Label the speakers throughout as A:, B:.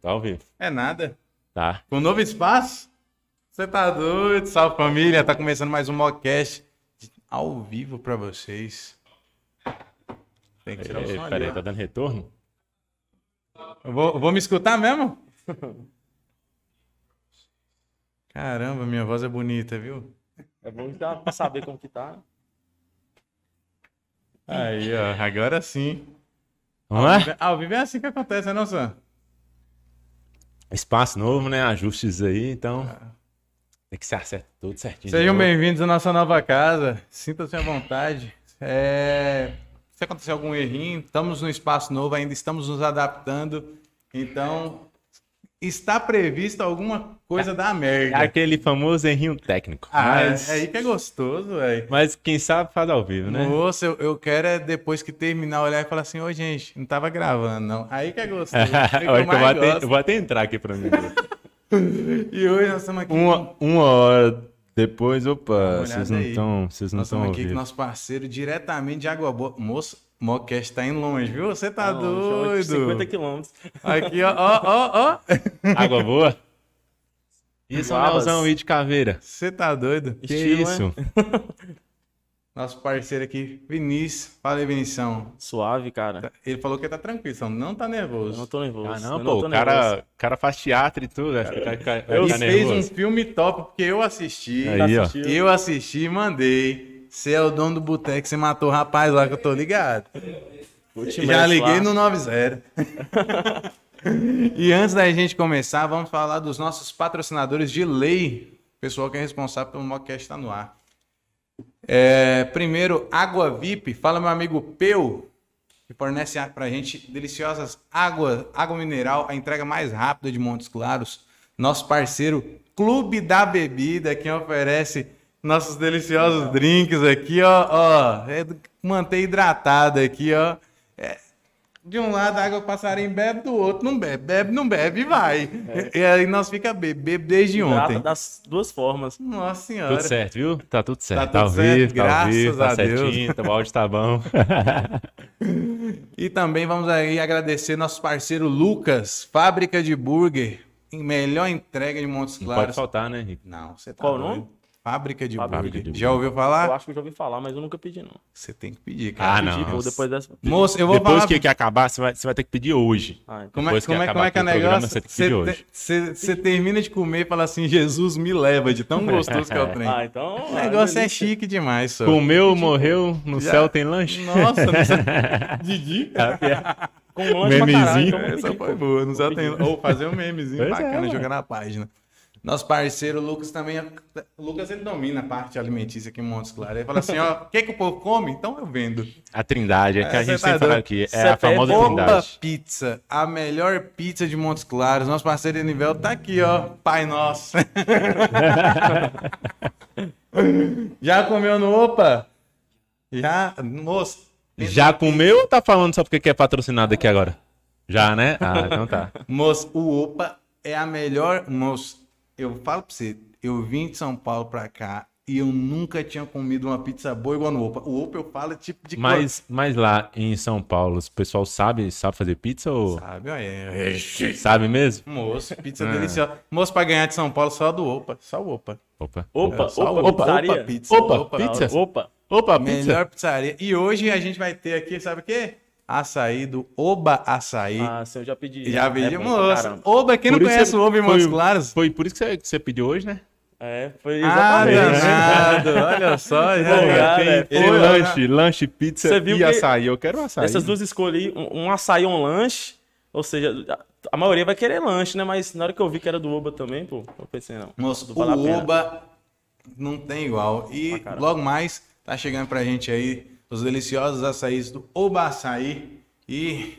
A: Tá ao vivo.
B: É nada.
A: Tá.
B: Com um novo espaço? Você tá doido? Salve família, tá começando mais um mockcast de- ao vivo pra vocês. Tem que tirar o
A: Ei,
B: som ali,
A: peraí,
B: ó.
A: tá dando retorno?
B: Eu vou, vou me escutar mesmo? Caramba, minha voz é bonita, viu?
A: É bom que dá pra saber como que tá.
B: Aí, ó, agora sim.
A: Vamos lá?
B: Ao vivo é assim que acontece, né, não, Sam?
A: Espaço novo, né? Ajustes aí, então. Tem que se acertar tudo certinho. de
B: É. Sejam
A: novo.
B: bem-vindos à nossa nova casa. Sinta-se à vontade. É, Se acontecer algum errinho, estamos num espaço novo, ainda estamos nos adaptando. Então, está previsto alguma coisa da
A: É
B: merda.
A: aquele famoso errinho técnico.
B: Ah,
A: mas,
B: é aí que é gostoso, velho.
A: mas quem sabe faz ao vivo, né?
B: Nossa, eu, eu quero é depois que terminar olhar e falar assim, ô gente, não tava gravando, não. Aí que é gostoso. É que eu
A: Olha que eu, vou
B: mais
A: até, eu
B: gosto.
A: vou até entrar aqui pra mim.
B: E hoje nós estamos aqui.
A: uma, uma hora depois,
B: uma
A: opa, vocês
B: olhada
A: não
B: aí.
A: estão. Vocês não
B: Nós
A: estão
B: estamos
A: ao
B: aqui com
A: vivo.
B: nosso parceiro diretamente de Água Boa. Moço, Mocast tá indo longe, viu? Você tá
C: Não,
B: doido.
C: 50 quilômetros.
B: Aqui, ó, ó, ó, ó.
A: Água boa? Isso é um
C: Guabas.
A: Leozão e de caveira. né?
B: Você tá doido?
A: Que
C: Estilo,
A: isso?
B: Nosso parceiro aqui, Vinícius. Fala aí, Vinição.
C: Suave, cara.
B: Ele falou que tá tranquilo, então não tá
C: Eu não
B: nervoso.
C: tô nervoso.
A: Ah, não,
C: eu
A: pô,
C: tô
A: o cara,
C: nervoso.
A: o cara faz teatro e tudo. né? Fica- fica- fica
B: Ele fez um
A: nervoso.
B: filme top, porque eu assisti.
C: Tá
A: Aí, ó.
C: assistiu.
B: Eu assisti e mandei. Você é o dono do boteco, você matou o rapaz lá que eu tô ligado.
C: Vou te
B: Já
C: mete
B: liguei
C: lá.
B: no 90. e antes da gente começar, vamos falar dos nossos patrocinadores de lei. O pessoal que é responsável pelo Mockcast está no ar. É, primeiro, Água VIP. Fala, meu amigo Peu, que fornece pra gente deliciosas águas, água mineral, a entrega mais rápida de Montes Claros. Nosso parceiro Clube da Bebida, quem oferece nossos deliciosos drinks aqui, ó. ó é, manter hidratado aqui, ó. É, De um lado a água passarinho bebe, do outro não bebe, bebe, não bebe e vai. E aí nós fica bebe, bebe desde
C: Trata
B: ontem.
C: das duas formas.
B: Nossa senhora.
A: Tudo certo, viu? Tá tudo certo.
B: Tá
A: Tá,
B: tudo
A: ao
B: certo,
A: vivo, tá ao
B: graças
A: vivo,
B: a
A: tá
B: Deus.
A: certinho, tá, o áudio tá bom.
B: E também vamos aí agradecer nosso parceiro Lucas, Fábrica de Burger, em melhor entrega de Montes
A: Não pode
B: Claros.
A: faltar, né, Henrique?
B: Não, você tá
C: Qual o
B: doido.
C: nome?
B: Fábrica de
C: Fábrica
B: Burger.
A: de
B: Já ouviu
C: Eu
B: falar?
C: acho que eu já ouvi falar, mas eu nunca pedi, não.
B: Você tem que pedir,
A: Ah,
B: cara.
A: não.
C: Pedi, vou depois dessa.
B: Moço, eu vou
A: Depois
B: falar...
A: que, que acabar, você vai, você vai ter que pedir hoje.
C: Ah, então.
B: Como é,
A: depois que
B: como é, como é
A: acabar
B: que é o
A: aqui o programa,
B: negócio?
A: você tem que pedir
B: Você te- Você você termina de comer e fala assim, Jesus me leva, de tão gostoso que é o trem.
C: Ah, então.
B: O
C: ah,
B: negócio é
C: delícia.
B: chique demais, só.
A: Comeu, morreu, no
B: Já-
A: céu tem lanche? É,
B: Nossa, não sei-
C: Didi? Com um lanche pra caralho.
A: Memezinho.
C: então eu vou
B: essa
C: pedir,
B: foi
C: pô.
B: boa. Não sei
C: Vou
B: até-
C: pedir.
B: Ou fazer um memezinho
A: Pois é,
B: bacana e
A: ué.
B: jogar na página. Nosso parceiro Lucas também. é- O Lucas ele domina a parte alimentícia aqui em Montes Claros. Ele fala assim: ó, o que, que o povo come? Então eu vendo.
A: A trindade, é que
B: É,
A: a gente
B: você tá
A: sempre fala
B: doido.
A: aqui.
C: Você
A: É a
C: é
A: famosa
C: boba.
B: Opa
A: trindade.
B: Pizza, a melhor pizza de Montes Claros. Nosso parceiro Enivel tá aqui, ó. Pai nosso. Já comeu no Opa? Já? Moço.
A: Já comeu ou tá falando só porque que é patrocinado aqui agora? Já, né? Ah, então tá.
B: Moço, o Opa é a melhor. Moço, eu falo pra você, eu vim de São Paulo pra cá e eu nunca tinha comido uma pizza boa igual no Opa. O Opa eu falo é tipo de.
A: Mas, mas lá em São Paulo, o pessoal sabe, sabe fazer pizza ou
B: Sabe, olha. aí.
A: sabe mesmo?
B: Moço, pizza deliciosa. Moço, pra ganhar de São Paulo, só do Opa. Só o Opa.
A: Opa.
C: Opa,
B: Só
C: opa,
B: o-
C: pizzaria.
B: opa, pizza. Opa,
A: Opa,
C: Da hora.
A: pizza.
C: Opa.
A: Opa, pizza.
B: Melhor pizzaria. E hoje a gente vai ter aqui, sabe o quê? Açaí do Oba Açaí.
C: Ah, sim, eu já pedi.
B: Já vi,
C: é bom pra
B: moço.
C: caramba.
B: Oba, quem não
A: Por isso
B: conhece
A: você-
B: o Oba em
A: foi-
B: Montes Claros?
A: Foi por isso que você, que você pediu hoje, né? É.
C: É, foi
B: Ah,
C: exatamente.
B: danado. Olha só. já-
C: Obrigado,
B: Tem-
C: é.
B: tem
A: Ele
B: lanche.
A: lanche, lanche, pizza
C: Você viu
A: e
C: que-
A: açaí. Eu quero
B: Tá
A: açaí.
C: Dessas duas escolhi um, um açaí e um lanche. Ou seja, a, a maioria vai querer lanche, né? Mas na hora que eu vi que era do Oba também, pô, eu pensei, não.
B: Moço,
C: não
B: o
C: vale a pena.
B: Oba não tem igual. E
C: caralho.
B: logo mais tá chegando pra gente aí os deliciosos açaís do Oba Açaí. E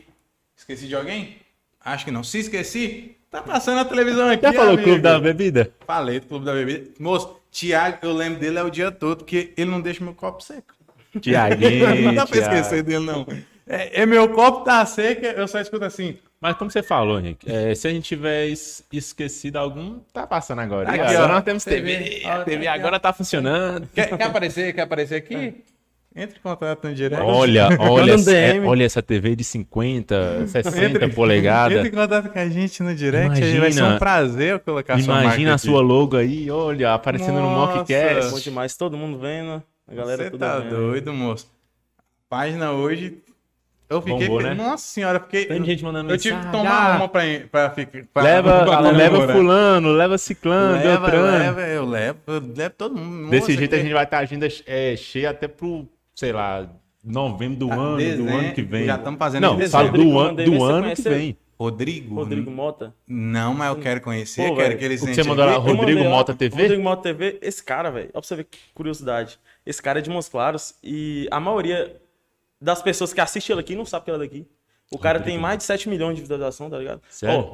B: esqueci de alguém? Acho que não. Se esqueci, tá passando a televisão aqui.
A: Já falou o
B: amigo.
A: clube da bebida?
B: Falei do Clube da Bebida. Moço, Thiago, eu lembro dele é o dia todo, porque ele não deixa meu copo seco.
A: Tiaguinho.
B: não dá pra
A: Thiago.
B: esquecer dele, não. É, é meu copo tá seco, eu só escuto assim.
A: Mas como você falou, Henrique, é, se a gente tiver es- esquecido algum, tá passando agora.
B: Aqui,
A: E agora
B: ó.
A: nós temos
B: TV.
A: TV. A TV agora tá funcionando.
B: Quer, quer aparecer? Quer aparecer aqui?
C: É.
B: Entre em contato no direct.
A: Olha,
C: Manda
A: olha,
C: um
A: essa- é-
C: DM.
A: olha essa TV de 50, 60 polegadas.
B: Entre em contato com a gente no direct. aí Vai ser
A: um Imagina.
B: um prazer eu colocar a sua marca
A: Imagina a
B: aqui.
A: sua logo aí, olha, aparecendo
B: Nossa.
A: no mockcast.
C: É Bom demais, todo mundo vendo. A galera
B: Você
C: tudo
B: é tá
C: vendo. né?
B: doido, moço. Página hoje. Eu fiquei.
A: Bombou,
B: fe-
A: né?
B: Nossa senhora, fiquei.
A: Tem gente mandando
B: Eu tive que
A: mensagem,
B: tomar
A: ah,
B: uma pra, pra ficar. pra-
A: Leva,
B: pra
A: leva
B: comemorar.
A: fulano, leva ciclano,
B: Leva,
A: beltrano.
B: leva, eu levo, eu levo todo mundo.
A: Desse
B: Nossa,
A: jeito
B: que-
A: a gente vai estar agenda é, cheia até pro, sei lá, novembro é do
B: Tá,
A: ano,
B: dezen-
A: do ano que vem.
B: já estamos fazendo em
A: Não,
B: dezembro.
A: falo do,
C: Rodrigo,
A: an,
C: mandei
A: do
C: ver, você
A: ano que
C: conheceu?
A: vem.
B: Rodrigo?
C: Rodrigo Mota.
B: Não, mas eu quero conhecer,
C: Pô,
B: quero
C: velho,
B: que eles
A: o que
B: entrem
A: você mandou lá,
B: aqui.
A: Ro- Rodrigo
C: mandei lá,
A: Mota TV?
C: Rodrigo Mota TV, esse cara, velho, ó pra você ver que curiosidade. Esse cara é de Montes Claros e a maioria das pessoas que assiste ele aqui não sabe que ele é daqui. O cara tem mais de 7 milhões de visualização, tá ligado? Ó,
A: Sério?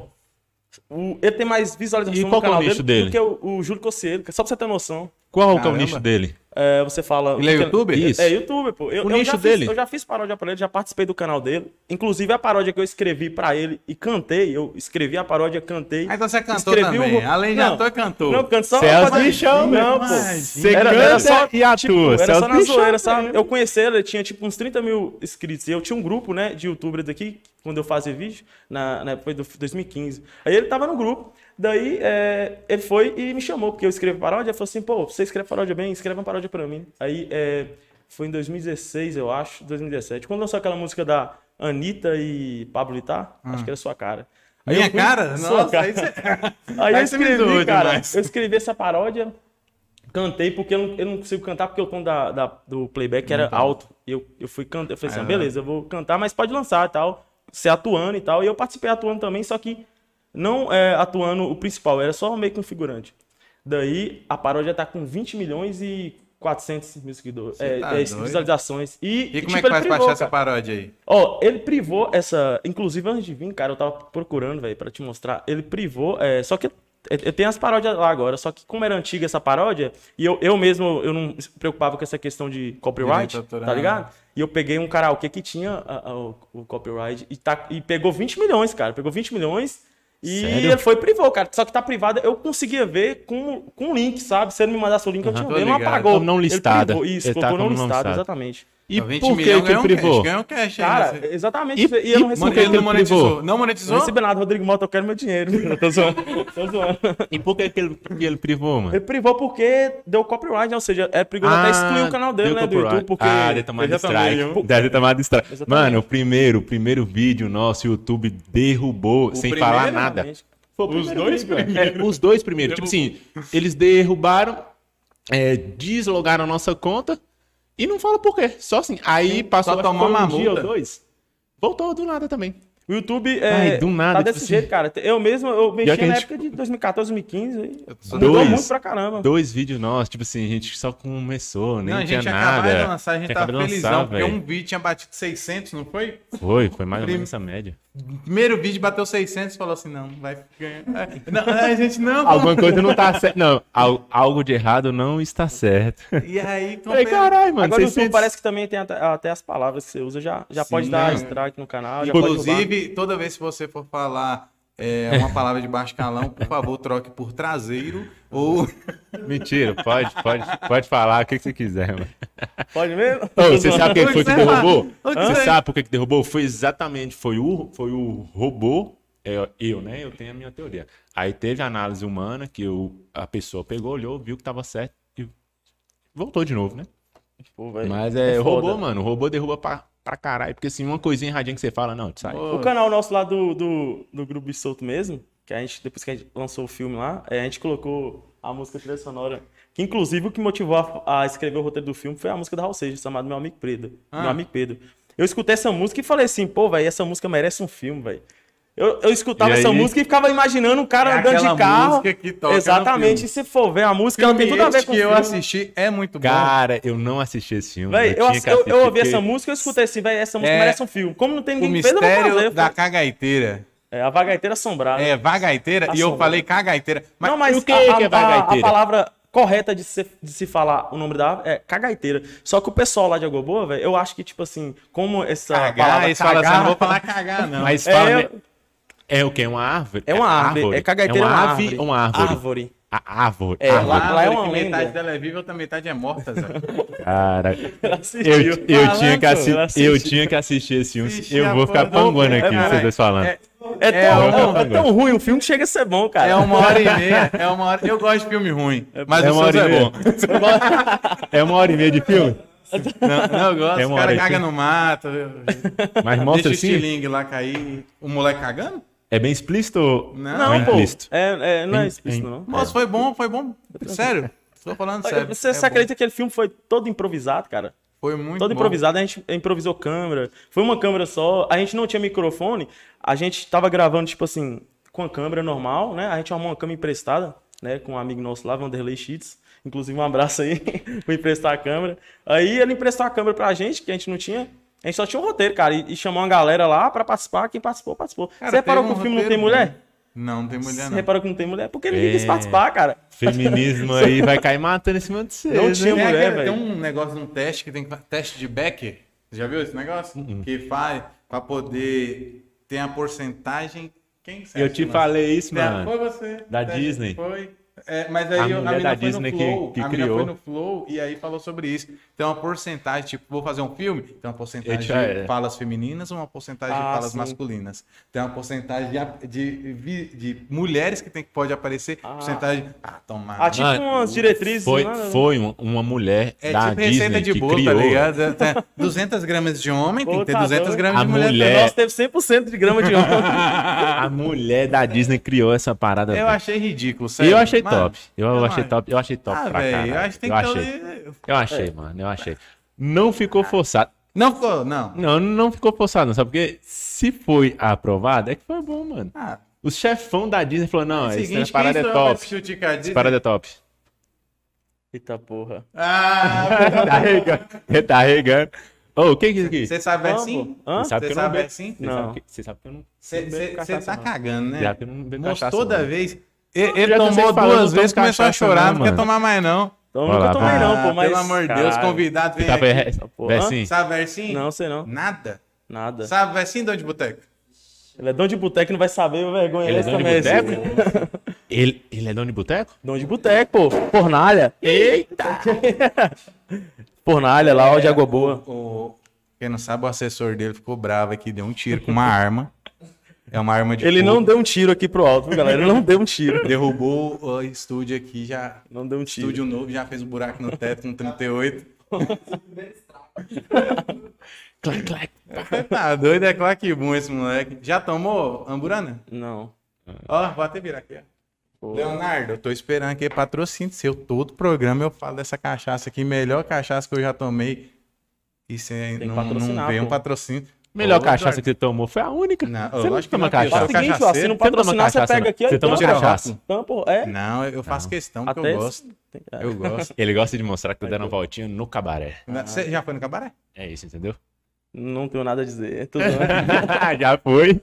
C: o- ele tem mais visualização
A: E
C: no
A: qual que é o
C: canal
A: nicho
C: do
A: dele?
C: que o, o Júlio Conselho. Só pra você ter noção.
A: Qual que é o
B: Caramba.
A: nicho dele?
C: É, você fala.
B: Ele é youtuber?
A: Isso.
C: É youtuber, pô. Eu,
A: O
C: eu
A: nicho
C: já fiz-
A: dele?
C: eu já fiz paródia pra ele, já participei do canal dele. Inclusive, a paródia que eu escrevi pra ele e cantei, eu escrevi a paródia, cantei.
B: Ah, então você é cantor
C: escrevi
B: também.
C: o-
B: Além de
C: Não.
B: ator, é cantor.
C: Não, canto só.
A: Você é
C: eu
A: os
C: fazia-
A: bichão, né?
C: Não,
A: meu.
C: pô.
A: Você
C: Era-
A: canta
C: era só- tipo,
A: e atua. Você
C: Era
A: é
C: só
A: os
C: na
A: bichão
C: zoeira, sabe?
A: mesmo.
C: Eu conheci ele, ele tinha tipo uns 30 mil inscritos. E eu tinha um grupo, né, de youtubers aqui, quando eu fazia vídeo, na, na época do 2015. Aí ele tava no grupo. Daí é, ele foi e me chamou, porque eu escrevo paródia. Ele falou assim: pô, você escreve paródia bem, escreve uma paródia pra mim. Aí é, foi em 2016, eu acho, 2017. Quando lançou aquela música da Anitta e Pablo Vittar, acho
A: Ah.
C: que era sua cara. Aí
B: Minha
C: eu fui-
B: cara?
C: Sua
B: Nossa,
C: cara.
B: aí você.
C: Aí eu
B: Aí você me
C: escrevi,
B: doido,
C: cara.
B: mas-
C: Eu escrevi essa paródia, cantei, porque eu não, eu não consigo cantar, porque o tom da, da- do playback era alto. E eu, eu fui cantar, eu falei assim,
B: Ah,
C: ah, beleza, eu vou cantar, mas pode lançar e tal. Você atuando e tal. E eu participei atuando também, só que não é, atuando o principal, era só meio que um figurante. Daí a paródia tá com 20 milhões e 400 mil seguidores, é,
B: tá
C: é,
B: doido?
C: visualizações. E,
B: E como é
C: e, tipo,
B: que
C: ele
B: faz pra
C: privou,
B: achar essa
C: cara.
B: paródia aí?
C: Ó, ele privou essa. Inclusive, antes de vir, cara, eu tava procurando, velho, pra te mostrar. Ele privou. É, só que eu- eu tenho as paródias lá agora. Só que, como era antiga essa paródia, e eu, eu mesmo eu não me preocupava com essa questão de copyright,
B: Direito
A: é.
B: autoral.
C: tá ligado? E eu peguei um karaokê que tinha a- a- o, o copyright e, tá, e pegou 20 milhões, cara. Pegou 20 milhões. E
A: Sério?
C: ele foi privou, cara. Só que tá privada, eu conseguia ver com, com link, sabe? Se ele me mandasse o link, eu tinha
B: tô
C: visto. Ele não
B: ligado.
C: apagou.
A: Como não
C: Ele
A: listada.
C: privou, Isso,
A: Ele tá
C: colocou não
A: como não
C: listado,
A: listada.
C: exatamente.
A: E
B: Então, 20
A: por que
B: milhão
A: que
B: ganhou um
A: privou?
B: cash, ganhou um cash aí,
C: Cara,
B: né?
C: exatamente.
A: E-
C: isso aí. E eu não
A: e
C: recebi
A: por que que
B: Monetizou,
A: ele
B: não monetizou.
A: privou?
B: Não
C: Não
B: monetizou?
C: recebi nada, Rodrigo Mota, eu quero meu dinheiro. tô
B: é
C: zoando,
B: um
C: tô zoando.
A: E por que que ele, que ele privou, mano?
C: Ele privou porque deu copyright, né? ou seja, é perigoso até excluir o canal dele,
A: Ah, deu
C: né, do
A: copyright.
C: YouTube, porque... tá
A: Ah, deve ter tomado
C: Exatamente.
A: strike. Deve ter tomado strike.
C: Exatamente.
A: Mano, o primeiro, o primeiro vídeo nosso, o YouTube derrubou sem
B: primeiro,
A: falar nada.
C: Exatamente. Foi o primeiro vídeo, né? velho.
A: É, os dois primeiros. Tipo assim, eles derrubaram, é, deslogaram a nossa conta e não fala por quê. Só assim. Aí passou
B: só
A: acho que
B: tomou
A: foi
B: uma
A: um dia ou
B: multa.
A: dois. Voltou do nada também.
C: O YouTube é,
A: Ai, do nada,
C: tá
A: tipo
C: desse
A: assim.
C: jeito, cara. Eu mesmo, eu mexia
A: que a
C: na
A: gente-
C: época de 2014, 2015, aí
B: sou
C: mudou
A: dois.
C: muito pra caramba.
A: Dois vídeos nossos, tipo assim, a gente só começou, nem
B: Não, a
A: tinha
B: gente acabava
A: nada.
B: de
C: né?
B: lançar, a gente
A: Tinha
B: tava
A: acabado de
B: felizão,
A: lançar,
B: porque
A: velho.
B: um vídeo tinha batido 600, não foi?
A: Foi, foi mais ou
B: Prim-
A: menos essa média.
B: Primeiro vídeo bateu 600 e falou assim, não, vai ganhar. É, Não, a gente não...
A: Alguma coisa não tá certo. Não, al- algo de errado não está certo.
B: E aí...
A: Falei, caralho, mano.
C: Agora o
A: vocês
C: YouTube parece que também tem até, até as palavras que você usa, já, já
B: Sim,
C: pode dar
B: né?
C: strike no canal, já pode derrubar.
B: Inclusive, toda vez que você for falar é, uma palavra de baixo calão, por favor, troque por traseiro ou...
A: Mentira, pode, pode, pode falar o que, que você quiser, mano.
C: Pode mesmo?
A: Ô, você sabe quem foi que
B: Pois é,
A: derrubou?
B: mano.
A: Você
B: Pois é.
A: sabe por que que derrubou? Foi exatamente, foi o, foi o robô, é, eu, né? Eu tenho a minha teoria. Aí teve a análise humana, que o- a pessoa pegou, olhou, viu que tava certo e voltou de novo, né?
C: Pô, velho,
A: Mas é,
C: foda.
A: robô, mano, o robô derruba pra, pra caralho, porque assim, uma coisinha erradinha que você fala, não, sai.
C: O canal nosso lá do, do, do Grupo Bicho Solto mesmo, que a gente, depois que a gente lançou o filme lá, é, a gente colocou a música trilha sonora. Que inclusive o que motivou a, a escrever o roteiro do filme foi a música da Raul Seixas, chamada Meu Amigo Pedro.
B: Ah.
C: Meu Amigo Pedro. Eu escutei essa música e falei assim, pô, velho, essa música merece um filme, velho. Eu, eu escutava
A: E aí?
C: essa música e ficava imaginando um cara
B: É
C: andando
B: aquela
C: de carro.
B: música que toca no
C: Exatamente,
B: filme.
C: e se for ver a música, ela tem
B: Filme
C: tudo a ver
B: este
C: com
B: que
C: o
B: eu
C: filme.
B: assisti é muito bom.
A: Cara, eu não assisti esse filme.
C: Véi, eu,
A: tinha
C: ass-
A: que
C: eu- eu
A: assistir,
C: ouvi essa
A: porque-
C: música, eu escutei assim, velho, essa música
B: É,
C: merece um filme. Como não tem
B: O
C: ninguém que fez, eu vou
B: mistério
C: fazer.
B: da
C: velho.
B: cagaiteira.
C: É, a vagaiteira assombrada.
B: É, vagaiteira, e eu
C: Assombrado.
B: falei cagaiteira. Mas,
C: não, mas
A: e o que
C: a,
A: é que é
C: a- a-
A: bagaiteira?
C: a palavra correta de se, de se falar o nome da árvore é cagaiteira. Só que o pessoal lá de Agoboa, velho, eu acho que, tipo assim, como essa
B: cagar,
C: palavra
B: eles falam assim,
C: cagar-
B: não vou falar cagar, não.
A: Mas
C: É,
A: fala, né? é o quê? Uma árvore?
C: é uma árvore. É cagaiteira,
A: uma ave
C: árvore.
A: ou uma árvore?
C: Árvore.
A: A árvore.
C: É,
A: árvore.
C: lá- é uma
B: que
C: lenda.
B: metade dela é viva, outra metade é morta, Zé.
A: Cara,
C: Ela assistiu.
A: eu, eu,
C: Malandro,
A: tinha que assi-
C: ela
A: eu
C: assistiu.
A: tinha que assistir esse filme.
B: Assistir
A: Eu
B: a
A: vou ficar
B: porra do-
A: panguando
B: é,
A: aqui,
B: cara,
A: vocês dois falando.
B: é-
C: É tão,
B: É
C: não,
A: uma-
C: é tão ruim o filme que chega a ser bom, cara.
B: É
A: um-
B: uma hora e meia, é uma hora. Eu gosto de filme ruim, mas
A: é
B: o
A: uma hora
B: seu é
A: e meia.
B: bom.
A: É uma hora e meia de filme?
B: Não, não, eu gosto.
A: É uma
B: o cara
A: hora e
B: caga
A: meia.
B: no mato,
A: Mas
B: deixa
A: mostra
B: o
A: assim.
B: estilingue lá cair. O moleque cagando?
A: É bem explícito ou
B: Não,
A: ou
C: Não,
B: é
C: pô.
A: implícito?
C: É, é, não é
A: Em-
C: explícito,
A: em-
C: não.
B: Nossa, foi bom, foi bom. Sério, tô falando sério.
C: Você,
B: É
C: você
B: bom.
C: acredita que aquele filme foi todo improvisado, cara?
B: Foi muito
C: todo
B: bom.
C: improvisado, a gente improvisou câmera. Foi uma câmera só, a gente não tinha microfone, a gente tava gravando, tipo assim, com a câmera normal, né? A gente arrumou uma câmera emprestada, né? Com um amigo nosso lá, Vanderlei Sheets. Inclusive, um abraço aí por emprestar a câmera. Aí ele emprestou a câmera pra gente, que a gente não tinha. A gente só tinha um roteiro, cara, e, e chamou uma galera lá pra participar. Quem participou, participou.
B: Cara,
C: Você reparou que
B: teve
C: o
B: um
C: filme não tem
B: roteiro
C: mulher?
B: Não, não tem mulher,
C: Você
B: não.
C: reparou que não tem mulher? Porque ninguém quis
A: É.
C: participar, cara.
A: Feminismo aí vai cair matando em cima de vocês.
C: Não
A: hein?
C: tinha
B: Tem,
C: mulher,
B: aquele-
C: velho.
B: tem um negócio, um teste que tem que fa- teste de Becker. Já viu esse negócio?
C: Hum.
B: Que faz pra poder ter a porcentagem. Quem sabe?
A: Eu te falei isso, mano.
B: Foi você.
A: Da
B: Teste-
A: Disney.
B: Foi. É, mas aí
A: A
B: eu- a,
A: mulher
B: menina
A: da
B: foi
A: Disney
B: no
A: que-
B: Flow,
A: que
B: a menina
A: criou.
B: foi no Flow e aí falou sobre isso. Tem uma porcentagem, tipo, vou fazer um filme, tem uma porcentagem
A: Eita, é.
B: de falas femininas, uma porcentagem de
C: Ah,
B: falas
C: sim.
B: masculinas. Tem uma porcentagem de, ap- de, vi- de mulheres que tem que pode aparecer,
C: Ah.
B: porcentagem... Ah, toma.
C: Ah, tipo
A: Mano,
C: umas diretrizes.
A: Foi,
C: né?
A: foi um- uma mulher
B: É
A: da
B: tipo
A: Disney
B: receita de
A: que
B: bolo,
A: criou.
B: tá ligado? É, tá. 200 gramas de homem, tem
C: Pô,
B: que ter
C: tá
B: 200
C: doido.
B: gramas
A: A
B: de mulher.
A: mulher-
B: também.
A: É.
C: Nossa, teve 100% de grama de ontem.
A: a mulher da Disney criou essa parada.
B: Eu
A: velho.
B: achei ridículo,
A: Eu
B: sério.
A: achei
B: Mano,
A: top. Eu,
B: não
A: achei
B: acho.
A: top. Eu achei top
B: Ah,
A: pra
B: velho, eu
A: caralho.
B: acho que tem
A: eu
B: que
A: achei.
B: ter... É. Ah.
A: Eu achei, mano. Eu achei. Não ficou forçado.
B: Não ficou, não.
A: Não, não ficou forçado, não. Sabe porque se foi aprovado, é que foi bom, mano.
B: Ah,
A: O chefão da Disney falou: não, essa
B: seguinte,
A: parada é
B: quem sou eu pra
A: top.
B: discutir com a Disney?
A: Essa parada é top.
C: Eita porra.
B: Ah,
A: tá regando. tá regando. Ô, o que é isso aqui?
B: você sabe
C: Hã,
B: assim?
C: pô? Hã?
A: Você sabe que
B: Você
A: eu não
B: sabe
A: bebo.
B: assim?
A: Você
C: Não.
A: sabe que- Você sabe que eu não.
B: Você tá
A: não.
B: cagando, né?
A: Já que eu não bebo
B: Mas
A: cachaça,
B: toda
A: não.
B: vez... Ele,
A: já
B: ele
A: cansei de
B: tomou
A: falar, eu não
B: duas
A: tomo
B: vezes, começou a
A: cachaça
B: chorar,
A: não,
B: não quer
A: mano.
B: tomar mais, não.
C: Então
A: Olha
C: nunca
A: lá,
C: tomei
A: vai.
C: não, pô,
B: Ah,
C: mas...
B: Pelo amor de Deus,
C: Caralho.
B: convidado, vem
A: Tá
B: aqui.
A: bem,
C: porra.
A: Versim.
B: Sabe versinho?
C: Não, sei não.
B: Nada.
C: Nada.
B: Sabe versinho, Dom de Boteco?
C: Ele é dono de boteco, não vai saber, vergonha.
A: Ele é
C: essa
A: dono de
C: mesmo.
A: boteco? Ele, ele é dono de boteco?
C: Dono de boteco, pô. Fornalha.
A: Eita!
C: Fornalha lá, ó, de água boa.
B: O- Quem não sabe, o assessor dele ficou bravo aqui, deu um tiro com uma arma. É uma arma de
C: Ele
B: fogo.
C: não deu um tiro aqui pro alto, viu, galera? Ele não deu um tiro.
B: derrubou o estúdio aqui, já.
C: Não deu um tiro.
B: Estúdio novo, já fez um buraco no teto com 38.
A: Clac, clac.
B: Você tá doido, é claro que bom esse moleque. Já tomou amburana?
C: Não.
B: Ó, vou até virar aqui, ó. Leonardo, eu tô esperando aqui patrocínio seu. Todo programa eu falo dessa cachaça aqui, melhor cachaça que eu já tomei. E você
C: que
B: não, não
C: patrocinar,
B: vê um
C: pô.
B: patrocínio.
A: Melhor
B: Ô,
A: cachaça
B: Jorge.
A: que você tomou foi a única.
B: Não,
A: você não
B: lógico que
A: toma
B: não, filho.
A: cachaça.
C: Faz o seguinte, ó, se
B: Cachaceiro.
C: não
A: Você toma
C: patrocinar, você
A: cachaça,
C: pega
A: não.
C: aqui, ó.
A: Você toma
C: então,
A: cachaça.
C: Então, pô, é.
B: Não, eu faço questão que eu
C: Até
B: gosto. Eu gosto.
A: Ele gosta de mostrar que tá dando uma voltinha no cabaré.
B: Você já foi no cabaré?
A: É isso, entendeu?
C: Não tenho nada a dizer. É tudo, né?
A: já foi.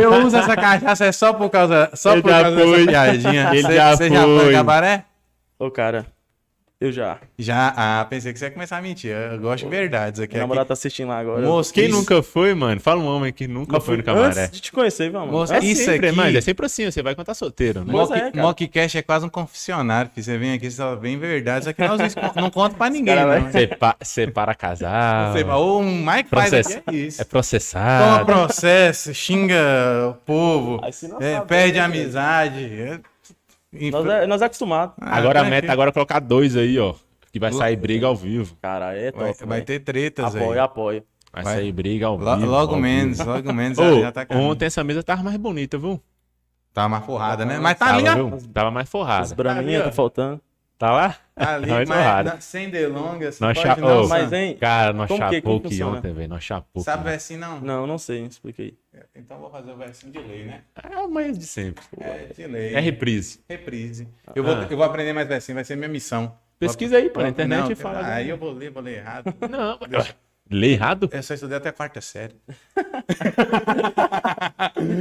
B: Eu uso essa cachaça é só por causa, só
A: Ele
B: por
A: já
B: causa
A: foi.
B: dessa piadinha.
A: Ele
B: Você-
A: já
B: você já foi
A: foi.
B: no cabaré?
C: Ô, cara, eu já.
B: Já, ah, pensei que você ia começar a mentir. Eu gosto de verdades aqui.
A: é
C: Minha namorada tá assistindo lá agora.
B: Moço,
A: Quem
B: isso-
A: nunca foi, mano? Fala um homem que nunca foi no cabaré.
C: Antes de te conhecer, viu, mano?
B: Moço,
A: É
B: isso
A: sempre,
B: aqui-
A: mano. É sempre assim, você vai quando tá solteiro, né?
C: Pois
B: Mock,
C: é, cara.
B: Mockcast é quase um confessionário, filho. Você vem aqui, você só vem verdades. Só que nós não esco- não conta pra ninguém,
C: cara vai-
B: não.
A: Sepa- separa casal.
B: Você fala, Ou um Mike faz
A: Processo.
B: aqui, é isso.
A: É
B: Toma
A: processado.
B: processo, xinga o povo,
C: Aí você não
B: é,
C: sabe,
B: perde
C: né,
B: a
C: gente?
B: amizade. é- Infra-
C: Nós é, nós é acostumado.
B: Ah,
A: Agora, a
B: tá
A: meta,
B: aqui.
A: agora é colocar dois aí, ó. Que vai sair briga ao vivo.
C: Cara, é
B: Vai,
C: top.
B: vai
A: né?
C: velho.
B: ter tretas aí.
C: Apoio, apoio.
A: Vai,
B: Vai.
A: sair briga ao
B: Lo-
A: vivo.
B: Logo
A: ao
B: menos,
A: vivo.
B: logo menos
A: Ô,
B: já, já tá caindo.
A: ontem essa mesa tava mais bonita, viu?
B: Tá uma forrada, né? Mas tá
A: Tava,
B: ali, ó.
A: viu? Tava mais
C: As
A: forrada.
C: braminhas
B: ó.
C: tá faltando.
A: Tá lá?
B: Tá ali,
A: Não,
B: mas
A: isso é raro.
B: na- sem delongas.
A: Nós
B: pode
A: cha...
B: não,
A: Ô, um
C: mas, é
B: Sam.
C: hein,
A: Cara, nós
C: como que-
A: chapou
C: como
A: que
C: funciona?
A: ontem, velho. Nós chapou.
B: Sabe
A: que-
B: versinho não?
C: Não, não sei, explica aí.
B: Então vou fazer o versinho de lei, né?
A: É o mais de sempre.
B: É, de lei.
A: É reprise.
B: Reprise. Eu, vou,
A: Ah.
B: eu vou aprender mais versinho, vai ser minha missão.
A: Pesquisa aí, pô, na
B: Não,
A: internet e
B: não,
A: fala.
B: Aí eu vou ler, vou ler errado.
A: Não, lê errado?
B: Eu só estudei até a quarta série.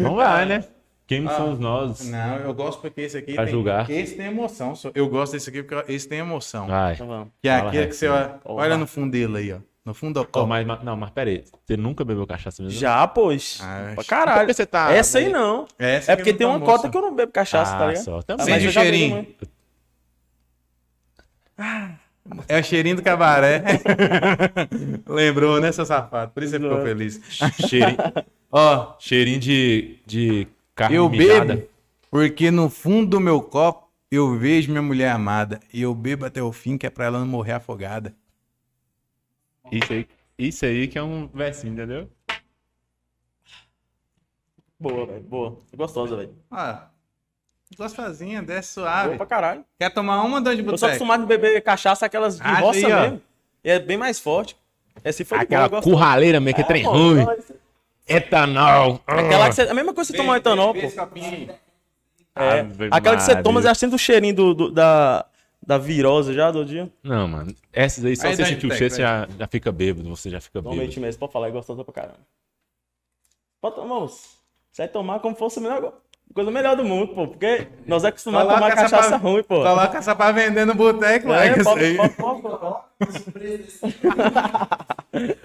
A: Não vai, né? Quem somos nós?
B: Ah, Não, eu gosto porque esse aqui
A: Pra
B: tem...
A: julgar.
B: Esse tem emoção. só. Eu gosto desse aqui porque esse tem emoção.
A: Vai.
C: Então vamos.
B: Que é
A: Fala,
B: aquele que você olha,
C: Ó,
B: olha
C: lá.
B: no fundo dele aí, ó. No fundo do
A: Ó,
B: copo.
A: mas, mas- não, mas pera aí. Você nunca bebeu cachaça mesmo?
C: Já, pois.
B: Ah,
C: pra
A: Então por
C: caralho.
A: que você tá-
C: Essa aí não.
B: Essa
C: É
B: que
C: porque
B: não
C: tem
B: tá
C: uma
B: moça.
C: cota que eu não bebo cachaça,
A: Ah,
C: tá ligado?
A: só. Tá
C: Ah,
A: bom.
C: mas
B: Sente
C: eu
B: o
C: já bebo
B: cheirinho.
C: muito.
B: É o cheirinho do cabaré. Lembrou, né, seu safado? Por isso você ficou
C: Exato.
B: feliz.
A: Cheirinho,
B: Ó,
A: cheirinho de, de carne
B: eu
A: mijada.
B: bebo porque no fundo do meu copo eu vejo minha mulher amada. E eu bebo até o fim, que é pra ela não morrer afogada.
A: Isso aí, isso aí que é um versinho, entendeu?
C: Boa, velho. Boa. Gostosa, velho.
B: Ó, gostosinha, desce
C: Boa
B: suave.
C: pra caralho.
B: Quer tomar uma, dona de
C: Eu sou
B: boteco?
C: acostumado a beber cachaça, aquelas de
B: Ah,
C: roça
B: aí, ó.
C: mesmo. E é bem mais forte. É, Essa foi
A: Aquela
C: boa, eu gosto.
A: curraleira meio que é
C: É,
A: trem
C: pô,
A: ruim.
C: não, isso-
A: Etanol.
C: Aquela que você... A mesma coisa que você tomar um etanol, pô. É.
A: Ave
C: Aquela que você toma,
A: Maria.
C: já sente o cheirinho do, do- da, da virose já do dia.
A: Não, mano. Essas aí só
B: Aí
A: você
B: dá
A: sentir o
B: hashtag,
A: cheiro, você já, já fica bêbado. Você já fica bêbado.
C: Normalmente mesmo, pode falar, é gostosa pra caramba. Pode tomar, moço. Você vai tomar como fosse a melhor coisa melhor do mundo, pô. Porque nós é acostumado a tomar cachaça ruim, pô.
B: Coloca essa pra vender no boteco, moleque.
C: É,
B: isso
C: pode-
B: aí.
C: pode- pode- pode.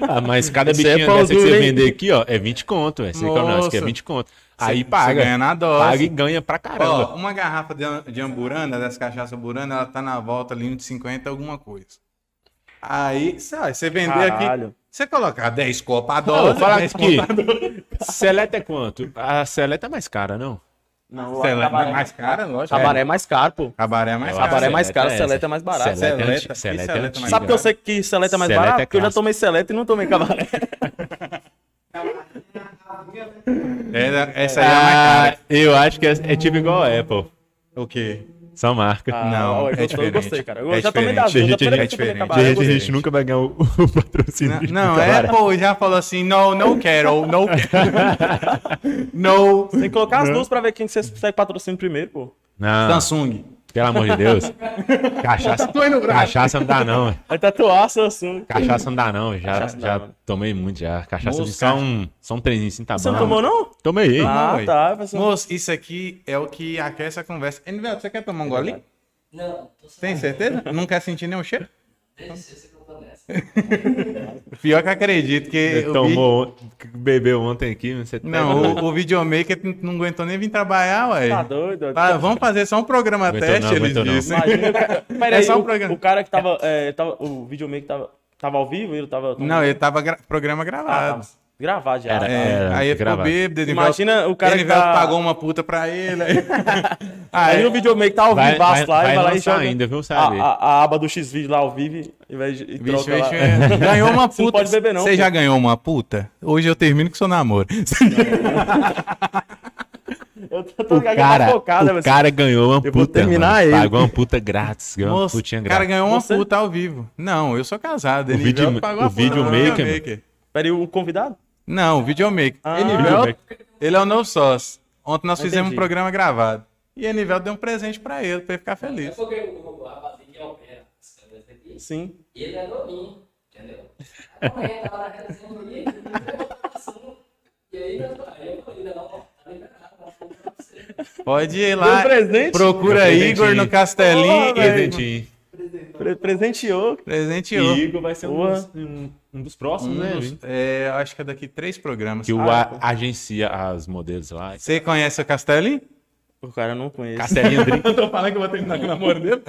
A: Ah, mas cada
C: Isso é
A: bichinha dessa que
C: pausudo,
A: você
C: hein?
A: vender aqui, ó, é 20 conto. É, não, isso aqui é
B: Nossa.
A: 20 conto. Aí
B: Você-
A: paga.
B: você ganha na dose.
A: Paga e ganha pra caramba.
B: Ó, uma garrafa de, de amburana, dessa cachaça amburana, ela tá na volta ali de 50 alguma coisa. Aí, sei lá, você vender
C: Caralho.
B: aqui, você colocar 10 copos a
A: Ô,
B: dose,
A: fala
C: né,
B: 10
A: aqui.
B: conto a dose.
A: Seleta é quanto? A seleta é mais cara, não?
C: Não,
B: Sei lá, é
C: cabaré,
B: mais cara, lógico.
C: cabaré é mais caro, pô.
B: Cabaré é mais
A: Eu
B: caro.
C: Cabaré é mais caro,
A: essa.
C: seleta é mais barato.
A: Seleta, é
B: Seleta,
A: anti- seleta,
B: seleta
A: é
B: é mais
A: antiga.
C: Sabe que eu sei que seleta é mais
A: Seleta
C: barato?
A: é
C: Porque eu já
A: clássico.
C: tomei seleta e não tomei cabaré.
B: É, essa aí é a mais
A: Ah,
B: cara.
A: eu acho que é, é tipo igual a Apple.
B: O quê?
A: Só marca.
C: Ah,
B: Não, é
C: ó, eu, gostei, eu
B: diferente.
C: gostei, cara. Eu
B: É
C: já tomei
B: diferente.
C: da
A: Tem gente-
C: primeira
A: é
C: vez que eu tomei
B: diferente.
A: De
C: cabaré, eu
A: repente a
C: gostei.
A: gente nunca vai ganhar o, o patrocínio.
B: Não,
A: de
B: não, é,
A: cabaré.
B: pô, já falou assim, não, não quero, não quero. não.
C: Tem que colocar as duas pra ver quem que você consegue patrocínio primeiro, pô.
A: Não,
B: Samsung.
A: pelo amor de Deus. Cachaça, cachaça não dá, não. é.
C: Vai tatuar Samsung.
A: Cachaça não dá, não. Já,
C: Cachaça não dá,
A: já
C: mano.
A: um, assim, tá
B: Ah, é um
A: tá
B: É.
C: Tá
B: um
C: é,
B: É,
C: Ah, tá.
B: Ah, é.
C: tá
B: é. é um
D: é tá
B: Ah,
C: um
A: um um Hum, É É um é um tá tá É. né, então? é um Então, assim, né, É um
B: É, é, É assim, um é é pessoal
C: é é Tá Ah, é então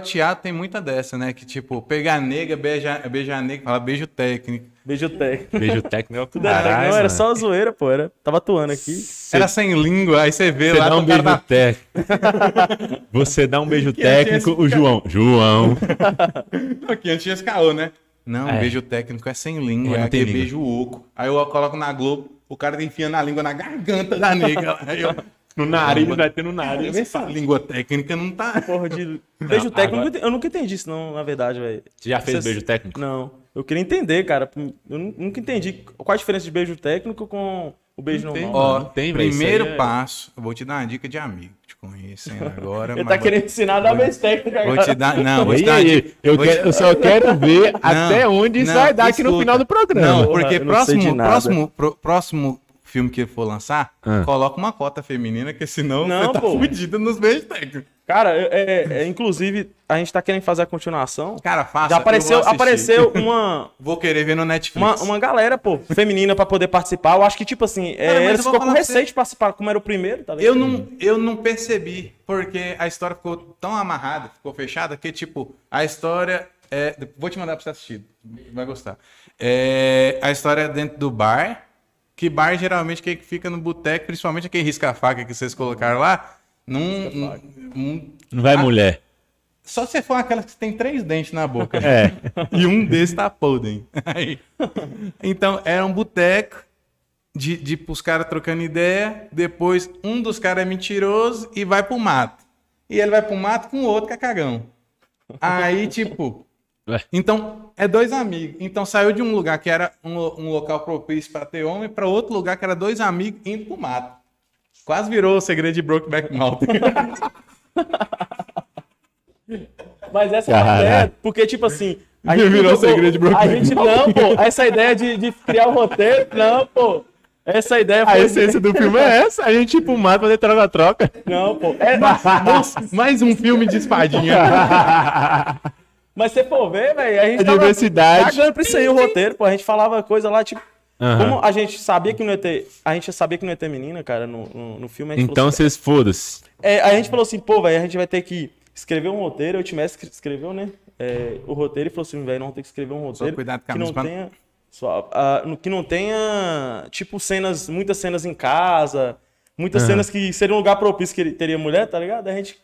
B: de teatro tem muita dessa, né? Que tipo, pegar nega, beijar beija nega, fala beijo técnico.
C: Beijo técnico.
A: Beijo técnico.
C: Tudo era
A: Caralho,
C: não, era
A: mano.
C: só zoeira, pô. Era... Tava atuando aqui.
B: Era sem língua, aí você vê
A: Você
B: lá
A: dá um
B: o cara
A: beijo
B: tá-
A: técnico. Você dá um beijo
B: Que eu tinha
A: técnico,
B: esse
A: o João. João.
B: tá Aqui antes tinha esse caô, né? Não,
A: É.
B: beijo técnico é sem língua,
A: É,
B: é,
A: não tem
B: aquele
A: língua.
B: beijo oco. Aí eu coloco na Globo, o cara tá enfiando a língua na garganta da nega. Aí eu,
A: No nariz, vai ter no nariz.
B: essa língua técnica não tá.
C: Porra de. Beijo
A: Não,
C: técnico, eu
A: agora-
C: nunca ente- eu nunca entendi isso, não, na verdade, velho.
A: Você já fez
C: Vocês-
A: beijo técnico?
C: Não. Eu queria entender, cara. Eu nu- nunca entendi qual a diferença de beijo técnico com o beijo
A: Não
C: normal.
A: tem.
B: Ó,
A: tem, velho,
B: primeiro
A: isso aí é-
B: passo, eu vou te dar uma dica de amigo, te conhecendo agora.
C: Ele
B: mas
C: tá
B: vou-
C: querendo ensinar da vez técnica
B: Vou
C: agora.
B: te dar, não, vou te
A: E
B: dar uma
A: aí?
B: dica-
A: eu,
B: vou te-
A: quero- eu só quero ver até
B: Não,
A: onde isso
B: não,
A: vai dar aqui no
B: escuta.
A: final do programa.
B: Não,
C: Porra,
B: porque
C: eu não sei de
B: próximo,
C: nada.
B: próximo, pro- próximo filme que ele for lançar,
A: Ah.
B: coloca uma cota feminina, que senão
C: Não,
B: você tá
C: pô.
B: fudido nos beijos técnicos.
C: Cara, é, é- inclusive, a gente tá querendo fazer a continuação.
B: Cara, faça.
C: Já apareceu,
B: eu vou assistir.
C: apareceu uma,
B: Vou querer ver no Netflix.
C: uma, uma galera, pô, feminina pra poder participar. Eu acho que, tipo assim, é,
B: mas eu
C: eles
B: vou
C: ficou com
B: falar pra
C: receio
B: você.
C: de participar, como era o primeiro, tá
B: Eu
C: ligado?
B: não, eu não percebi, porque a história ficou tão amarrada, ficou fechada, que, tipo, a história. é- vou te mandar pra você assistir, vai gostar. É, a história é dentro do bar, que bar geralmente quem fica no boteco, principalmente quem risca a faca que vocês colocaram lá, não. não-
A: Não vai,
B: Ah.
A: mulher.
B: só se for aquela que tem três dentes na boca.
A: É.
B: E um desses tá podre. Aí. Então, era um boteco de, de os caras trocando ideia. Depois, um dos caras é mentiroso e vai pro mato. E ele vai pro mato com o outro que é cagão. Aí, tipo.
A: Ué.
B: Então, é dois amigos. Então, saiu de um lugar que era um, lo- um local propício pra ter homem pra outro lugar que era dois amigos indo pro mato. Quase virou o segredo de Brokeback Mountain.
C: Mas essa
A: Caralho.
C: é a ideia, porque, tipo assim. A
B: Virou
C: não
B: o
C: jogou-
B: segredo de Brooklyn.
C: A gente não, pô. Essa ideia de, de criar o roteiro, não, pô. Essa ideia
A: A
C: foi.
A: essência do filme é essa. A gente, tipo, mata pra ter troca-troca.
C: Não, pô. É,
B: Mais um filme de espadinha.
C: Mas você for ver, velho, a gente
A: A diversidade.
B: Tá
C: tava cagando pra isso aí o roteiro, pô. A gente falava coisa lá, tipo.
A: Aham.
C: Como a gente sabia que não ia ter. A gente sabia que não ia ter menina, cara, no, no, no filme. A gente
A: Então,
C: falou assim,
A: vocês foda-se.
C: é, a gente falou assim, pô, velho, a gente vai ter que escrever um roteiro. Eu te mestre escreveu, né? é, o roteiro e falou assim, velho, não vamos ter que escrever um roteiro.
B: cuidado com a
C: que não
B: música.
C: tenha. Só, ah, no- que não tenha, tipo, cenas, muitas cenas em casa, muitas
A: Aham.
C: cenas que seria um lugar propício que ele teria mulher, tá ligado? A gente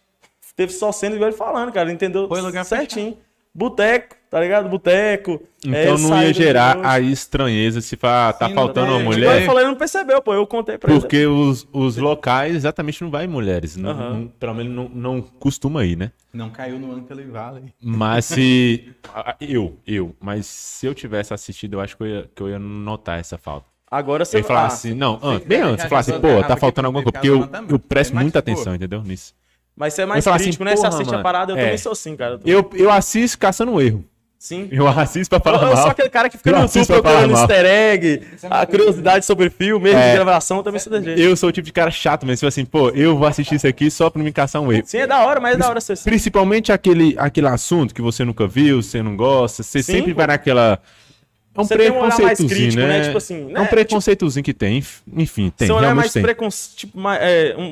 C: teve só cenas e ele falando, cara, ele entendeu
B: Foi lugar
C: certinho. Boteco, tá ligado? Boteco. é,
A: Então não
C: saída
A: ia
C: de
A: gerar
C: noite.
A: a estranheza se fa- tá
B: Sim, né? não
A: faltando uma
B: tem.
C: Igual Ele
A: mulher.
C: falou, ele tipo, não percebeu, pô, eu contei pra ele.
A: Porque os, os locais exatamente não vai mulheres. Não,
C: Aham.
A: não- pelo menos não, não costuma ir, né?
B: Não caiu no Uncle Valley.
A: Mas se. a- a- Eu, eu. Mas se eu tivesse assistido, eu acho que eu ia, que eu ia notar essa falta.
C: Agora você
A: Eu ia falar
C: ah,
A: assim, não, an-
B: sim,
A: bem
B: já-
A: antes,
B: já
A: eu falar assim,
B: resolveu
A: pô,
B: errado
A: tá
B: aqui,
A: faltando alguma
B: teve
A: coisa. Porque
B: caso lá
A: eu,
B: também.
A: eu presto
B: É mais
A: muita
B: de boa.
A: atenção, entendeu? Nisso.
C: Mas você é
A: Eu
C: mais
A: falo assim,
C: crítico, né? Você
A: porra,
C: assiste a
A: mano,
C: parada, eu
A: é.
C: também sou assim, cara. Eu,
A: Eu, eu assisto caçando um erro.
C: sim.
A: Eu assisto pra
C: Eu,
A: falar
C: eu sou
A: mal.
C: aquele cara que fica
A: Eu
C: no
A: assisto pra
C: YouTube
A: falar
C: procurando
A: mal.
C: easter egg, a curiosidade sobre filme, erro
A: É.
C: de gravação, eu também sou da gente.
A: Eu sou o tipo de cara chato mesmo, tipo assim, pô, eu vou assistir isso aqui só pra me caçar um erro.
C: Sim, é da hora, mas é da hora você assistir.
A: Principalmente aquele, aquele assunto que você nunca viu, você não gosta, você
C: Sim,
A: sempre
C: pô.
A: vai naquela. É um
C: Você tem um olhar mais
A: preconceitozinho,
C: crítico,
A: né?
C: né? Tipo assim, né?
A: É um preconceitozinho que tem, enf- enfim, tem,
C: Seu olhar é
A: realmente
C: mais
A: tem.
C: preconceito, tipo, mais, é, um...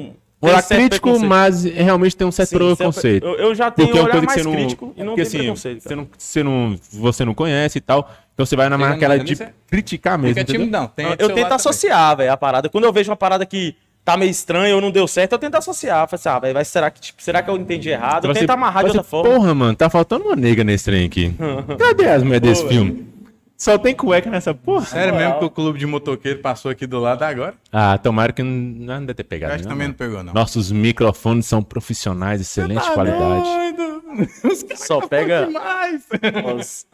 A: Um olhar
C: tem certo
A: crítico,
C: preconceito.
A: mas realmente tem um certo
C: Sim, você é-
A: preconceito.
C: Eu, eu já tenho
A: Porque
C: um
A: é uma
C: olhar
A: coisa que você
C: mais
A: não.
C: crítico e
A: é
C: não
A: porque,
C: tem
A: assim,
C: preconceito.
A: você
C: cara.
A: não, você não. Você não conhece e tal. Então você vai na
B: Fica
A: naquela
B: na-
A: de
C: né,
B: nisso é-
A: criticar mesmo.
B: Fica
A: entendeu?
B: tímido, não. Tem do
C: Eu
B: seu
C: tento
B: lado também.
C: associar, velho, a parada. Quando eu vejo uma parada que tá meio estranha ou não deu certo, eu tento associar. Eu Falo assim, ah, velho, vai- será que, tipo, será que eu entendi errado?
A: Vai
C: Eu
A: ser-
C: tento amarrar de
A: vai ser,
C: outra forma.
A: Porra, mano, tá faltando uma nega nesse trem aqui. Cadê as mulheres desse filme? Só tem cueca nessa porra.
C: É,
B: Sério mesmo que o clube de motoqueiro passou aqui do lado agora?
A: Ah, tomara que não, não deve ter pegado.
B: Eu acho que
A: né? não,
B: também não
A: mano.
B: pegou, não. Tá
A: Nossos microfones são profissionais, excelente
C: Tá
A: qualidade.
C: Só pega.
B: Demais!
C: os-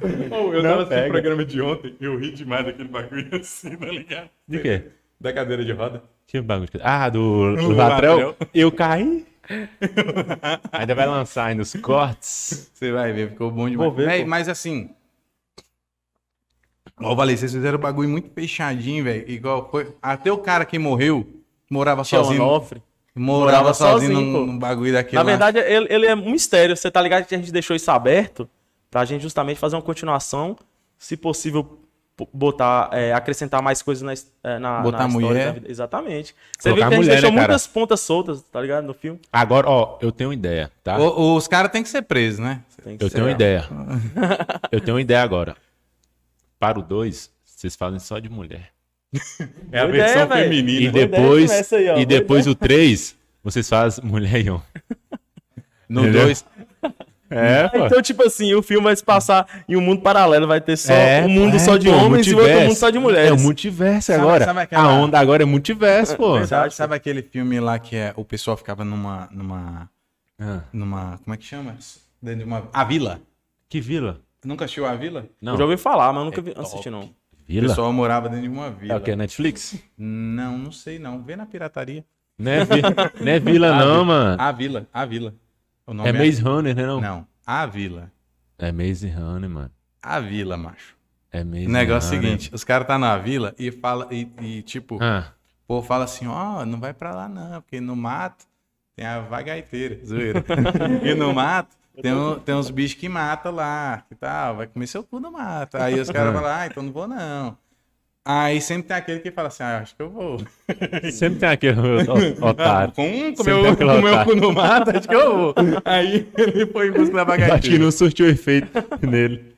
A: Não
B: eu tava assistindo
A: pega.
B: o programa de ontem e eu ri demais daquele bagulho assim, tá ligado?
A: De quê?
B: Da cadeira de roda.
A: Que bagulho. que- Ah, do do
B: Latrel.
A: Latrel. Eu caí. Ainda vai lançar aí nos cortes.
B: Você vai ver, ficou bom
C: Vou
B: demais.
C: ver,
B: Véi,
C: pô.
B: mas assim. Ó, Valeu, vocês fizeram o bagulho muito fechadinho, velho. Igual foi. Até o cara que morreu morava
C: Tinha
B: sozinho.
C: Onofre.
B: Morava,
C: Morava
B: sozinho,
C: sozinho,
B: num,
C: pô.
B: num bagulho daquele.
C: Na
B: lá.
C: verdade, ele, ele é um mistério. Você tá ligado que a gente deixou isso aberto pra gente justamente fazer uma continuação, se possível, p- botar, é, acrescentar mais coisas na, his- é, na,
B: Botar
C: na
B: mulher.
C: da vida. Exatamente. Você
A: Colocar
C: vê que a gente
A: mulher,
C: deixou
A: né, cara?
C: muitas pontas soltas, tá ligado? No filme.
A: Agora, ó, eu tenho uma ideia, tá?
B: O- os caras têm que ser presos, né?
C: Tem que
A: Eu
C: ser-
A: tenho uma ideia. Eu tenho uma ideia agora. Para o 2, vocês fazem só de mulher. É
C: a Boa versão ideia, véi.
A: E
C: feminina. Boa ideia
A: depois,
C: essa aí, ó.
A: e
C: Boa
A: depois o 3, vocês fazem mulher e homem.
B: No
A: Entendeu?
B: 2.
A: É,
C: Ah, Então, tipo assim, o filme vai se passar em um mundo paralelo, vai ter só um mundo só de
A: É, pô,
C: homens e o outro
A: multiverso.
C: mundo só de mulheres.
A: É o multiverso
B: Sabe-
A: agora.
B: sabe aquela-
A: A onda agora é multiverso, pô.
B: Sabe, sabe aquele filme lá que é, o pessoal ficava numa, numa,
A: Ah,
B: numa, como é que chama? Dentro de uma, a Vila.
A: que vila?
B: Nunca assistiu a Vila?
A: Não,
C: Eu já ouvi falar, mas nunca vi,
B: top.
C: assisti, não.
B: O
A: vila?
B: pessoal morava dentro de uma
A: É
B: vila.
A: o que? Netflix?
B: Não, não sei não. Vê na pirataria.
A: Não é, vi- não é vila,
B: Ah,
A: não,
B: vi-
A: mano.
B: A Vila, a Vila. O nome
A: É Maze Runner, né? Não?
B: Não, a Vila.
A: É Maze Runner, mano.
B: A Vila, macho.
A: É Maze
B: O negócio é o
A: Runner.
B: seguinte, os caras tá na vila e fala e, e, tipo,
A: Ah,
B: o povo fala assim, ó, não vai pra lá não, porque no mato tem a vagaiteira, zoeira. e no mato tem, um- tem uns bichos que matam lá, que tal, vai comer seu cu no mato. Aí os
A: É.
B: caras falam, ah, então não vou não. Aí sempre tem aquele que fala assim, ah, acho que eu vou.
A: sempre tem aquele o- o- otário.
B: Com um,
A: Tá. Sempre
B: comeu,
A: tem aquele
B: comeu o
A: otário.
B: cu no mato, acho que eu vou. Aí ele foi em busca da
A: Eu
B: vagaiteira.
A: Acho que não surtiu efeito nele.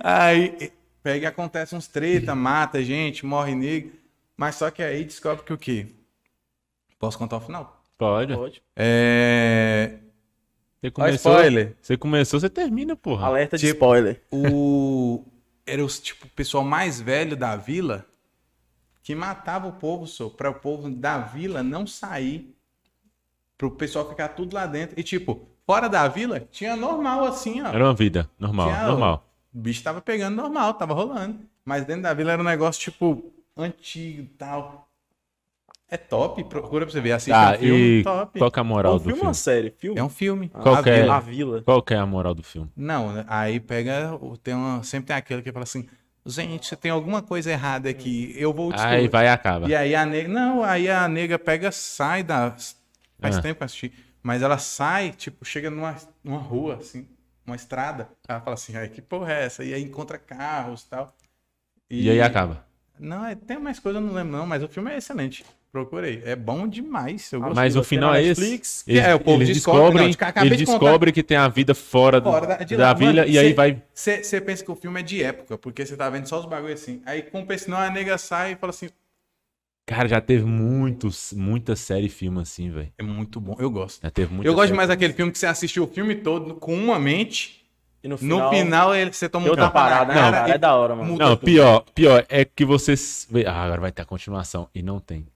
B: Aí e- pega e acontece uns treta, mata gente, morre negro. Mas só que aí descobre que o quê? Posso contar o final?
A: Pode.
C: Pode.
B: É.
A: Você
B: Ó,
A: começou,
B: spoiler.
A: você começou, você termina, porra.
C: Alerta de
B: Tipo-
C: spoiler.
B: O. Era os, tipo, o pessoal mais velho da vila que matava o povo, só, para o povo da vila não sair. Pro pessoal ficar tudo lá dentro. E, tipo, fora da vila, tinha normal assim, ó.
A: Era uma vida normal,
B: Tinha-
A: normal.
B: O bicho tava pegando normal, tava rolando. Mas dentro da vila era um negócio, tipo, antigo e tal. É top, procura pra você ver. Assista
A: Tá,
B: um filme
A: e
B: top.
A: qual que é a
C: É
A: moral
C: um
A: do
C: filme
A: filme?
C: ou uma série? Filme?
B: É um filme.
A: Qual que
B: A
A: é?
B: Vila.
C: A Vila.
A: Qual que é a moral do filme?
B: Não, né? aí pega, o- tem uma, sempre tem aquele que fala assim, gente, você tem alguma coisa errada aqui, eu vou te
A: Aí vai e acaba.
B: E aí a nega, não, aí a nega pega, sai da, faz
A: Ah.
B: tempo que eu assisti, mas ela sai, tipo, chega numa, numa rua, assim, uma estrada, ela fala assim, ai, que porra é essa? E aí encontra carros e tal.
A: E aí acaba.
B: Não, é- tem mais coisa, eu não lembro não, mas o filme é excelente. Procurei. É bom demais, eu gostei.
A: Mas o
C: você
A: final
C: na
A: é esse.
C: Netflix,
B: que é, o povo
A: eles
B: descobre-
A: descobrem,
B: não, de- acabei
A: eles
B: de contar.
A: descobrem que tem a vida fora, do-
B: Fora
A: da,
B: da- de lá,
A: vila
B: mano,
A: e aí
B: cê-
A: vai.
B: Você pensa que o filme é de época, porque você tá vendo só os bagulhos assim. Aí compensa, não, a nega sai e fala assim,
A: Cara, já teve muitos, muita série e filme assim, velho.
B: é muito bom, eu gosto.
A: Já teve muita
B: eu gosto
A: série.
B: mais daquele filme que você assistiu o filme todo com uma mente
C: E no
B: No
C: final.
B: final, ele, você toma
C: Tem
B: um
C: outra
B: tapa na
C: parada, né,
B: cara
C: cara?
B: e-
C: É da hora, mano.
B: muda
A: Não,
B: tudo.
A: pior, pior é que vocês. Ah, agora vai ter a continuação. E não tem.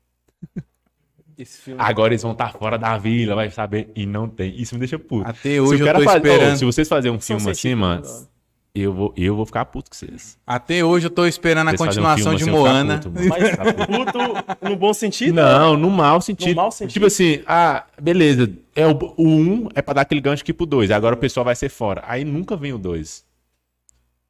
C: Esse filme.
A: Agora eles vão estar fora da vila, vai saber. E não tem. Isso me deixa puto.
B: Até
A: se
B: hoje
A: o
B: eu
A: cara
B: tô
A: faz- Ô,
B: esperando.
A: se vocês fazerem um
C: São
A: filme assim,
C: científicos,
A: mano,
C: mano.
A: eu vou, eu vou ficar puto com vocês.
B: Até hoje eu tô esperando a
A: Vocês fazerem um
B: continuação
A: filme
B: de
A: assim, eu vou ficar
B: Moana.
A: puto, mano.
C: Mas puto no bom sentido?
A: Não, no mau sentido.
C: né? No mau sentido.
A: Tipo assim, ah, beleza. É o, o 1 é pra dar aquele gancho aqui pro 2. Agora o
C: É.
A: pessoal vai ser fora. Aí nunca vem o 2.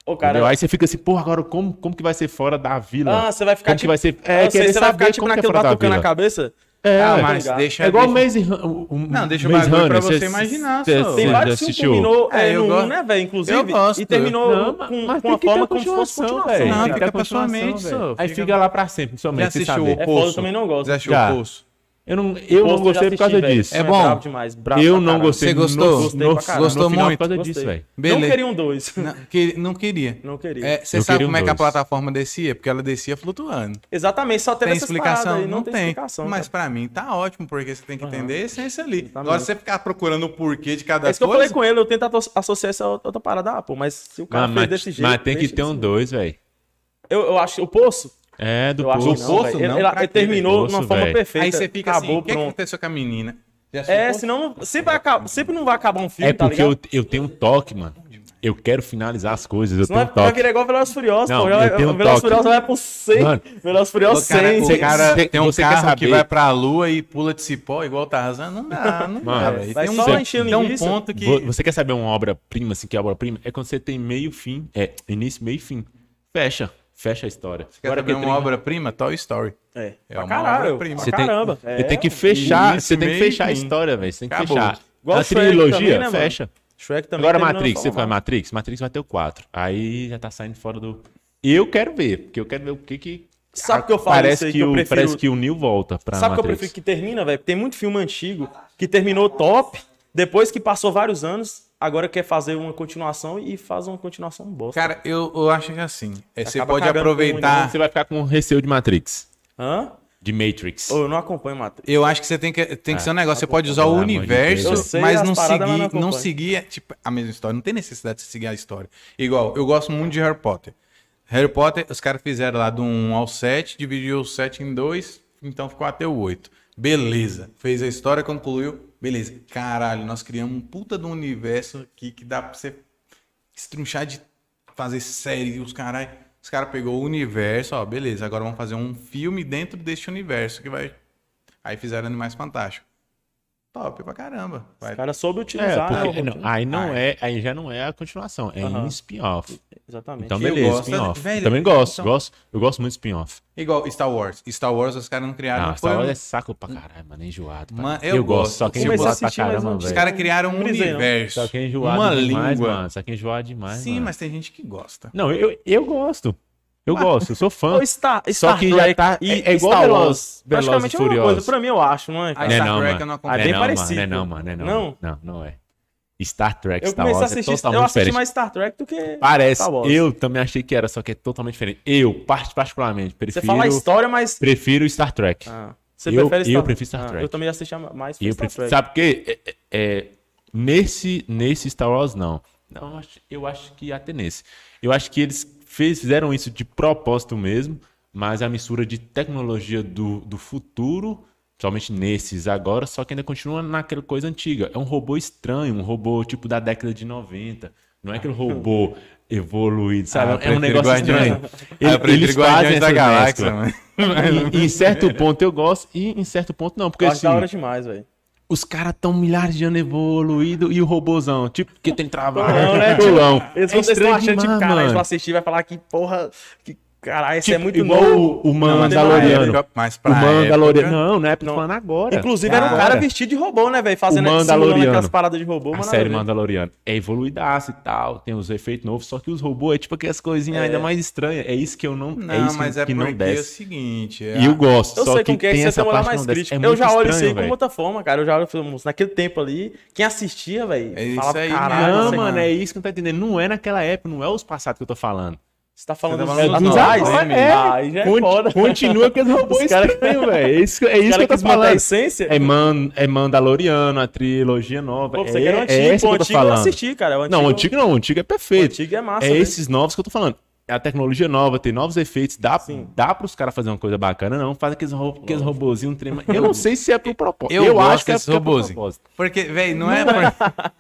C: Ô, cara.
A: entendeu? Aí você fica assim, porra, agora como, como que vai ser fora da vila?
C: Ah, você vai ficar
A: como que
C: tipo.
A: vai ser.
C: Ah,
A: É,
C: eu sei,
A: querer
C: você vai
A: saber
C: ficar tipo
A: como que é
C: naquele
A: fora da
C: batucando
A: vila.
C: a cabeça?
A: É,
B: Ah,
C: tá
B: mas
C: ligado.
B: deixa.
A: é igual o
B: deixa-
A: Maze Runner.
B: Não, deixa o bagulho pra você imaginar, só.
C: Tem
A: Você já
C: vários filmes que
A: assistiu?
C: terminou
B: É,
C: é,
B: eu
C: no
B: gosto.
C: 1, né, velho?
B: Eu
C: Inclusive.
B: gosto.
C: E terminou com, com
A: tem
C: uma
A: que ter
C: forma como se fosse
A: continuação,
C: continuação, né?
A: velho.
B: Não,
A: Tem que
B: fica
A: ter
B: pra sua
A: continuação,
B: mente,
A: velho.
B: só.
A: Aí
B: Fica-
A: fica lá pra sempre,
B: Já
A: somente, sem
B: assistiu
A: saber.
B: o
C: É foda, eu
B: Poço?
C: também não gosto.
B: Já assistiu
A: Já.
B: o Poço?
A: Eu não, eu não
C: Poço eu já
A: gostei por causa
C: assisti, velho.
A: disso.
B: É bom?
C: brabo demais, brabo
A: eu
C: pra
A: não
C: caralho.
A: gostei.
B: Você
A: no-
B: gostou?
A: No,
C: Gostei pra caralho.
A: no
B: Gostou
A: final Por
B: muito?
A: causa
C: Gostei.
A: disso, velho.
C: Não
B: Beleza.
C: queria um 2.
B: Não, que- não queria.
C: Não queria.
B: É, Você
A: Eu
B: sabe
A: queria
B: como
A: um
B: é que a
A: dois.
B: plataforma descia? Porque ela descia flutuando.
C: Exatamente, só teve
B: Tem
C: essas
B: explicação?
C: paradas aí,
B: não,
C: não tem explicação.
B: Mas
C: cara.
B: pra mim tá ótimo, porque você tem que entender a essência ali.
C: Exatamente.
B: Agora você ficar procurando o porquê de cada
C: É isso que eu
B: coisa.
C: falei com ele, eu tento ato- associar essa outra parada, ah, pô, mas se o cara
A: Mas,
C: fez
A: mas-
C: desse jeito...
A: mas tem que
C: deixa
A: ter um
C: assim.
A: 2, velho.
C: Eu, eu acho que o Poço,
A: É, do
C: eu acho
A: poço.
C: que
B: O
C: não,
B: Poço
C: velho.
B: não,
C: ele,
B: pra
C: ele
B: quê,
C: terminou
A: velho?
C: de uma
A: Poço,
C: forma
A: velho.
C: perfeita,
B: Aí você fica
C: acabou,
B: assim, o que, é que
C: pronto.
B: aconteceu com a menina? Já
C: É,
B: assistiu o Poço?
C: senão sempre, vai acab- sempre não vai acabar um filme,
A: É
C: tá
A: porque
C: ligado?
A: eu, eu tenho um toque, mano. Eu quero finalizar as coisas. Eu
C: Senão
A: tenho um
C: vai, vai
A: toque.
C: virar igual Velozes e Furiosos,
A: Não,
C: pô.
A: eu tenho um
C: Velozes e
A: toque.
C: Furiosos vai pro 100,
A: Mano,
C: Velozes e Furiosos
B: O cara,
C: 100.
B: o cara
A: Você-
B: tem um
A: você quer
B: carro que
A: saber?
B: vai pra lua e pula de cipó igual o Tarzan, não dá, não dá,
A: Mano,
B: velho.
C: vai
B: Tem
C: só
B: um,
C: encher
B: tem um
C: linguiça.
B: ponto que...
A: Vo- Você quer saber uma obra-prima, assim, que é obra-prima? É quando você tem meio fim. É, início, meio e fim. Fecha. Fecha a história.
B: Quer saber uma
A: trem-
B: obra-prima? Toy Story.
C: É,
B: É
C: pra
B: uma
C: caralho,
B: obra-prima.
C: pra
A: Você tem,
C: caramba.
A: você
C: É,
A: tem que fechar,
B: início,
A: você tem que
B: meio e
A: fechar a
B: fim.
A: história, velho. Você tem que
B: Acabou.
A: fechar.
C: Igual
A: a
C: o Shrek
A: trilogia,
C: também, né, mano?
A: fecha.
C: Shrek também
A: Agora
C: terminou de
A: Matrix, você
C: forma
A: faz Matrix? Matrix vai ter o 4. Aí já tá saindo fora do. Eu quero ver, porque eu quero ver o que que.
C: Sabe o que eu falo
A: Parece
C: isso aí,
A: que,
C: que eu
A: o,
C: prefiro-
A: parece que o Neil volta pra
C: Sabe o que eu
A: Matrix.
C: prefiro que termina, velho? Tem muito filme antigo que terminou top, depois que passou vários anos, agora quer fazer uma continuação e faz uma continuação bosta.
B: Cara, eu, eu acho que é assim. É, você
C: Acaba
B: pode
C: cagando um
B: aproveitar.
A: Então, Você vai ficar com receio de Matrix.
C: Hã?
A: De Matrix.
C: Ô, eu não acompanho Matrix.
B: Eu acho que você tem que,
C: É,
B: tem que ser um negócio. Você pode usar o
A: pelo amor de
B: universo,
A: Deus.
C: Eu sei
B: mas
C: as
B: não
C: paradas, mas não
B: seguir, não
C: acompanho.
B: seguir tipo, a mesma história. Não tem necessidade de seguir a história. Igual, eu gosto muito de Harry Potter. Harry Potter, os caras fizeram lá do 1 ao 7, dividiu o 7 em dois, então ficou até o 8. Beleza. Fez a história, concluiu. Beleza. Caralho, nós criamos um puta de um universo aqui que dá pra você estrunchar de fazer série e os caras. Os caras pegou o universo, ó, beleza, agora vamos fazer um filme dentro deste universo que vai. Aí fizeram Animais Fantásticos. Top pra caramba. Vai-
C: O cara soube utilizar.
A: É,
C: né,
A: porque
C: o
A: não,
C: roteiro.
A: aí não
B: Ah,
A: é, aí já não é a continuação, é
C: Aham.
A: um spin-off.
C: Exatamente.
A: Então
B: Eu
A: beleza,
B: gosto,
A: spin-off.
B: velho,
A: Também gosto,
B: então-
A: gosto. Eu gosto muito de spin-off.
B: Igual Star Wars. Star Wars os caras não
A: Ah,
B: criaram. não foi
A: Star Wars
B: um-
A: é saco pra caralho, mano, é enjoado. pra
B: Mano,
A: caralho.
B: eu
A: eu gosto,
B: gosto.
A: só que é
C: Comecei a
A: enjoado pra
C: assistir, mas
A: caramba,
C: não
A: velho.
B: Os caras criaram um
C: Brisei, não.
B: universo.
A: Só que é enjoado
B: uma
A: demais,
B: língua.
A: mano. Só que é enjoado demais,
B: Sim,
A: mano.
B: mas tem gente que gosta.
A: Não, eu, eu gosto. Eu gosto, eu sou fã.
C: Ô, Star, Star
A: Só que já
C: Trek
A: tá-
C: e
A: é- é igual
C: Star
A: Veloz-
C: Wars.
A: Velozes e
C: Praticamente é a mesma coisa,
A: Furiosos.
C: pra mim eu acho, não é?
B: Aí
A: Não é
B: Star
A: não, mano.
B: Trek eu não
A: Não
B: acompanho.
A: é
C: bem
A: não,
C: parecido.
A: mano, não é não, mano, é não.
C: Não?
A: Não, não é. Star Trek,
C: Eu
A: Star
C: comecei a
A: Wars
C: assistir,
A: é totalmente
C: eu assisti
A: diferente.
C: mais Star Trek do que
A: Parece,
C: Star Wars.
A: eu também achei que era, só que é totalmente diferente. Eu, part- particularmente,
C: Você
A: prefiro,
C: fala a história, mas...
A: prefiro Star Trek.
C: Ah, você
A: Eu-
C: prefere
A: eu
C: Star
A: prefiro Star
C: Ah,
A: Trek.
C: Eu também assistia mais
A: E eu
C: Star
A: prefiro,
C: Trek.
A: sabe por quê? É, é, é, nesse, nesse Star Wars, não. Não, eu acho, eu acho que até nesse. Eu acho que eles fez- fizeram isso de propósito mesmo, mas a mistura de tecnologia do, do futuro, principalmente nesses agora, só que ainda continua naquela coisa antiga. É um robô estranho, um robô tipo da década de 90. Não é aquele robô evoluído,
B: Ah, eu
A: sabe? é um
B: prefiro
A: negócio
B: Guardiões.
A: estranho.
B: Ah, eu
A: Ele-
B: prefiro
A: eles
B: Guardiões
A: fazem
B: da
A: essa
B: Galáxia,
A: mescla.
B: mano.
A: E- e em certo ponto eu gosto, e em certo ponto não. Porque
C: Eu acho
A: assim,
C: da hora demais, velho.
A: os caras tão milhares de anos evoluído e o robôzão, tipo, que tem trabalho,
C: Tolão, né?
A: tolão.
C: Eles
A: É
C: vão estão
A: estranho
C: achando de
A: demais,
C: cara, eles
A: mano.
C: vão assistir e vai falar que porra, que caralho, isso
A: Tipo,
C: é muito
A: igual
C: novo.
A: o, o
C: Mandaloriano.
A: Mandaloriano.
B: Mas
A: O
B: pra
A: Mandaloriano.
B: época-
A: Não, não é tô
C: Não.
A: falando agora. É.
C: Inclusive
B: Cara.
C: era um cara vestido de robô, né, velho, fazendo
A: O
C: simulando
A: Mandaloriano.
C: aquelas paradas de robô,
A: A
C: mas
A: série
C: nada
A: Mandaloriano é evoluidaça e tal, tem os efeitos novos, só que os robôs é tipo aquelas coisinhas
C: É.
A: ainda mais estranhas. É isso que eu não. é
B: Não,
A: isso
B: mas
A: que,
B: é
A: que
B: porque
A: não
B: é o
A: desce.
B: seguinte. é
A: E eu gosto,
C: Eu
A: só
C: sei
A: que
C: com que é
A: tem
C: que você
A: essa
C: tem um
A: parte
C: olhar
A: que
C: mais
A: não desce.
C: crítico.
A: É
C: eu
A: muito
C: já olho isso aí
A: estranho,
C: com
A: velho.
C: outra forma, cara. Eu já olho falei, "Moço, naquele tempo ali, quem assistia, velho,
B: É isso
C: falava,
B: aí,
C: caralho,
A: Não,
C: você-
A: mano,
B: mano.
A: é isso que não tá entendendo. Não é naquela época, não é os passados que eu tô falando.
C: você tá falando
B: Você tá
C: dos
B: falando
C: anos
B: dos
C: atrás?
B: anos, né,
A: menino?
C: Aí já é
A: Con-
C: foda.
A: Continua com os robôs
C: Os cara-
A: estranhos, velho. É isso, é
C: Os
A: isso que
C: cara
A: eu tô
C: quis matar a
A: falando.
C: essência.
A: É, man, é Mandaloriano, a trilogia nova.
C: Pô,
A: é,
C: você quer o
A: é
C: antigo,
A: essa que
C: pô, o
A: eu tô
C: antigo eu
A: falando.
C: assisti, cara. o
A: Não, o antigo não, o antigo é
C: o
A: perfeito.
C: antigo é massa,
A: é
C: velho.
A: esses novos que eu tô falando. É a tecnologia nova, tem novos efeitos, dá, dá pros caras fazer uma coisa bacana, não. Faz aqueles, ro aqueles robôzinhos, um trem. Eu não sei se é pro propósito.
B: Eu
A: Eu,
B: gosto
A: acho que é
B: desses
A: porque é pro
B: robôzinhos.
A: propósito.
B: Porque, velho, não é. por-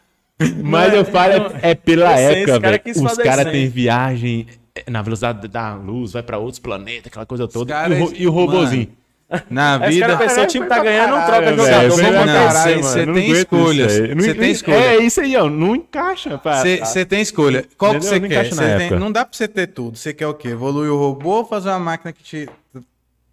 A: Mas eu falo, é, é pela
C: Essência,
A: época,
C: os cara
A: velho.
C: quis
A: Os
C: fazer
A: caras
C: essência.
A: têm viagem é, na velocidade da luz, vai pra outros planetas, aquela coisa toda.
B: caras-
A: E o, ro- e o
B: Mano,
A: robozinho.
B: Na
C: Aí os
B: vida.
C: caras pensam, o time tá ganhando, não troca
A: Caralho,
C: jogador.
A: velho,
C: Vamos
A: foi pra
C: botar
B: Não,
A: caralho,
B: cê-
A: mano,
B: cê
A: não
B: tem
A: aguento
B: escolhas,
A: isso aí.
B: cê
A: Não-
B: tem escolhas.
A: É isso aí, ó. Não encaixa, pá. tá.
B: Você tem escolha. Qual que
A: Ah, Entendeu?
B: você
A: Não
B: quer?
A: encaixa na
B: Cê tem-
A: época.
B: Não dá pra você ter tudo. Você quer o quê? Evoluir o robô ou fazer uma máquina que te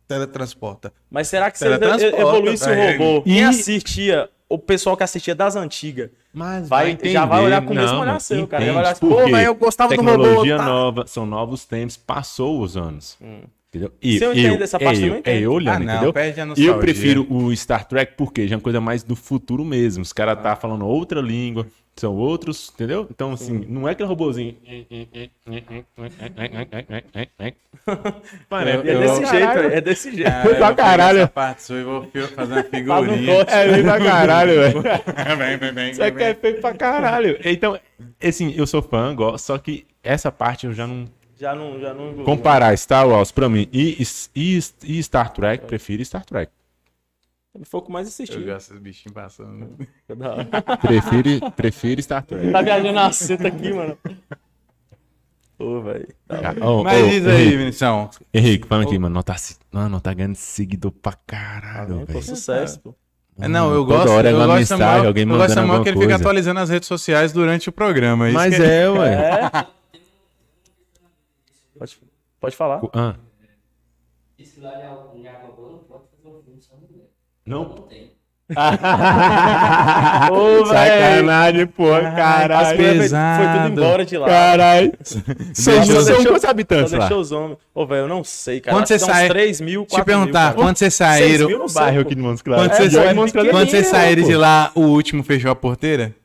B: teletransporta?
C: Mas será que se
B: Teletransporta,
C: ele evoluísse o
B: velho.
C: robô
A: E-
C: e assistia, o pessoal que assistia das antigas,
A: Mas
C: vai- já vai olhar com o mesmo olhar
A: mano,
C: seu, cara.
A: entende,
C: Já vai olhar assim,
A: porque
C: pô, mas eu gostava do robô,
A: Tecnologia
C: tá? Hum.
A: nova, são novos tempos, passou os anos. Entendeu? E
C: Se eu
A: eu,
C: entendo essa
A: é
C: parte, eu
A: eu,
C: não
A: é eu
C: entendo.
A: olhando,
B: Ah, não,
A: entendeu?
B: perde a nostalgia.
A: eu prefiro o Star Trek porque já é uma coisa mais do futuro mesmo. Os caras tá falando outra língua, são outros, entendeu? Então, assim, não é aquele robôzinho. Mano,
B: Eu-
C: é
B: eu-
C: desse jeito,
A: Caralho.
C: é desse jeito.
A: Foi pra
B: eu vou pegar
A: caralho. um
B: essa parte sua e vou fi- fazer uma figurinha.
C: corte.
A: É bem pra caralho, velho.
B: vem, vem, vem,
A: Isso
B: vem,
A: aqui é
B: vem.
A: feio é pra caralho. Então, assim, eu sou fã, gosto, só que essa parte eu já não.
C: Já não, já não.
A: Comparar Star Wars pra mim e, e, e Star Trek, prefiro Star Trek.
C: Foi o que mais
A: é
B: Eu
C: assistiu.
B: gosto desses bichinhos passando.
A: Prefiro, prefiro Star Trek.
C: Tá viajando a seta aqui, mano. Ô, velho.
A: Ca- Ô,
B: Mas
A: ô,
B: diz aí,
A: Oh, Henrique,
B: Vinição.
A: Henrique, fala aqui, mano. Não tá, se- mano, não tá ganhando seguidor pra
B: Tá
A: caralho,
C: Pô,
A: velho.
C: sucesso, pô.
B: Não, eu
A: Toda
B: gosto.
A: hora é
B: eu
A: uma
B: gosto
A: mensagem,
B: Samuel-
A: alguém
B: eu
A: mandando
B: gosto Samuel
A: alguma
B: que ele fica
A: coisa.
B: atualizando as redes sociais durante o programa. isso
A: Mas
B: que-
A: é, ué.
C: É. Pode, pode falar.
A: Ah,
D: Diz que lá em Acabou não pode fazer um filme só mulher.
A: não,
D: Não tem.
C: Ô, velho.
A: Sacanagem, pô,
C: As
A: caralho.
C: coisas foi
B: pesado.
C: tudo embora de lá.
A: Caralho. Vocês
B: Nossa,
A: são
C: deixou-
A: quantos habitantes
C: Só
A: lá?
C: deixou os homens. Ô, velho, eu não sei, cara.
B: Quando
C: Acho que
B: você
C: dá uns
B: sai-
C: 3 mil,
B: Te
C: 4
B: perguntar,
C: mil, cara.
B: quando vocês
C: Seis
B: saíram,
C: mil, não
A: O
C: sei,
A: bairro
C: pô.
A: aqui de Montes Claros.
B: Quando vocês
A: igual
C: saem-
A: em Montes Claros é
B: quando vocês
A: pequenininho,
B: saírem
A: pô.
B: de lá, o último fechou a porteira?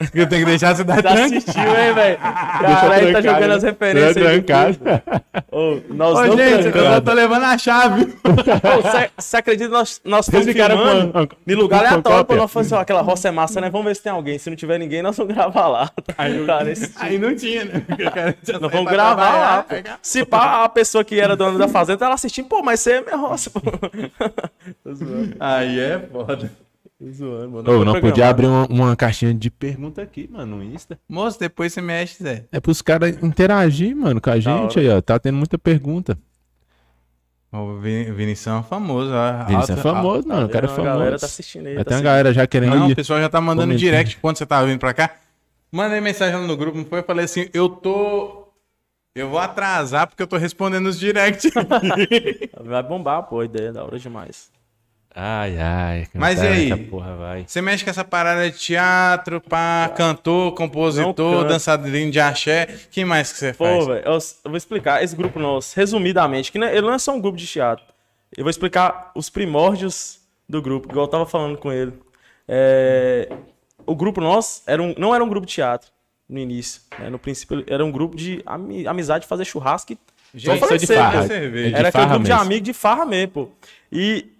B: Eu tenho que deixar a
A: Tá
B: cidade
C: Já
B: tranquila.
C: assistiu, hein, velho?
A: Deixou
C: Caralho, tá
A: trancado,
C: jogando
A: né?
C: as referências aí. do
A: Trancado.
C: YouTube. Ô, nós
B: Ô,
C: não
A: tá
B: gente, eu
C: trancamos.
B: não tô levando a chave.
C: Ô, Você você acredita que nós, nós estamos
A: Esse cara
C: filmando
A: foi uma-
C: em lugar
A: uma
C: aleatório pra
A: cópia.
C: nós fazer ó, aquela roça é massa, né? Vamos ver se tem alguém. Se não tiver ninguém, nós vamos gravar lá. Tá, nesse tipo.
B: Aí não tinha, né? Porque o cara tinha
C: Nós
B: saído
C: vamos
B: pra
C: gravar
B: trabalhar.
C: lá. pô. Se pá, a pessoa que era dona da fazenda tá lá assistindo, pô, mas você é minha roça, pô. Tô zoando,
B: Aí é foda.
C: tô zoando, mano.
A: Ô,
C: Foi
A: não podia
C: programado.
A: abrir uma, uma caixinha de pergunta aqui, mano, no Insta.
B: Moço, depois você mexe, Zé.
A: É pros caras interagir, mano, com a gente
C: hora.
A: aí, ó. Tá tendo muita pergunta.
B: O Vin- Vinição é famoso. ó.
A: Isso é
B: Alta-
A: famoso, mano. O cara é
C: A galera tá
A: famoso.
C: assistindo aí.
A: Vai
C: tá
A: ter uma
C: assistindo.
A: galera já
B: Ah,
A: querendo
B: Não, o
A: ir.
B: pessoal já tá mandando
A: Comentando.
B: direct quando você tava vindo pra cá. Mandei mensagem lá no grupo, não foi? Eu falei assim, eu tô... Eu vou atrasar porque eu tô respondendo os direct.
C: Vai bombar, pô, a ideia é da hora demais.
A: Ai, ai.
B: Mas
A: cara,
B: e aí?
A: essa porra vai.
B: Você mexe com essa parada de teatro, pá, cantor,
C: Não
B: compositor,
C: canto.
B: dançarino de axé. Quem mais que você
C: Pô,
B: faz?
C: velho, eu, eu vou explicar esse grupo nosso, resumidamente, que não é- ele não é só um grupo de teatro. Eu vou explicar os primórdios do grupo, igual eu tava falando com ele. É, o grupo nosso era um, não era um grupo de teatro no início. né? No princípio, era um grupo de ami- amizade, fazer churrasco e
B: Gente,
C: Só
A: isso é de
C: pra você,
A: farra.
C: né?
B: cerveja.
A: É de
C: Era aquele
A: farra
C: grupo de
A: mesmo.
C: amigo de farra mesmo, pô. E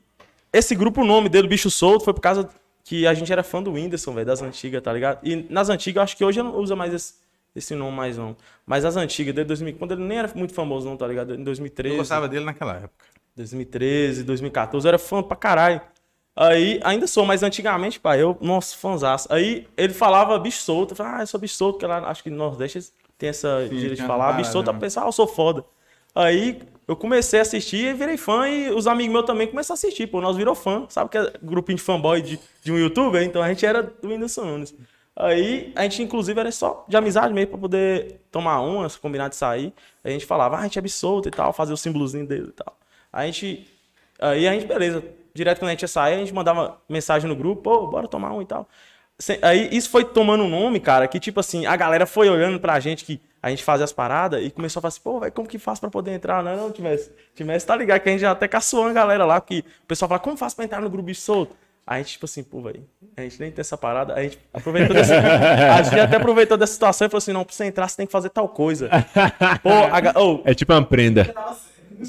C: esse grupo, o nome dele, Bicho Solto, foi por causa que a gente era fã do Whindersson, velho, das antigas, tá ligado? E nas antigas, eu acho que hoje eu não usa mais esse, esse nome mais não. Mas as antigas, desde 2000, quando ele nem era muito famoso não, tá ligado? Em 2013.
B: Eu gostava dele naquela época.
C: 2013, 2014, eu era fã pra caralho. Aí, ainda sou, mas antigamente, pai, eu, nossa, fãzaço. Aí ele falava bicho solto, eu falava, ah, eu sou bicho solto, porque lá, acho que no Nordeste eles têm essa gíria de
B: tem uma
C: falar, bicho
B: parada,
C: solto, a
B: né?
C: pessoa, ah, eu sou foda. Aí eu comecei a assistir e virei fã, e os amigos meus também começaram a assistir, pô, nós virou fã, sabe que é grupinho de fanboy de, de um youtuber, então a gente era do Whindersson Nunes. Aí a gente, inclusive, era só de amizade mesmo pra poder tomar umas, combinar de sair. A gente falava, ah, a gente é bicho solto e tal, fazer o símbolozinho dele e tal. A gente. Aí a gente, beleza. Direto quando a gente ia sair, a gente mandava mensagem no grupo, pô, bora tomar um e tal. Se- Aí isso foi tomando um nome, cara, que tipo assim, a galera foi olhando pra gente que a gente fazia as paradas e começou a falar assim, pô, velho, como que faz pra poder entrar? Não, não, Timés, Timés tá ligado que a gente já até caçoou a galera lá, que o pessoal fala, como faz pra entrar no grupo bicho solto? A gente, tipo assim, pô, velho, a gente nem tem essa parada, a gente aproveitou dessa, a gente até aproveitou dessa situação e falou assim, não, pra você entrar você tem que fazer tal coisa. Pô, a, ga- ô,
A: É tipo uma prenda.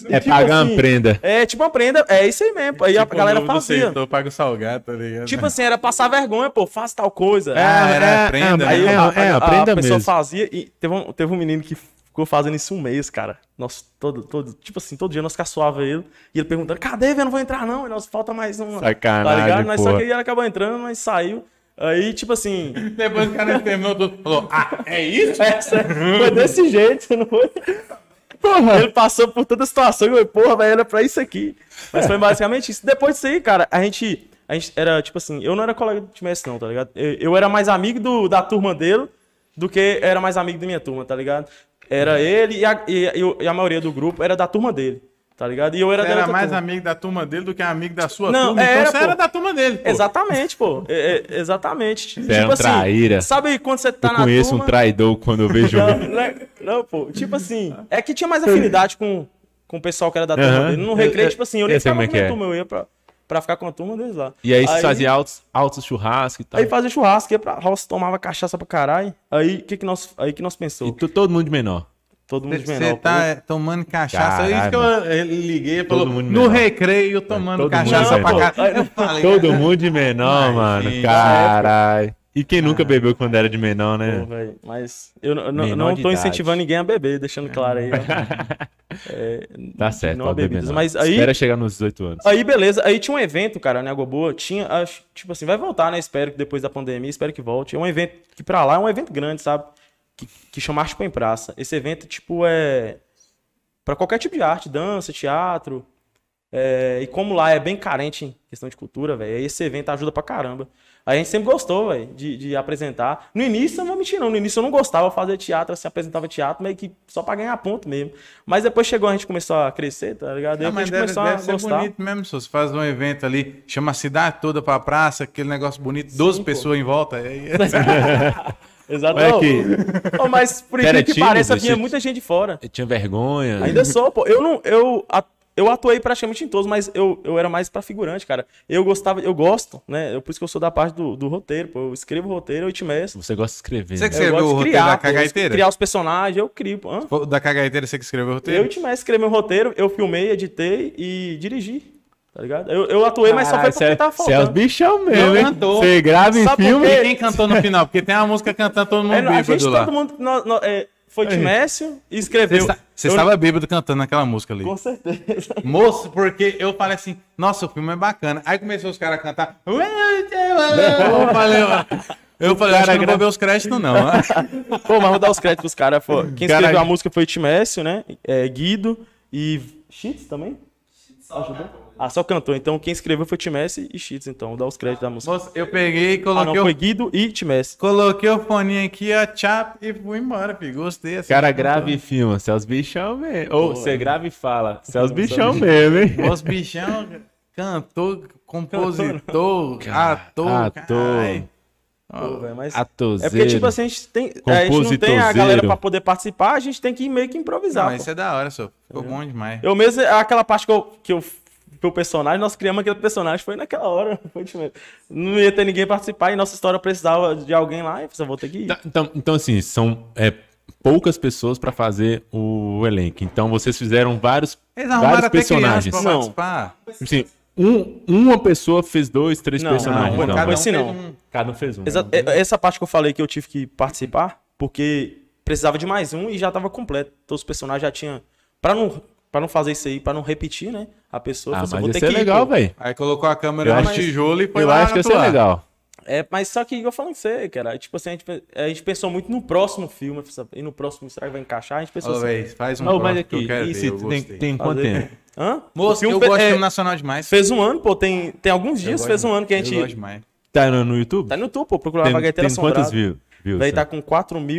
A: É
C: Tipo
A: pagar
C: assim,
A: uma prenda.
C: é, tipo, aprenda. É isso aí mesmo. Aí a
B: Tipo,
C: galera
B: o nome do
C: fazia.
B: setor, paga o salgado, tá ligado?
C: Tipo assim, era passar vergonha, pô, faz tal coisa.
B: Ah, era
A: é,
B: prenda,
A: é,
B: né?
C: aí
A: é,
C: o- a,
A: é,
C: a-
A: a
C: a
A: prenda
C: pessoa
A: mesmo.
C: fazia e teve um, teve um menino que ficou fazendo isso um mês, cara. Nós, todo, todo, tipo assim, todo dia nós caçoava ele e ele perguntando, cadê, velho? Eu Não vou entrar, não. E nós falta mais uma.
A: Sacanagem,
C: Nós só
A: porra.
C: que aí ele acabou entrando, mas saiu. Aí, tipo assim.
B: Depois o cara terminou tudo. Falou, ah, é isso?
C: Essa- foi desse jeito, não foi? Porra. Ele passou por toda a situação e eu, porra, velho, era pra isso aqui. Mas foi basicamente isso. Depois disso aí, cara, a gente, a gente era, tipo assim, eu não era colega do time S, não, tá ligado? Eu, eu era mais amigo do, da turma dele do que era mais amigo da minha turma, tá ligado? Era ele e a, e, e o- e a maioria do grupo era da turma dele, tá ligado? E eu era,
B: Você
C: da
B: era
C: outra
B: mais
C: turma.
B: amigo da turma dele do que amigo da sua
C: Não,
B: turma.
C: era,
B: então você
C: pô.
B: era da turma dele. Pô.
C: Exatamente, pô. É, é, exatamente. Você
A: era um traíra.
C: Sabe quando você tá
A: Eu
C: na
A: conheço
C: turma...
A: um traidor quando eu vejo um.
C: Não, né? não, pô. Tipo assim, é que tinha mais afinidade com, com o pessoal que era da turma
A: Aham.
C: dele. No recreio,
A: Eu-
C: tipo assim, eu nem
A: eu sei
C: ficava
A: como
C: com
A: é
C: a
A: que
C: minha
A: é.
C: turma, eu ia pra, pra ficar com a turma deles lá.
A: E aí vocês faziam altos, altos churrascos e tal.
C: Aí fazia churrasco, ia pra roça, tomava cachaça pra caralho. Aí, que que nós, aí que nós
A: E
C: pensou?
A: tu- todo mundo de menor. Um
C: Todo mundo de menor.
B: Você
C: pô.
B: tá é, tomando cachaça. É isso que eu eh, liguei e
A: Todo
B: falou.
A: mundo
B: no
A: menor.
B: recreio, tomando
A: todo mundo
B: cachaça
A: menor.
B: pra cá. Eu falei,
A: Todo mundo de menor,
B: Ai,
A: mano.
B: filho,
A: Caralho. E quem nunca bebeu quando era de menor, né?
C: Pô, véi, Mas eu n- n-
A: Menor
C: não
A: de
C: tô
A: idade.
C: incentivando ninguém a beber, deixando claro aí. ó. É,
A: Tá certo,
C: não
A: pode beber.
C: bebidas,
A: não.
C: mas aí-
A: Espera chegar nos 18 anos.
C: Aí, beleza. Aí tinha um evento, cara, na Água Boa. Tinha, acho- tipo assim, vai voltar, né? Espero que depois da pandemia, espero que volte. É um evento que pra lá é um evento grande, sabe? Que, que chama Arte Põe Praça. Esse evento, tipo, é. Pra qualquer tipo de arte, dança, teatro. É, e como lá é bem carente em questão de cultura, velho, aí esse evento ajuda pra caramba. Aí a gente sempre gostou, velho, de, de apresentar. No início, eu não vou mentir, não. No início eu não gostava de fazer teatro, assim, apresentava teatro, meio que só pra ganhar ponto mesmo. Mas depois chegou, a gente começou a crescer, tá ligado? Aí
B: Ah,
C: a
B: mas
C: gente
B: deve,
C: começou
B: deve
C: a
B: ser
C: gostar.
B: bonito mesmo, se você faz um evento ali, chama a cidade toda pra praça, aquele negócio bonito, 12
C: Sim, pô.
B: pessoas em volta. é aí-
A: Olha aqui.
C: Exatamente. Ô, mas por
A: Era
C: incrível que
A: tímido,
C: pareça, vinha
A: tipo- É.
C: muita gente de fora.
A: Eu tinha vergonha.
C: Ainda sou, pô. Eu não. Eu, a- eu atuei praticamente em todos, mas eu, eu era mais pra figurante, cara. Eu gostava, eu gosto, né? Eu, por isso que eu sou da parte do, do roteiro, pô. Eu escrevo roteiro, eu te mestre.
A: Você gosta de escrever.
B: Você
A: né?
B: que escreveu
C: eu gosto
B: o
C: de
B: roteiro
C: criar,
B: da
C: pô, eu
B: cagaiteira?
C: Criar os personagens, eu crio, pô. Hã?
B: Pô, Da cagaiteira você que escreveu o
C: Eu
B: é roteiro?
C: te mestre escrevi meu roteiro, eu filmei, editei e dirigi. Tá ligado? Eu, eu atuei, mas só
A: Caralho,
C: foi
A: cê
C: porque
A: é-
C: tava
A: cê é os
C: faltando.
A: bichão
B: Não
A: mesmo, hein?
B: cantou.
A: Você grava em
C: Sabe por
A: filme.
C: quê?
B: E quem cantou no final? Porque tem uma música cantando todo mundo
C: É, a gente,
B: bêbado lá.
C: todo mundo. nó- nó- é, foi
A: Aí.
C: Timécio e escreveu.
B: Você sa- você
C: tá- Eu-
B: estava bêbado cantando aquela música ali.
C: Com certeza.
B: Moço, porque eu falei assim, nossa, o filme é bacana. Aí começou os caras a cantar. Eu falei, eu falei acho que eu não vou ver os créditos, não.
C: Pô, mas vou dar os créditos pros caras. pô. Quem
B: Caralho.
C: escreveu a música foi o Timécio, né? É, Guido e. Cheats também? Ajudou? Ah, só cantou. Então quem escreveu foi Timécio e Cheats, então. Vou dar os créditos da música.
B: Moço, eu peguei e
C: Ah, não,
B: coloquei,
C: foi
B: o,
C: Guido e Timécio.
B: coloquei o foninho aqui, ó, tchap, e fui embora, filho. Gostei.
A: O
B: Assim,
A: cara grava e filma, você é os bichão mesmo. Ou você grava e fala, você é os
C: Cê é os
A: bichão mesmo, hein?
B: Os bichão, cantor, compositor, ator.
A: Ator.
B: caralho.
C: Pô, velho, mas.
A: Atozeiro.
C: É porque, tipo assim, a gente, tem, a gente não tem a galera
A: Compositozeiro.
C: pra poder participar, a gente tem que meio que improvisar.
B: Não,
C: pô.
B: isso é da hora, senhor. Ficou bom demais.
C: Eu mesmo, é aquela parte que eu, que eu que o personagem, nós criamos aquele personagem, foi naquela hora. Foi de mesmo. Não ia ter ninguém participar e nossa história precisava de alguém lá, e você vou ter que ir.
A: Tá, Então, então assim, são é, poucas pessoas pra fazer o elenco. Então, vocês fizeram vários,
B: Eles arrumaram
A: vários
B: até criança
A: personagens.
B: pra
C: Não.
B: participar.
A: Assim, um- uma pessoa fez dois, três
C: Não,
A: personagens. Não,
C: não, foi
A: cada,
C: cada
A: um,
C: um. assim, não.
B: fez Ah, um-
A: fez um.
C: Exa- é- essa parte que eu falei que eu tive que participar, porque precisava de mais um e já tava completo. Então os personagens já tinham. Pra não, pra não fazer isso aí, pra não repetir, né? A pessoa
A: Ah,
C: falou assim,
A: mas
C: vou
A: ia
C: ter
A: ser
C: que ir,
A: legal,
C: pô.
A: velho.
B: Aí colocou a câmera
A: Eu
B: no
A: acho-
B: tijolo e foi
A: Eu
B: lá
A: acho que ia ser
B: atuar.
A: legal.
C: É, mas só que eu falei com você, cara. Tipo assim, a gente, a gente pensou muito no próximo filme. assim, E no próximo, será que vai encaixar? A gente pensou
B: Ô,
C: assim.
B: véi, faz um
A: Não, mas
B: próximo que
A: aqui,
B: eu quero ver, eu
A: isso tem,
B: gostei.
A: tem um quanto
C: Fazer.
A: tempo?
C: Hã? O
B: Moço,
C: filme
B: eu
C: fe-
B: gosto de
C: é,
B: filme nacional demais.
C: Fez um ano, pô. Tem, tem alguns
B: Eu
C: dias,
B: gosto
C: fez um
B: demais.
C: ano que a
B: Eu gosto
C: gente.
B: demais.
A: Tá no, no YouTube?
C: Tá no YouTube, pô. Procurar
A: tem
C: a Vagueteira
A: tem quantos
C: Assombrada.
A: views? views
C: Daí
A: você?
C: tá com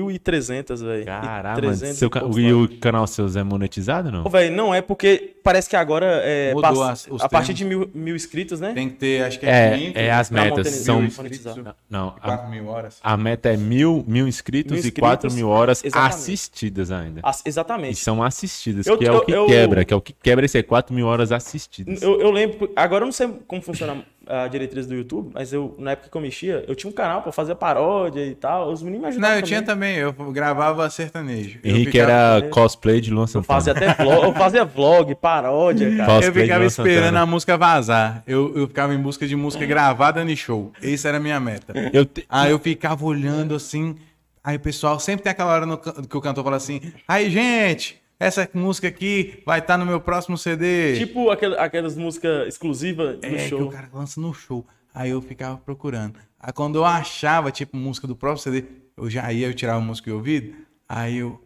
C: 4.300, velho.
A: Caramba,
C: 300
A: seu
C: e
A: ca-
C: poucos
A: e
C: lá.
A: o canal seu é monetizado ou não?
C: Pô, velho, não é porque parece que agora é,
B: Mudou
C: passa-
B: as- os
C: a partir
B: termos.
C: de mil, mil inscritos, né?
B: Tem que ter, acho que é, Ah,
A: É,
B: 500,
A: é as
C: pra
A: metas.
C: monetizar.
A: São,
C: tá Mil
B: inscritos.
A: não, não, a,
B: 4 mil horas.
A: a meta é mil, mil inscritos
C: Mil
A: e quatro
C: inscritos,
A: mil horas
C: exatamente.
A: assistidas ainda.
C: As-
A: E
C: exatamente.
A: são assistidas,
C: Eu-
A: que é
C: eu-
A: o que
C: eu-
A: quebra, que é o que quebra esse é 4 mil horas
B: um
A: assistidas.
C: Eu, eu lembro, agora eu não sei como funciona a diretriz do YouTube, mas eu, na época que eu mexia, eu tinha um canal pra fazer paródia e tal. Os meninos me
B: Não,
C: ajudavam.
B: eu tinha
C: também.
B: também, eu gravava sertanejo. Eu
A: Henrique
B: ficava-
A: era cosplay de Luan
C: Eu
A: Santana.
C: fazia até vlog, eu fazia vlog, paródia, cara.
A: Fala.
B: Eu
A: cosplay
B: ficava
A: de Luan
B: esperando
A: Santana.
B: a música vazar. Eu, eu ficava em busca de música gravada em show. Essa era a minha meta.
A: Eu
C: Ah,
A: te-
B: Aí eu ficava olhando assim. Aí o pessoal sempre tem aquela hora no can- que o cantor fala assim: Aí, gente, essa música aqui vai estar no meu próximo CD.
C: Tipo aquele- aquelas músicas exclusivas do
B: é, que
C: show.
B: o cara lança no show. Aí eu ficava procurando. Aí quando eu achava, tipo, música do próprio CD, eu já ia, eu tirava a música e ouvido. Aí eu.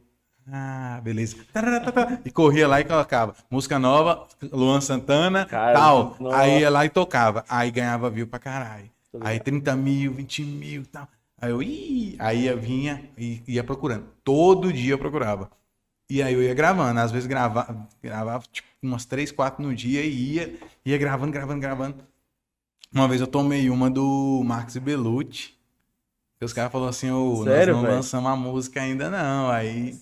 B: Ah, beleza. Tararatatá, E corria lá e colocava. Música nova, Luan Santana,
C: Cara,
B: tal.
C: nossa.
B: Aí ia lá e tocava. Aí ganhava view pra caralho. Aí 30 mil, 20 mil e tal. Aí eu, ih, aí eu vinha e ia procurando. Todo dia eu procurava. E aí eu ia gravando, às vezes gravava, gravava tipo, umas três, quatro no dia e ia, ia gravando, gravando, gravando. Uma vez eu tomei uma do Max Bellucci. E os caras falaram assim, ô, nós
C: Sério,
B: não
C: velho?
B: lançamos a música ainda não. Aí,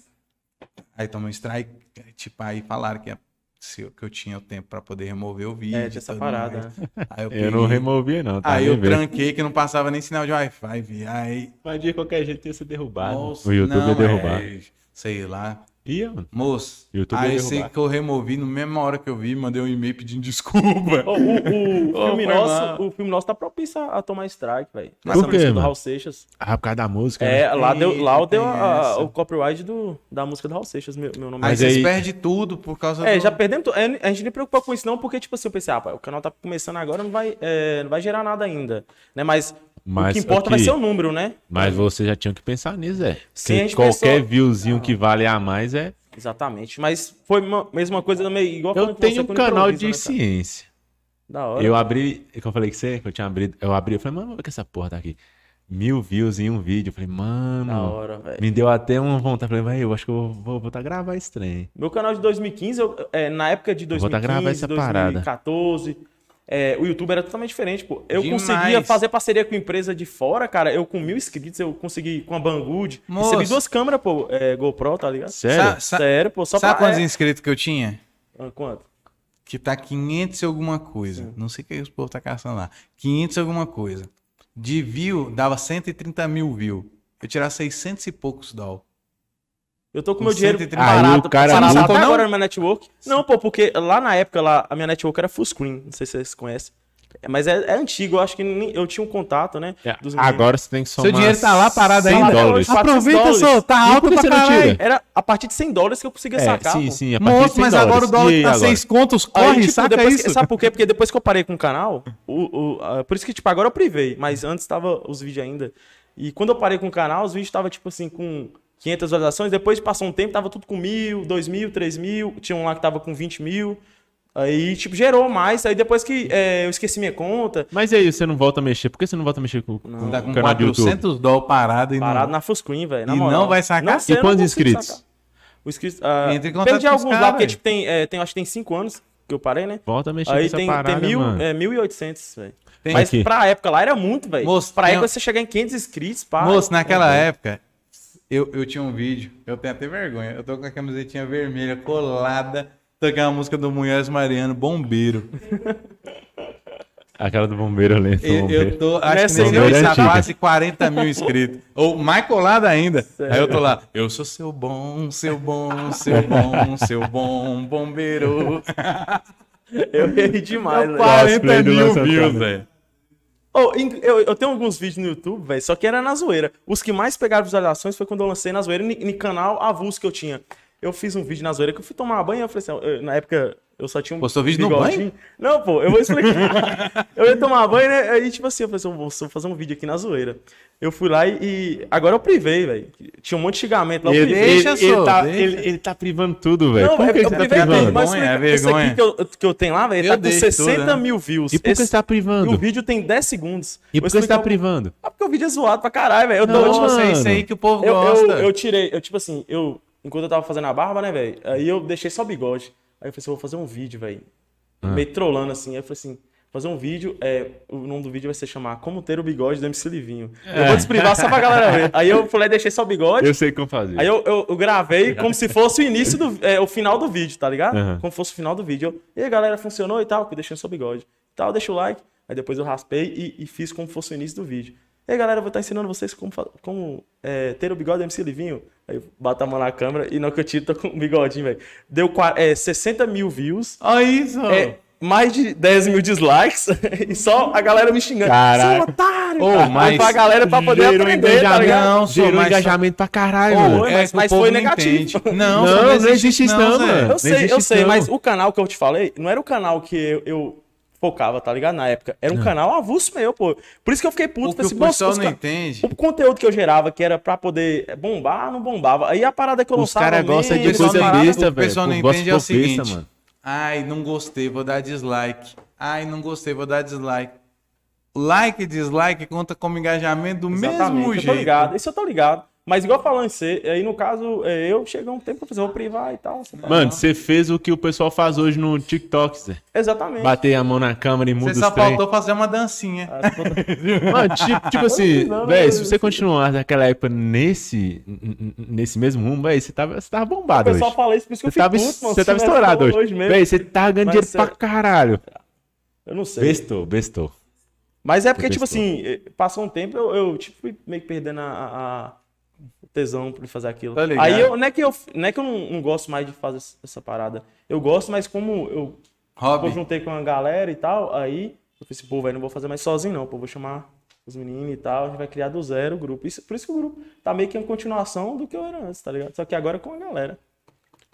B: aí tomou um strike, tipo, aí falaram que, ia- se eu, que eu tinha o tempo pra poder remover o vídeo.
C: É,
B: e
C: tinha essa
B: tudo
C: parada.
B: mais.
C: né?
B: Aí eu,
A: Eu não
B: peguei-
A: removia, não. Tá
C: Ah,
B: Aí eu
A: tranquei.
B: tranquei que não passava nem sinal de Wi-Fi, vi. Aí.
A: Mas de qualquer jeito ia ser derrubado.
B: Nossa,
A: o YouTube ia
B: não,
A: derrubar.
B: é, sei lá.
A: Ia, mano.
B: Moço,
A: YouTube
B: aí
A: ia
B: eu sei
A: derrubar.
B: que eu removi na mesma hora que eu vi, mandei um e-mail pedindo desculpa.
C: Ó, o, o
B: Ô,
C: filme
B: foi
C: nosso,
B: mal.
C: o filme nosso tá propício a, a tomar strike, velho.
A: Mas
C: Essa
A: por quê,
C: música do
A: mano?
C: Raul Seixas.
A: Ah, por causa da música. né?
C: É, lá deu, lá
B: Eita,
C: deu
B: tem
C: a-
B: essa.
C: o copyright do, da música do Raul Seixas, meu, meu nome
B: Aí
A: Mas
C: é.
B: vocês
A: aí-
B: perdem tudo por causa
C: É,
B: do...
C: já perdemos. to- é, A gente nem preocupou com isso, não, porque, tipo assim, eu pensei, ah, pá, o canal tá começando agora, não vai, é, não vai gerar nada ainda. Né? Mas, o
A: Mas
C: que importa vai
A: aqui-
C: ser o número, né?
A: Mas você já tinha que pensar nisso, é.
C: Sim, a gente
A: qualquer
C: pensou- Ah.
A: viewzinho que vale a mais é.
C: Exatamente. Mas foi a mesma coisa também, igual
A: Eu
C: falando com você,
A: tenho um
C: quando
A: canal
C: improvisa,
A: de
C: né, cara?
A: ciência.
C: Da hora.
A: Eu abri, que eu falei que você, que eu tinha abrido, eu abri, eu falei, mano, o que essa porra tá aqui? Mil views em um vídeo. Eu falei,
C: Da
A: mano,
C: hora, velho.
A: me deu até uma vontade. Eu falei, velho, eu acho que eu vou voltar a gravar esse trem.
C: Meu canal de 2015, eu, é, na época de
A: vou tá gravando
C: 2015,
A: essa parada.
C: 2014, é, o YouTube era totalmente diferente, pô. Eu
B: Demais.
C: conseguia fazer parceria com empresa de fora, cara. Eu com mil inscritos, eu consegui com a Banggood.
B: Moço.
C: Recebi duas câmeras, pô, é, GoPro, tá ligado?
A: Sério?
B: Sa- sa-
C: Sério, pô. Só
B: Sabe
C: pra...
B: quantos
C: é...
B: inscritos que eu tinha?
C: Ah, Quanto?
B: Que tá 500 e alguma coisa. Não sei o que os povo tá caçando lá. 500 e alguma coisa. De view, dava 130 mil view. Eu tirava 600 e poucos doll.
C: Eu tô com
B: Com
C: meu dinheiro
B: 130.
A: Aí o cara
C: parado
B: multa.
C: até
B: Não?
C: agora na minha network. Não, pô, porque lá na época lá, a minha network era full screen, não sei se vocês conhecem. É, Mas é, é antigo, eu acho que nem- eu tinha um contato, né?
A: É,
C: dos meninos.
A: Agora você tem que somar.
B: Seu dinheiro tá lá parado
A: 100
B: ainda?
A: Dólares.
C: Tá lá até hoje.
B: Aproveita,
C: dólares.
A: E
B: só, tá
A: por
B: alto
A: que
B: pra
A: você não
B: caralho.
A: tira?
C: Era a partir de 100 dólares que eu conseguia
A: É,
C: sacar.
A: sim,
C: pô.
A: sim. A partir de
B: Moço,
A: 100
B: mas agora o
A: dólares.
B: dólar
A: E
B: que tá
A: agora?
B: 6 contos,
C: Aí,
B: corre,
C: tipo,
B: saca
C: depois que-
B: isso.
C: sabe por quê? Porque depois que eu parei com o canal, o, o- a- por isso que, tipo, agora eu privei, mas antes tava os vídeos ainda. E quando eu parei com o canal, os vídeos tava, tipo assim, com 500 visualizações, depois passou um tempo, tava tudo com mil, dois mil, três mil, tinha um lá que tava com 20 mil. Aí, tipo, gerou mais. Aí depois que é, eu esqueci minha conta,
A: Mas e aí, você não volta a mexer? Por que você não volta a mexer com, com
B: Tá
A: o
B: com
A: canal do YouTube?
B: 400 doll parado e
C: parado
B: não...
C: na Fuscreen, velho. na
B: E
C: moral.
B: não vai sacar?
C: Não sei,
A: E
C: eu não
A: quantos
C: consigo
A: inscritos?
C: sacar. Os inscritos. ah,
B: Entra em contato
C: perdi
B: com os
C: alguns lá,
B: cara,
C: porque,
B: velho.
C: tipo, tem, é, tem, acho que tem 5 anos que eu parei, né?
A: Volta a mexer com
C: Aí
A: essa
C: tem,
A: parada,
C: tem mil,
A: mano.
C: é, 1.800, velho.
B: Tem-
C: Mas
A: Aqui.
C: pra época lá era muito, velho.
B: Moço,
C: Pra
B: tem
C: época
B: um-
C: você chegar em 500 inscritos, pá.
B: Moço, naquela
C: É,
B: época, eu, eu tinha um vídeo, eu tenho até vergonha, eu tô com a camisetinha vermelha colada, tocando a música do Munhoz Mariano, Bombeiro.
A: Aquela do bombeiro, eu lembro. do
B: Eu,
A: bombeiro.
B: eu tô, acho
C: Nessa
B: que
A: aí,
B: nesse
A: né?
B: tá
A: Antiga.
B: quase 40 mil inscritos. Ou mais colado ainda. Aí eu tô lá, eu sou seu bom, seu bom, seu bom, seu bom bombeiro.
C: Eu ri demais, velho.
A: quase. Cosplay do Lança Antônio.
B: velho.
C: Ô, in- eu, eu tenho alguns vídeos no YouTube, velho, só que era na zoeira. Os que mais pegaram visualizações foi quando eu lancei na zoeira, em canal avulso que eu tinha. Eu fiz um vídeo na zoeira que eu fui tomar banho, eu falei assim, ó, eu- na época eu só tinha um
B: Postou vídeo no
C: bigodinho. Não, pô, eu vou explicar. eu ia tomar banho, né, aí tipo assim, eu falei assim, eu vou só fazer um vídeo aqui na zoeira. Eu fui lá e... e- agora eu privei, velho. Tinha um monte de xingamento lá, eu
A: Ele,
C: privei.
B: Deixa,
A: ele, ele
B: só,
A: tá,
B: deixa.
A: ele, ele tá privando tudo, velho.
C: Não,
A: Por que
C: é porque
A: você tá
C: eu privei a
A: privando?
C: vergonha,
B: Vergonha, é
C: Esse aqui
B: vergonha.
C: que eu, que eu tenho lá, velho,
B: Eu
C: tá com
B: deixo tudo,
C: 60
B: né?
C: mil views.
A: E por que
C: Esse-
A: você tá privando?
C: E o vídeo tem 10 segundos.
A: E por que você
B: um
A: tá
C: privando?
A: privando?
C: Ah, porque o vídeo é zoado pra caralho, velho. Eu tô,
A: Não,
C: tipo,
A: mano.
B: Nossa, é isso aí que o povo
C: eu, eu-
B: gosta.
C: eu tirei, eu, tipo assim, eu, enquanto eu tava fazendo a barba, né, velho, aí eu deixei só o bigode. Aí eu falei assim, eu vou fazer um vídeo, velho. Meio trollando, assim. Aí eu falei assim, fazer um vídeo, é, o nome do vídeo vai ser chamar Como Ter o Bigode do MC Livinho. Eu vou desprivar só pra galera ver. Aí eu falei, deixei só o bigode.
A: Eu sei como fazer.
C: Aí eu, eu- eu gravei como se fosse o início do. é, o final do vídeo, tá ligado?
A: Aham.
C: Como fosse o final do vídeo. Eu, e aí, galera, funcionou e tal, que deixei seu bigode. E tal, deixa o like. Aí depois eu raspei e, e fiz como fosse o início do vídeo. E aí, galera, eu vou estar ensinando vocês como, fa- como é, ter o bigode do MC Livinho. Aí eu bato a mão na câmera e não que eu tiro, tô com o bigodinho, velho. Deu qua- é, 60 mil views.
B: Olha isso.
A: Ah.
C: é, mais de 10 mil dislikes e só a galera me xingando.
A: Caraca.
C: Seu otário!
B: Ô,
C: Aí
B: mas
C: pra galera pra poder
A: gerou
C: aprender, tá
A: engajamento,
C: ligado?
B: Não, só,
A: gerou
B: mas-
A: engajamento pra caralho,
C: Ô,
A: mano.
C: Foi, mas-
B: É, que o
C: mas
B: povo
C: foi
B: não
C: negativo.
B: entende. Não,
A: Não,
B: só
A: não existe isso É, não,
B: Zé.
A: mano.
C: Eu sei, eu
A: existe
C: sei,
A: não.
C: mas o canal que eu te falei não era o canal que eu, eu focava, tá ligado? Na época. Era um
A: É.
C: canal avulso meu, pô. Por isso que eu fiquei puto.
B: O que
C: falei
B: o
C: assim, "Nossa,
B: pessoal
C: os
B: não
C: ca-
B: entende.
C: O conteúdo que eu gerava, que era pra poder bombar, não bombava. Aí a parada que eu
A: Os
C: lançava...
A: caras gostam de
C: menos,
B: pessoal
A: coisa
B: não
C: uma
B: entende,
A: besta,
B: o
A: velho.
B: pessoal não
A: Gosta
B: entende
A: de
B: é o
A: coisa besta,
B: seguinte.
A: mano.
B: Ai, não gostei, vou dar dislike. Ai, não gostei, vou dar dislike. Like e dislike conta como engajamento do mesmo
C: Exatamente, eu tô
B: jeito.
C: ligado. Isso eu tô ligado. Mas igual falando você, aí no caso, é, eu cheguei um tempo pra fazer, vou privar e tal. essa parada.
A: Mano, você fez o que o pessoal faz hoje no TikTok, Zé.
C: Exatamente.
A: Bater a mão na câmera e muda
B: Você
A: os
B: só
A: trem.
B: faltou fazer uma dancinha.
C: As contas-
A: Mano, tipo, tipo assim,
C: Não, não,
A: velho,
C: não,
A: se
C: não.
A: você continuar naquela época nesse, n- n- nesse mesmo rumo, velho, você tava, você tava
C: O
A: bombado hoje.
C: pessoal fala isso, por isso que eu
A: Você tava,
C: fico puto, mano.
A: você
C: Se
A: tava
C: não é
A: estourado hoje.
C: mesmo,
A: Velho, você tava ganhando
C: Mas é
A: dinheiro pra
C: sério.
A: caralho.
C: Eu não sei.
A: Bestou, bestou.
C: Mas é porque, tipo
A: Testou.
C: assim, eh, passou um tempo, eu, eu, tipo, fui meio que perdendo a, a- a- o tesão pra fazer aquilo.
B: Tá ligado.
C: Aí eu, não é que eu, não, é que eu não, não gosto mais de fazer essa- essa parada. Eu gosto, mas como eu
B: Rob,
C: eu juntei com a galera e tal, aí eu pensei, pô, velho, não vou fazer mais sozinho não, pô, vou chamar os meninos e tal, a gente vai criar do zero o grupo. Isso, por isso que o grupo tá meio que uma continuação do que eu era antes, tá ligado? Só que agora é com a galera.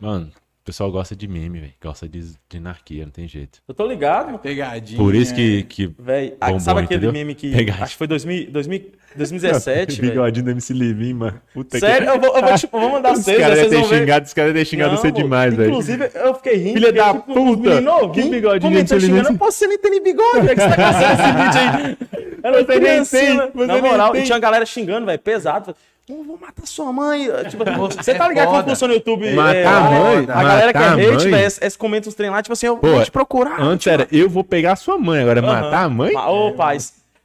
A: Mano, O pessoal gosta de meme, velho. Gosta de, de anarquia, não tem jeito.
C: Eu tô ligado,
B: Pegadinha.
A: Por
C: é.
A: isso que. que
C: velho. Ah,
A: bombou,
C: Sabe aquele
A: entendeu?
C: meme que.
A: Pegadinha.
C: Acho que foi 2000, 2000, 2017, velho.
A: Bigodinho do MC Livinho, mano. Puta
C: Sério, eu vou, eu vou, tipo, vou mandar
A: Os
C: vocês,
A: caras
C: vocês vão
A: devem ter
C: ver.
A: xingado, os caras devem ter xingado
C: Não,
A: você demais, velho.
C: Inclusive, eu fiquei rindo.
A: Filha
C: porque,
A: da
C: tipo,
A: puta!
C: Menino,
A: Que
C: novinho,
A: bigodinho
C: comentando,
A: insolente.
C: xingando, pô, você nem tem nem bigode, velho, que você tá caçando esse vídeo aí. Era
A: Você nem
C: criancinha,
A: tem,
C: né?
A: você
C: Na
A: nem
C: moral,
A: tem.
C: e tinha uma galera xingando, velho, pesado. falando, "Não, eu vou matar sua mãe. Tipo, você tá ligado
B: é foda.
C: como funciona o YouTube?
A: Matar
C: é,
A: a
B: mãe?
C: A galera que é
A: Matar a
C: hate,
A: mãe?
C: velho, es- es- comenta os trem lá, tipo assim, eu
A: Pô,
C: vou te procurar. tipo,
A: Antes
C: vou te
A: era, eu vou pegar sua mãe, agora matar a mãe?
C: Ma- Ô, pai.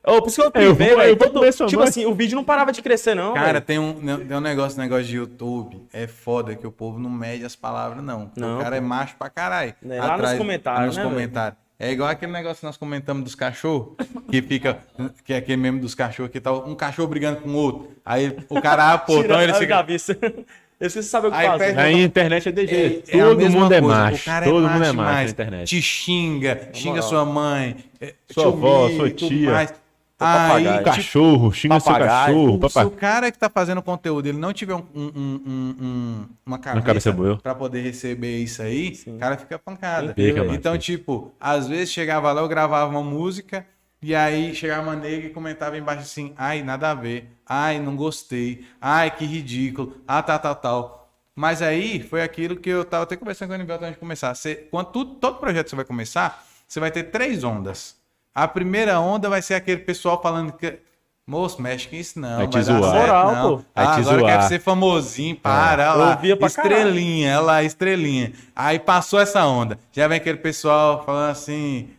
C: Ô, por isso que eu
A: Eu
C: privei,
A: vou-
C: velho.
A: eu vou
C: todo-
A: comer sua
C: Tipo
A: mãe.
C: assim, o vídeo não parava de crescer, não.
B: Cara,
C: velho.
B: tem um, tem um negócio, negócio de YouTube. É foda que o povo não mede as palavras, não.
C: Não,
B: o cara é macho pra caralho.
C: Né, lá nos comentários,
B: nos
C: né, velho?
B: comentários. É igual aquele negócio que nós comentamos dos cachorros, que fica. Que é aquele mesmo dos cachorros, que tá um cachorro brigando com o outro. Aí o cara abre o portão,
C: Tira-
B: então ele
C: eu já
B: fica.
C: vi isso. Eu esqueci de saber o que
B: Aí
C: fazer.
B: perde-
A: Aí a internet é de jeito.
B: É- é a
A: Todo
B: mesma
A: mundo é
B: coisa.
A: macho.
B: O cara
A: Todo mundo é macho
B: demais.
A: na internet.
B: Te xinga, xinga
C: É moral.
B: sua mãe, é,
A: Sua
B: te
A: avó,
B: humilha
A: sua
B: e tudo
A: tia.
B: mais. Aí,
C: papagaio.
A: O cachorro, xinga seu
C: Tipo papagaio,
A: cachorro,
B: Se o
A: papai.
B: cara que tá fazendo conteúdo, ele não tiver um- um- um- um- um- uma cabeça,
A: cabeça boa.
B: pra poder receber isso aí, o cara fica pancada.
A: Fica, mano,
B: então,
A: fica.
B: tipo, às vezes chegava lá, eu gravava uma música, e aí chegava uma nega e comentava embaixo assim, ai, nada a ver, ai, não gostei, ai, que ridículo, ah, tá, tá, tal. Mas aí foi aquilo que eu tava até conversando com o Anivelto antes de começar. Você, quando tu- todo projeto que você vai começar, você vai ter três ondas. A primeira onda vai ser aquele pessoal falando que. Moço, mexe com isso não.
A: Vai te
B: vai dar
A: zoar. é. Ah.
B: certo,
C: é Moral,
B: não.
A: pô.
B: Ah,
A: Vai te
B: agora
A: zoar.
B: quer ser famosinho, para
C: Eu
B: lá.
C: ouvia pra
B: estrelinha, olha lá, estrelinha. Aí passou essa onda. Já vem aquele pessoal falando assim.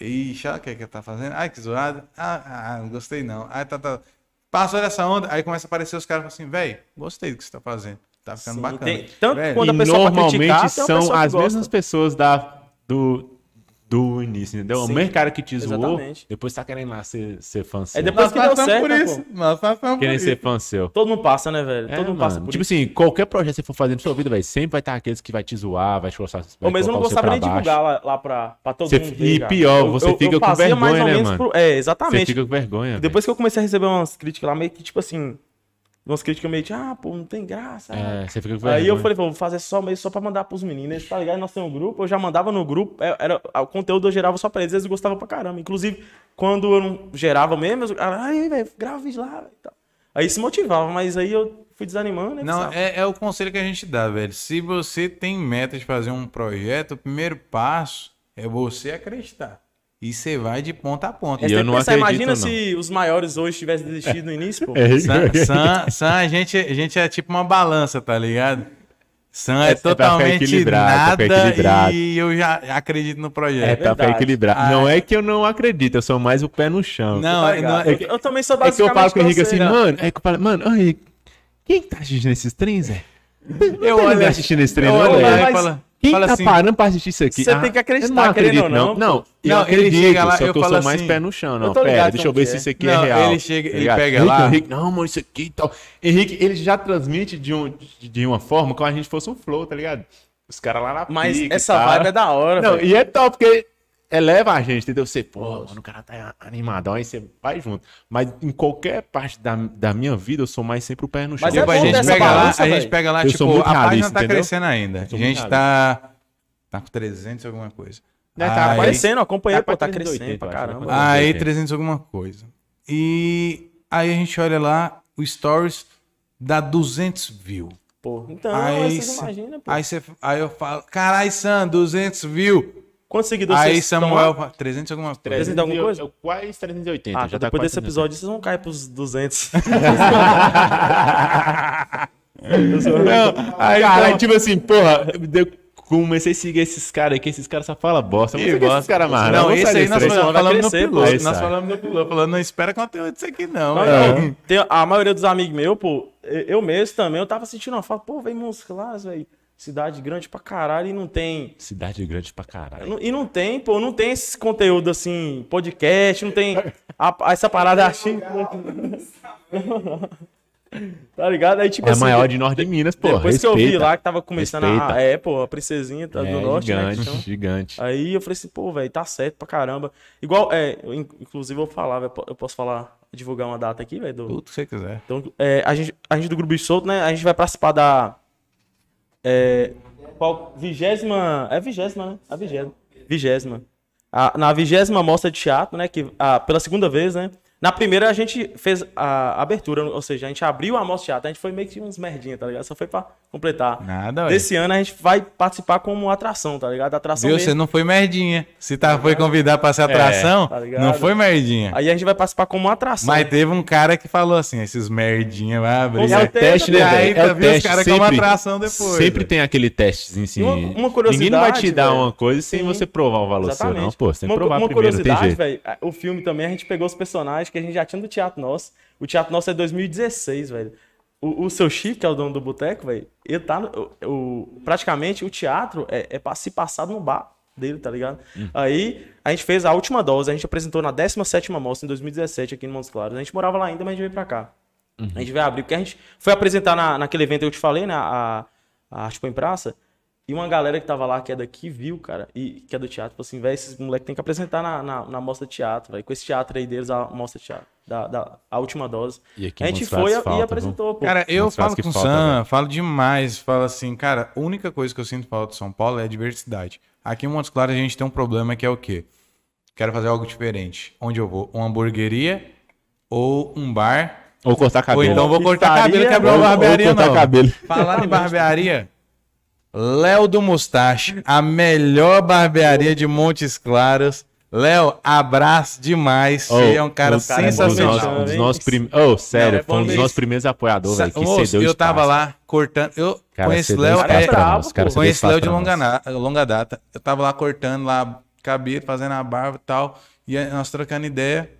B: Ixi, olha o que, é que tá fazendo. Ai, que zoado. Ah, ah, não gostei não. Aí tá, tá. Passou dessa onda, aí começa a aparecer os caras assim, velho, gostei do que você tá fazendo. Tá ficando
C: Sim,
B: bacana.
C: tem- tanto
B: Véi,
C: quando a
A: e
C: pessoa pra
A: normalmente
C: criticar, tem uma
A: são
C: pessoa que
A: as
C: gosta.
A: mesmas pessoas da, do, do início, entendeu? O
C: Sim,
A: mesmo cara que te zoou,
C: exatamente.
A: depois tá querendo lá ser, ser fã seu. Tá
C: É depois-
B: nós
C: que deu
B: passamos
C: certo,
B: por
C: né,
B: isso. Nós passamos por
A: Querendo
B: isso.
A: ser fã seu.
C: Todo mundo passa, né, velho?
A: É,
C: Todo
A: mano.
C: mundo passa por
A: Tipo
C: isso.
A: assim, qualquer projeto que você for fazer na sua vida, velho, sempre vai estar aqueles que vai te zoar, vai te forçar. vai
C: Ou mesmo eu não
A: colocar você
C: gostava
A: assim, pra
C: nem de
A: baixo.
C: divulgar lá, lá pra, pra todo
A: Você-
C: mundo.
A: e
C: cara.
A: pior, você fica com
C: fazia mais
A: vergonha,
C: ou
A: né,
C: menos
A: mano?
C: É,
A: Você
C: exatamente.
A: fica com vergonha.
C: Depois que eu comecei a receber umas críticas lá, meio que tipo assim. Umas críticas meio de, ah, pô, não tem graça.
A: velho. É, você fica com vergonha.
C: Ah, Aí eu falei, pô, vou fazer só mesmo, só pra mandar pros meninos, eles, tá ligado? Nós temos um grupo, eu já mandava no grupo, é, era, o conteúdo eu gerava só pra eles, eles gostavam pra caramba. Inclusive, quando eu não gerava mesmo, eu, ai, velho, grava vídeo lá, e tal. Aí se motivava, mas aí eu fui desanimando, né?
B: Não,
C: sabe?
B: é, é o conselho que a gente dá, velho. Se você tem meta de fazer um projeto, o primeiro passo é você acreditar. E você vai de ponta a ponta.
A: E
C: Você
A: eu
C: tem que
A: não acredito,
C: É imagina
A: não.
C: se os maiores hoje tivessem desistido no início, pô.
A: É,
B: Sam,
C: né?
B: Sam- Sam, a, gente, a gente é tipo uma balança, tá ligado? Sam é,
A: É, tá pra
B: totalmente
A: equilibrar, tá pra
B: nada
A: equilibrar.
B: e eu já acredito no
A: É,
B: projeto.
A: tá pra
C: verdade.
A: equilibrar. Não é que eu não acredito, eu sou mais o pé no chão.
B: Ah, Não,
C: Tá
B: é- não,
C: ligado?
B: é,
C: eu, eu também sou
A: É que eu
C: basicamente
A: falo com o Henrique
C: você,
A: assim,
C: né?
A: mano, é que eu falo, mano, aí, quem que tá assistindo esses trens, Zé?
B: Eu
A: Eu
B: olho- assim,
A: olho tá assistindo esse trem,
B: eu
A: não,
B: olho lá e
A: velho.
C: mas
B: falo-
A: Quem
B: falo
A: tá
B: assim,
A: parando pra assistir isso aqui? Ah,
C: Você tem que acreditar,
A: eu não
C: querendo
A: acredito,
C: ou não,
A: não. Não, eu
B: Não, ele
A: acredito,
B: chega lá,
A: só
B: eu
A: que eu
B: falo
A: sou mais
B: assim,
A: pé no chão, não.
C: tô ligado
A: Pera, deixa eu
C: como
A: ver
C: que
A: se
C: é.
A: isso aqui
B: Não,
A: é real.
B: ele chega-
A: tá
B: ele
A: ligado?
B: pega
A: Henrique,
B: lá-
A: Henrique, não, mano, isso aqui e tal. Henrique, ele já transmite de, um, de uma forma como a gente fosse um flow, tá ligado? Os caras lá na
C: Mas
A: pica e
C: essa
A: tal.
C: vibe é da hora,
A: tá." Não,
C: velho.
A: e é top, porque eleva a gente, entendeu? Você, pô, mano, o cara tá animadão, aí você vai junto. Mas em qualquer parte da, da minha vida, eu sou mais sempre o pé no chão.
C: Mas é
B: Tipo, a
C: bom
B: gente
C: dessa
B: pega lá,
C: balança,
B: a gente
C: velho.
B: pega lá,
A: Eu
B: tipo,
A: sou muito
B: a página
A: realista,
B: tá
A: entendeu?
B: crescendo ainda. A
A: sou muito
B: gente tá. Tá com 300 e alguma coisa.
A: Né,
C: Ah, é.
A: tá
B: Aí-
C: Aparecendo, acompanhei,
A: Tá
C: pô, tá
A: 480,
C: crescendo pra
A: eu acho, né?
C: caramba.
A: Ah,
B: Aí
A: ok.
B: 300 alguma coisa. E aí a gente olha lá, o Stories dá 200 view.
C: Pô, então,
B: aí,
C: aí, vocês
B: cê-
C: imaginam, pô.
B: aí, cê- aí eu falo, carai, Sam, 200 view.
C: Quantos seguidores
B: Aí
C: estão
B: Samuel,
C: lá?
B: fala, 300 alguma coisa.
C: 300 alguma coisa?
A: Eu, quase 380.
C: Ah,
A: já
C: já
A: tá
C: depois desse
A: 480.
C: episódio vocês vão cair pros 200.
A: Não, aí, cara, tipo assim, porra, eu comecei a seguir esses caras aqui, esses caras só falam bosta. Eu Ah, Não sei o que esses caras mais. né?
B: Não,
A: eu
B: esse
A: saio
B: aí
A: desse
B: nós
A: trem.
C: falamos-
B: falamos no
C: crescer, pô.
B: piloto.
A: Aí
B: Nós
A: sai.
B: falamos no piloto, falando, não espera conteúdo disso aqui não.
C: Não,
A: É.
B: velho."
C: não. Tem- a maioria dos amigos meus, pô, eu eu mesmo também, eu tava sentindo uma falta, pô, vem Montes Claros, velho, cidade grande pra caralho e não tem...
A: Cidade grande pra caralho.
C: não- E não tem, pô, não tem esse conteúdo assim, podcast, não tem a- essa parada assim. tá ligado? Aí, tipo
A: É a
C: assim,
A: maior de norte de Minas, pô.
C: depois
A: respeita.
C: que eu vi lá que tava começando a.
A: Respeita.
C: Ah, é, pô, a princesinha tá, do
A: É,
C: norte, né?
A: gigante,
C: que chama.
A: gigante.
C: Aí eu falei assim, pô, velho, tá certo pra caramba. Igual, é, eu, in- inclusive eu falava, eu po- eu posso falar, divulgar uma data aqui, velho? do-
B: Tudo que você quiser.
C: Então, é, a, gente, a gente do Grupo Solto, né? A gente vai participar da. é, Qual? Vigésima. É vigésima, né? A vigésima. Vigésima. A- na vigésima mostra de teatro, né? Que, a- pela segunda vez, né? Na primeira a gente fez a abertura, ou seja, a gente abriu a mostra de teatro, a gente foi meio que uns merdinha, tá ligado? Só foi pra completar.
B: Nada, ué.
C: Desse ano a gente vai participar como atração, tá ligado? Atração
B: Viu?
C: mesmo.
B: Você não foi merdinha. Se tá, foi convidar pra ser atração,
C: tá ligado?
B: não foi merdinha.
C: Aí a gente vai participar como atração.
B: Mas teve um cara que falou assim, esses merdinha vai abrir.
C: É o teste, né,
B: Aí
A: velho? É o
B: tá viu os
A: teste,
B: caras como
A: sempre-
B: atração depois.
A: Sempre
B: velho.
A: tem aquele testezinho assim.
C: Uma- uma
A: Ninguém não vai te
C: curiosidade,
A: dar
C: velho.
A: uma coisa sem
C: Sim.
A: você provar o valor seu, não, pô. Você tem que
C: uma,
A: provar
C: uma
A: primeiro, não tem
C: curiosidade,
A: jeito.
C: velho. O filme também, a gente pegou os personagens que a gente já tinha do Teatro Nosso. O Teatro Nosso é 2016, velho. O, o seu Chico, que é o dono do boteco, velho, ele tá. no- o, o- praticamente o teatro é, é pra se passar no bar dele, tá ligado?
A: Hum.
C: Aí a gente fez a última dose, a gente apresentou na 17 mostra em 2017 aqui em Montes Claros. A gente morava lá ainda, mas a gente veio pra cá.
A: Uhum.
C: A gente vai abrir, porque a gente foi apresentar na, naquele evento que eu te falei, né? A, a Arte Põe em Praça. E uma galera que tava lá, que é daqui, viu, cara, e que é do teatro, falou assim, velho, esses moleques tem que apresentar na, na, na mostra de teatro, velho. Com esse teatro aí deles, a mostra de teatro, da, da a última dose.
A: E aqui
C: a
A: em
C: gente
A: Montes Claros
C: foi
A: falta,
C: e
A: viu?
C: apresentou, pô.
B: Cara, eu
A: Mas faz
B: falo
A: que
B: com o
A: falta,
B: Sam,
A: velho.
B: falo demais, falo assim, cara, a única coisa que eu sinto falta de São Paulo é a diversidade. Aqui em Montes Claros a gente tem um problema que é o quê? Quero fazer algo diferente. Onde eu vou? Uma hamburgueria ou um bar?
A: Ou cortar cabelo.
B: Ou então vou cortar
C: Pizzaria,
B: cabelo e quebrar
A: Ou-
B: uma
A: ou
B: barbearia,
A: cortar
B: não.
A: cabelo.
B: Falar de barbearia, Léo do Mustache, a melhor barbearia de Montes Claros. Léo, abraço demais. Você é um cara
A: o cara Oh, é bom, Um
B: sensacional.
A: dos nossos-
C: velho.
A: um dos nossos primeiros. Oh, sério,
C: Não, é
A: foi um
C: bom
A: dos
C: mesmo.
A: nossos primeiros apoiadores,
B: Sa-
A: velho. Que
B: moço,
A: cedeu
B: eu tava
A: espaço.
B: lá cortando. Eu
A: Cara,
B: conheço
A: cedeu
B: Léo,
A: espaço
B: é,
A: pra
C: brabo,
A: nós, cara,
C: pô.
A: cedeu
B: conheço
A: espaço
B: Léo de
A: pra
B: longa,
A: nós.
B: na- longa data. Eu tava lá cortando lá cabelo, fazendo a barba e tal. E aí nós trocando ideia.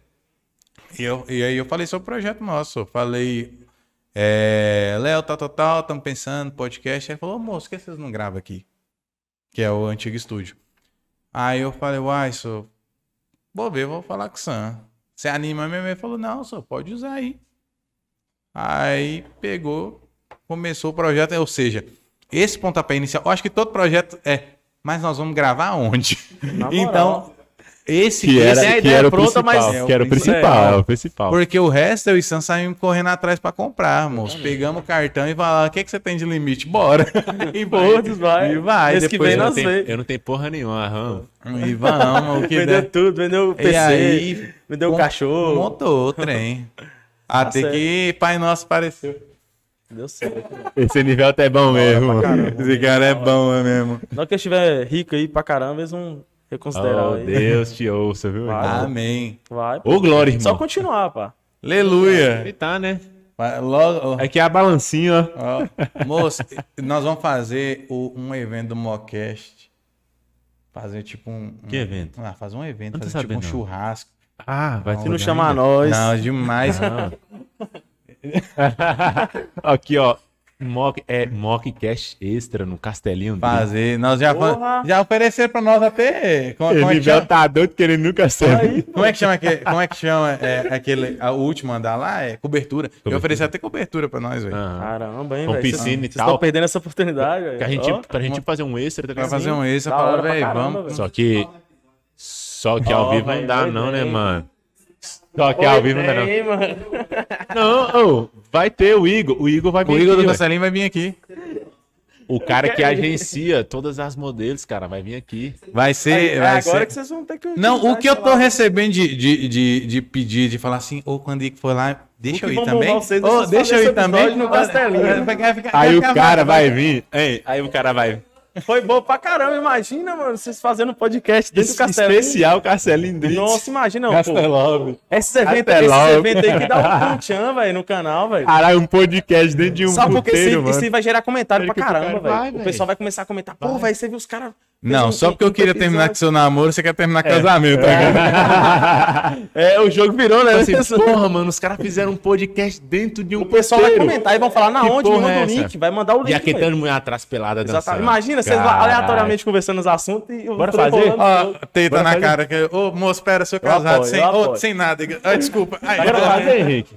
B: E, eu, e aí eu falei sobre o projeto nosso. Eu Falei, é, Léo, tal, tal, tal, estamos pensando, podcast. Aí ele falou, "Ô, moço, por que vocês não gravam aqui? Que é o antigo estúdio. Aí eu falei, uai, só vou ver, vou falar com o Sam. Você anima mesmo? Ele falou, não, só pode usar aí. Aí pegou, começou o projeto, ou seja, esse pontapé inicial, eu acho que todo projeto é, mas nós vamos gravar onde?
C: Na moral.
B: então, esse
A: Que
B: esse é
A: era,
B: a
A: que
B: ideia
A: era o
B: pronta,
A: principal.
B: mas-
A: Que era o principal, é o principal.
B: Porque o resto eu e Sam saímos correndo atrás pra comprar, moço. Pegamos o cartão e falamos, "Ah, o que, que você tem de limite? Bora! e
C: Todos vai.
B: E vai.
C: Mês que
B: depois
A: Eu
B: eu-
C: vem
A: não,
C: nós
A: tenho,
C: vemos.
A: eu não tenho porra nenhuma, Ram.
B: E vamos, o que
C: vendeu
B: der.
C: tudo, vendeu o
B: E
C: PC,
B: aí,
C: vendeu o
B: mon-
C: cachorro. Tá
B: Montou o trem. Até
C: certo.
B: que Pai Nosso apareceu.
C: Deu certo.
A: Esse nível até é bom mesmo.
B: Esse cara é bom mesmo.
C: Na hora que eu estiver rico aí pra caramba, eles vão reconsiderar
A: Oh,
C: aí.
A: Deus te ouça, viu?
C: Vai.
A: irmão?
B: Amém.
C: Vai, pô.
A: Ô, glória, irmão.
C: Só continuar, pá.
B: Aleluia.
A: Ele tá, né?
B: Vai Logo, ó,
A: É que é a balancinha, ó.
B: ó. Moço, nós vamos fazer o- um evento do Mocast. Fazer tipo um. um-
A: Que evento?
B: Ah, fazer um evento,
A: Não tô
B: fazer tipo um
A: sabendo, não.
B: churrasco. um
A: Ah, vai
C: Se não chamar nós.
B: Não, demais.
A: Aqui, ó. Mock, é mock cash extra no Castelinho. dele.
B: Fazer. Nós já, fa-
C: Porra.
B: já ofereceram pra nós até. Como, como
A: Esse
B: é que chama?
A: nível tá doido que ele nunca serve.
C: Aí,
B: Como é que chama, aquele, como é que chama é, aquele, a- o último andar lá? É cobertura. Eu ofereci até cobertura pra nós, velho.
A: Aham.
C: Caramba, hein,
A: Ah. Com
C: velho. Vocês-
A: piscina e
C: vocês
A: tal.
C: estão perdendo essa oportunidade, velho.
A: Que a gente,
C: Ó.
A: pra gente fazer um extra, tá
B: Pra
A: ligado?
B: fazer um extra,
C: Da
B: eu
C: hora
B: falar,
C: pra
B: velho,
C: caramba,
B: vamos.
C: velho.
A: Só que. Só que
C: Ó,
A: ao vivo
C: vai,
A: não dá,
C: vai
A: não, né,
C: bem.
A: mano? Só que é ao vivo não dá, não.
C: Tem, mano.
A: Não, ô, vai ter o Igor. O Igor vai vir
B: O Igor do
A: aqui, ué.
B: Castelinho vai vir aqui.
A: O cara que agencia todas as modelos, cara, vai vir aqui.
B: Vai ser.
C: É
B: vai
C: agora
B: ser-
C: que né, vocês vão ter que.
B: Não, o
C: utilizar
B: que eu
C: esse
B: tô
C: lado.
B: recebendo de, de, de, de pedir, de falar assim, ou quando o Igor for lá, deixa
C: O
B: eu
C: que
B: ir
C: vão
B: também.
C: bombar vocês, é
B: Ô,
C: vocês
B: deixa eu
C: fazem
B: ir
C: esse
B: também.
C: episódio no Castelinho. né?
B: Vai- vai ficar-
A: Aí
B: vai
A: o
B: ficar
A: cara
B: vago,
A: vai vir. Hein? Aí o cara vai.
C: Foi bom pra caramba, imagina, mano. Vocês fazendo um podcast dentro do castelo.
A: Especial Castelinho Drinks.
C: Nossa, imagina, pô.
A: Castelove.
C: Esses eventos,
A: Até
C: esses
A: logo.
C: eventos aí que dá um tchan, velho, no canal, velho.
A: Caralho, um podcast dentro de um
C: Só porque
A: puteiro,
C: isso,
A: mano.
C: isso aí vai gerar comentário
A: Ele
C: pra
A: que pro cara,
C: caramba,
A: vai,
C: velho. O
A: velho.
C: pessoal vai começar a comentar, pô, velho, você viu os um caras.
B: Não, só porque eu queria terminar com seu namoro, você quer terminar casamento. né?
A: É, o jogo virou, né? Assim, Porra, mano, os caras fizeram um podcast dentro de um
C: O pessoal vai
A: puteiro.
C: comentar e vão falar na
A: Que
C: onde,
A: porra
C: manda
A: é
C: o
A: essa?
C: link, vai mandar o
A: E
C: link.
A: aqui
C: velho.
A: tem mulher atrás pelada dançando.
C: Exatamente. Imagina, vocês lá
A: Caralho.
C: aleatoriamente conversando os assuntos e eu
A: Bora
C: tô
A: fazer?
C: rolando.
B: Ó, tenta
A: Bora
B: na
A: fazer.
B: cara. que- Ô, moço, pera, sou casado.
C: apoio,
B: Sem,
C: eu
B: ô,
C: apoio.
B: sem nada. Igor. Ah, desculpa. Ai,
A: Bora
B: ai,
A: fazer, Henrique?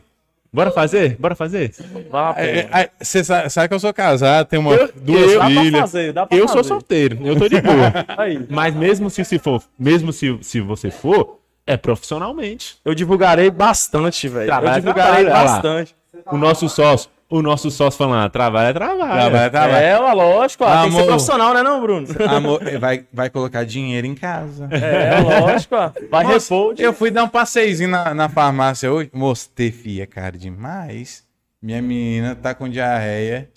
A: Bora fazer? Bora fazer?
C: Vá, pô.
B: É, é, Você sa- sabe que eu sou casado, tenho uma, duas
A: eu-
C: Dá pra
B: filhas.
C: fazer, dá pra
A: Eu
C: fazer.
A: sou solteiro, eu tô de boa.
C: Aí. tá
A: Mas mesmo se, se for, mesmo se, se você for, é profissionalmente.
C: Eu divulgarei bastante, velho. Eu
A: Trabalho,
C: divulgarei
A: trabalho, olha lá.
C: bastante.
A: O nosso sócio. O nosso sócio falando, ah, trabalha, trabalha.
B: Trabalha, trabalha.
C: É, ó, lógico. ó, Tem que ser
B: Tá, Amor.
C: profissional, né, não, Bruno?
B: Amor, eh, vai, vai colocar dinheiro em casa.
C: É, lógico. ó. Vai
B: Moço,
C: repor.
B: Eu fui dar um passeiozinho na, na farmácia hoje. Moço, tefia, cara, demais. Minha menina tá com diarreia.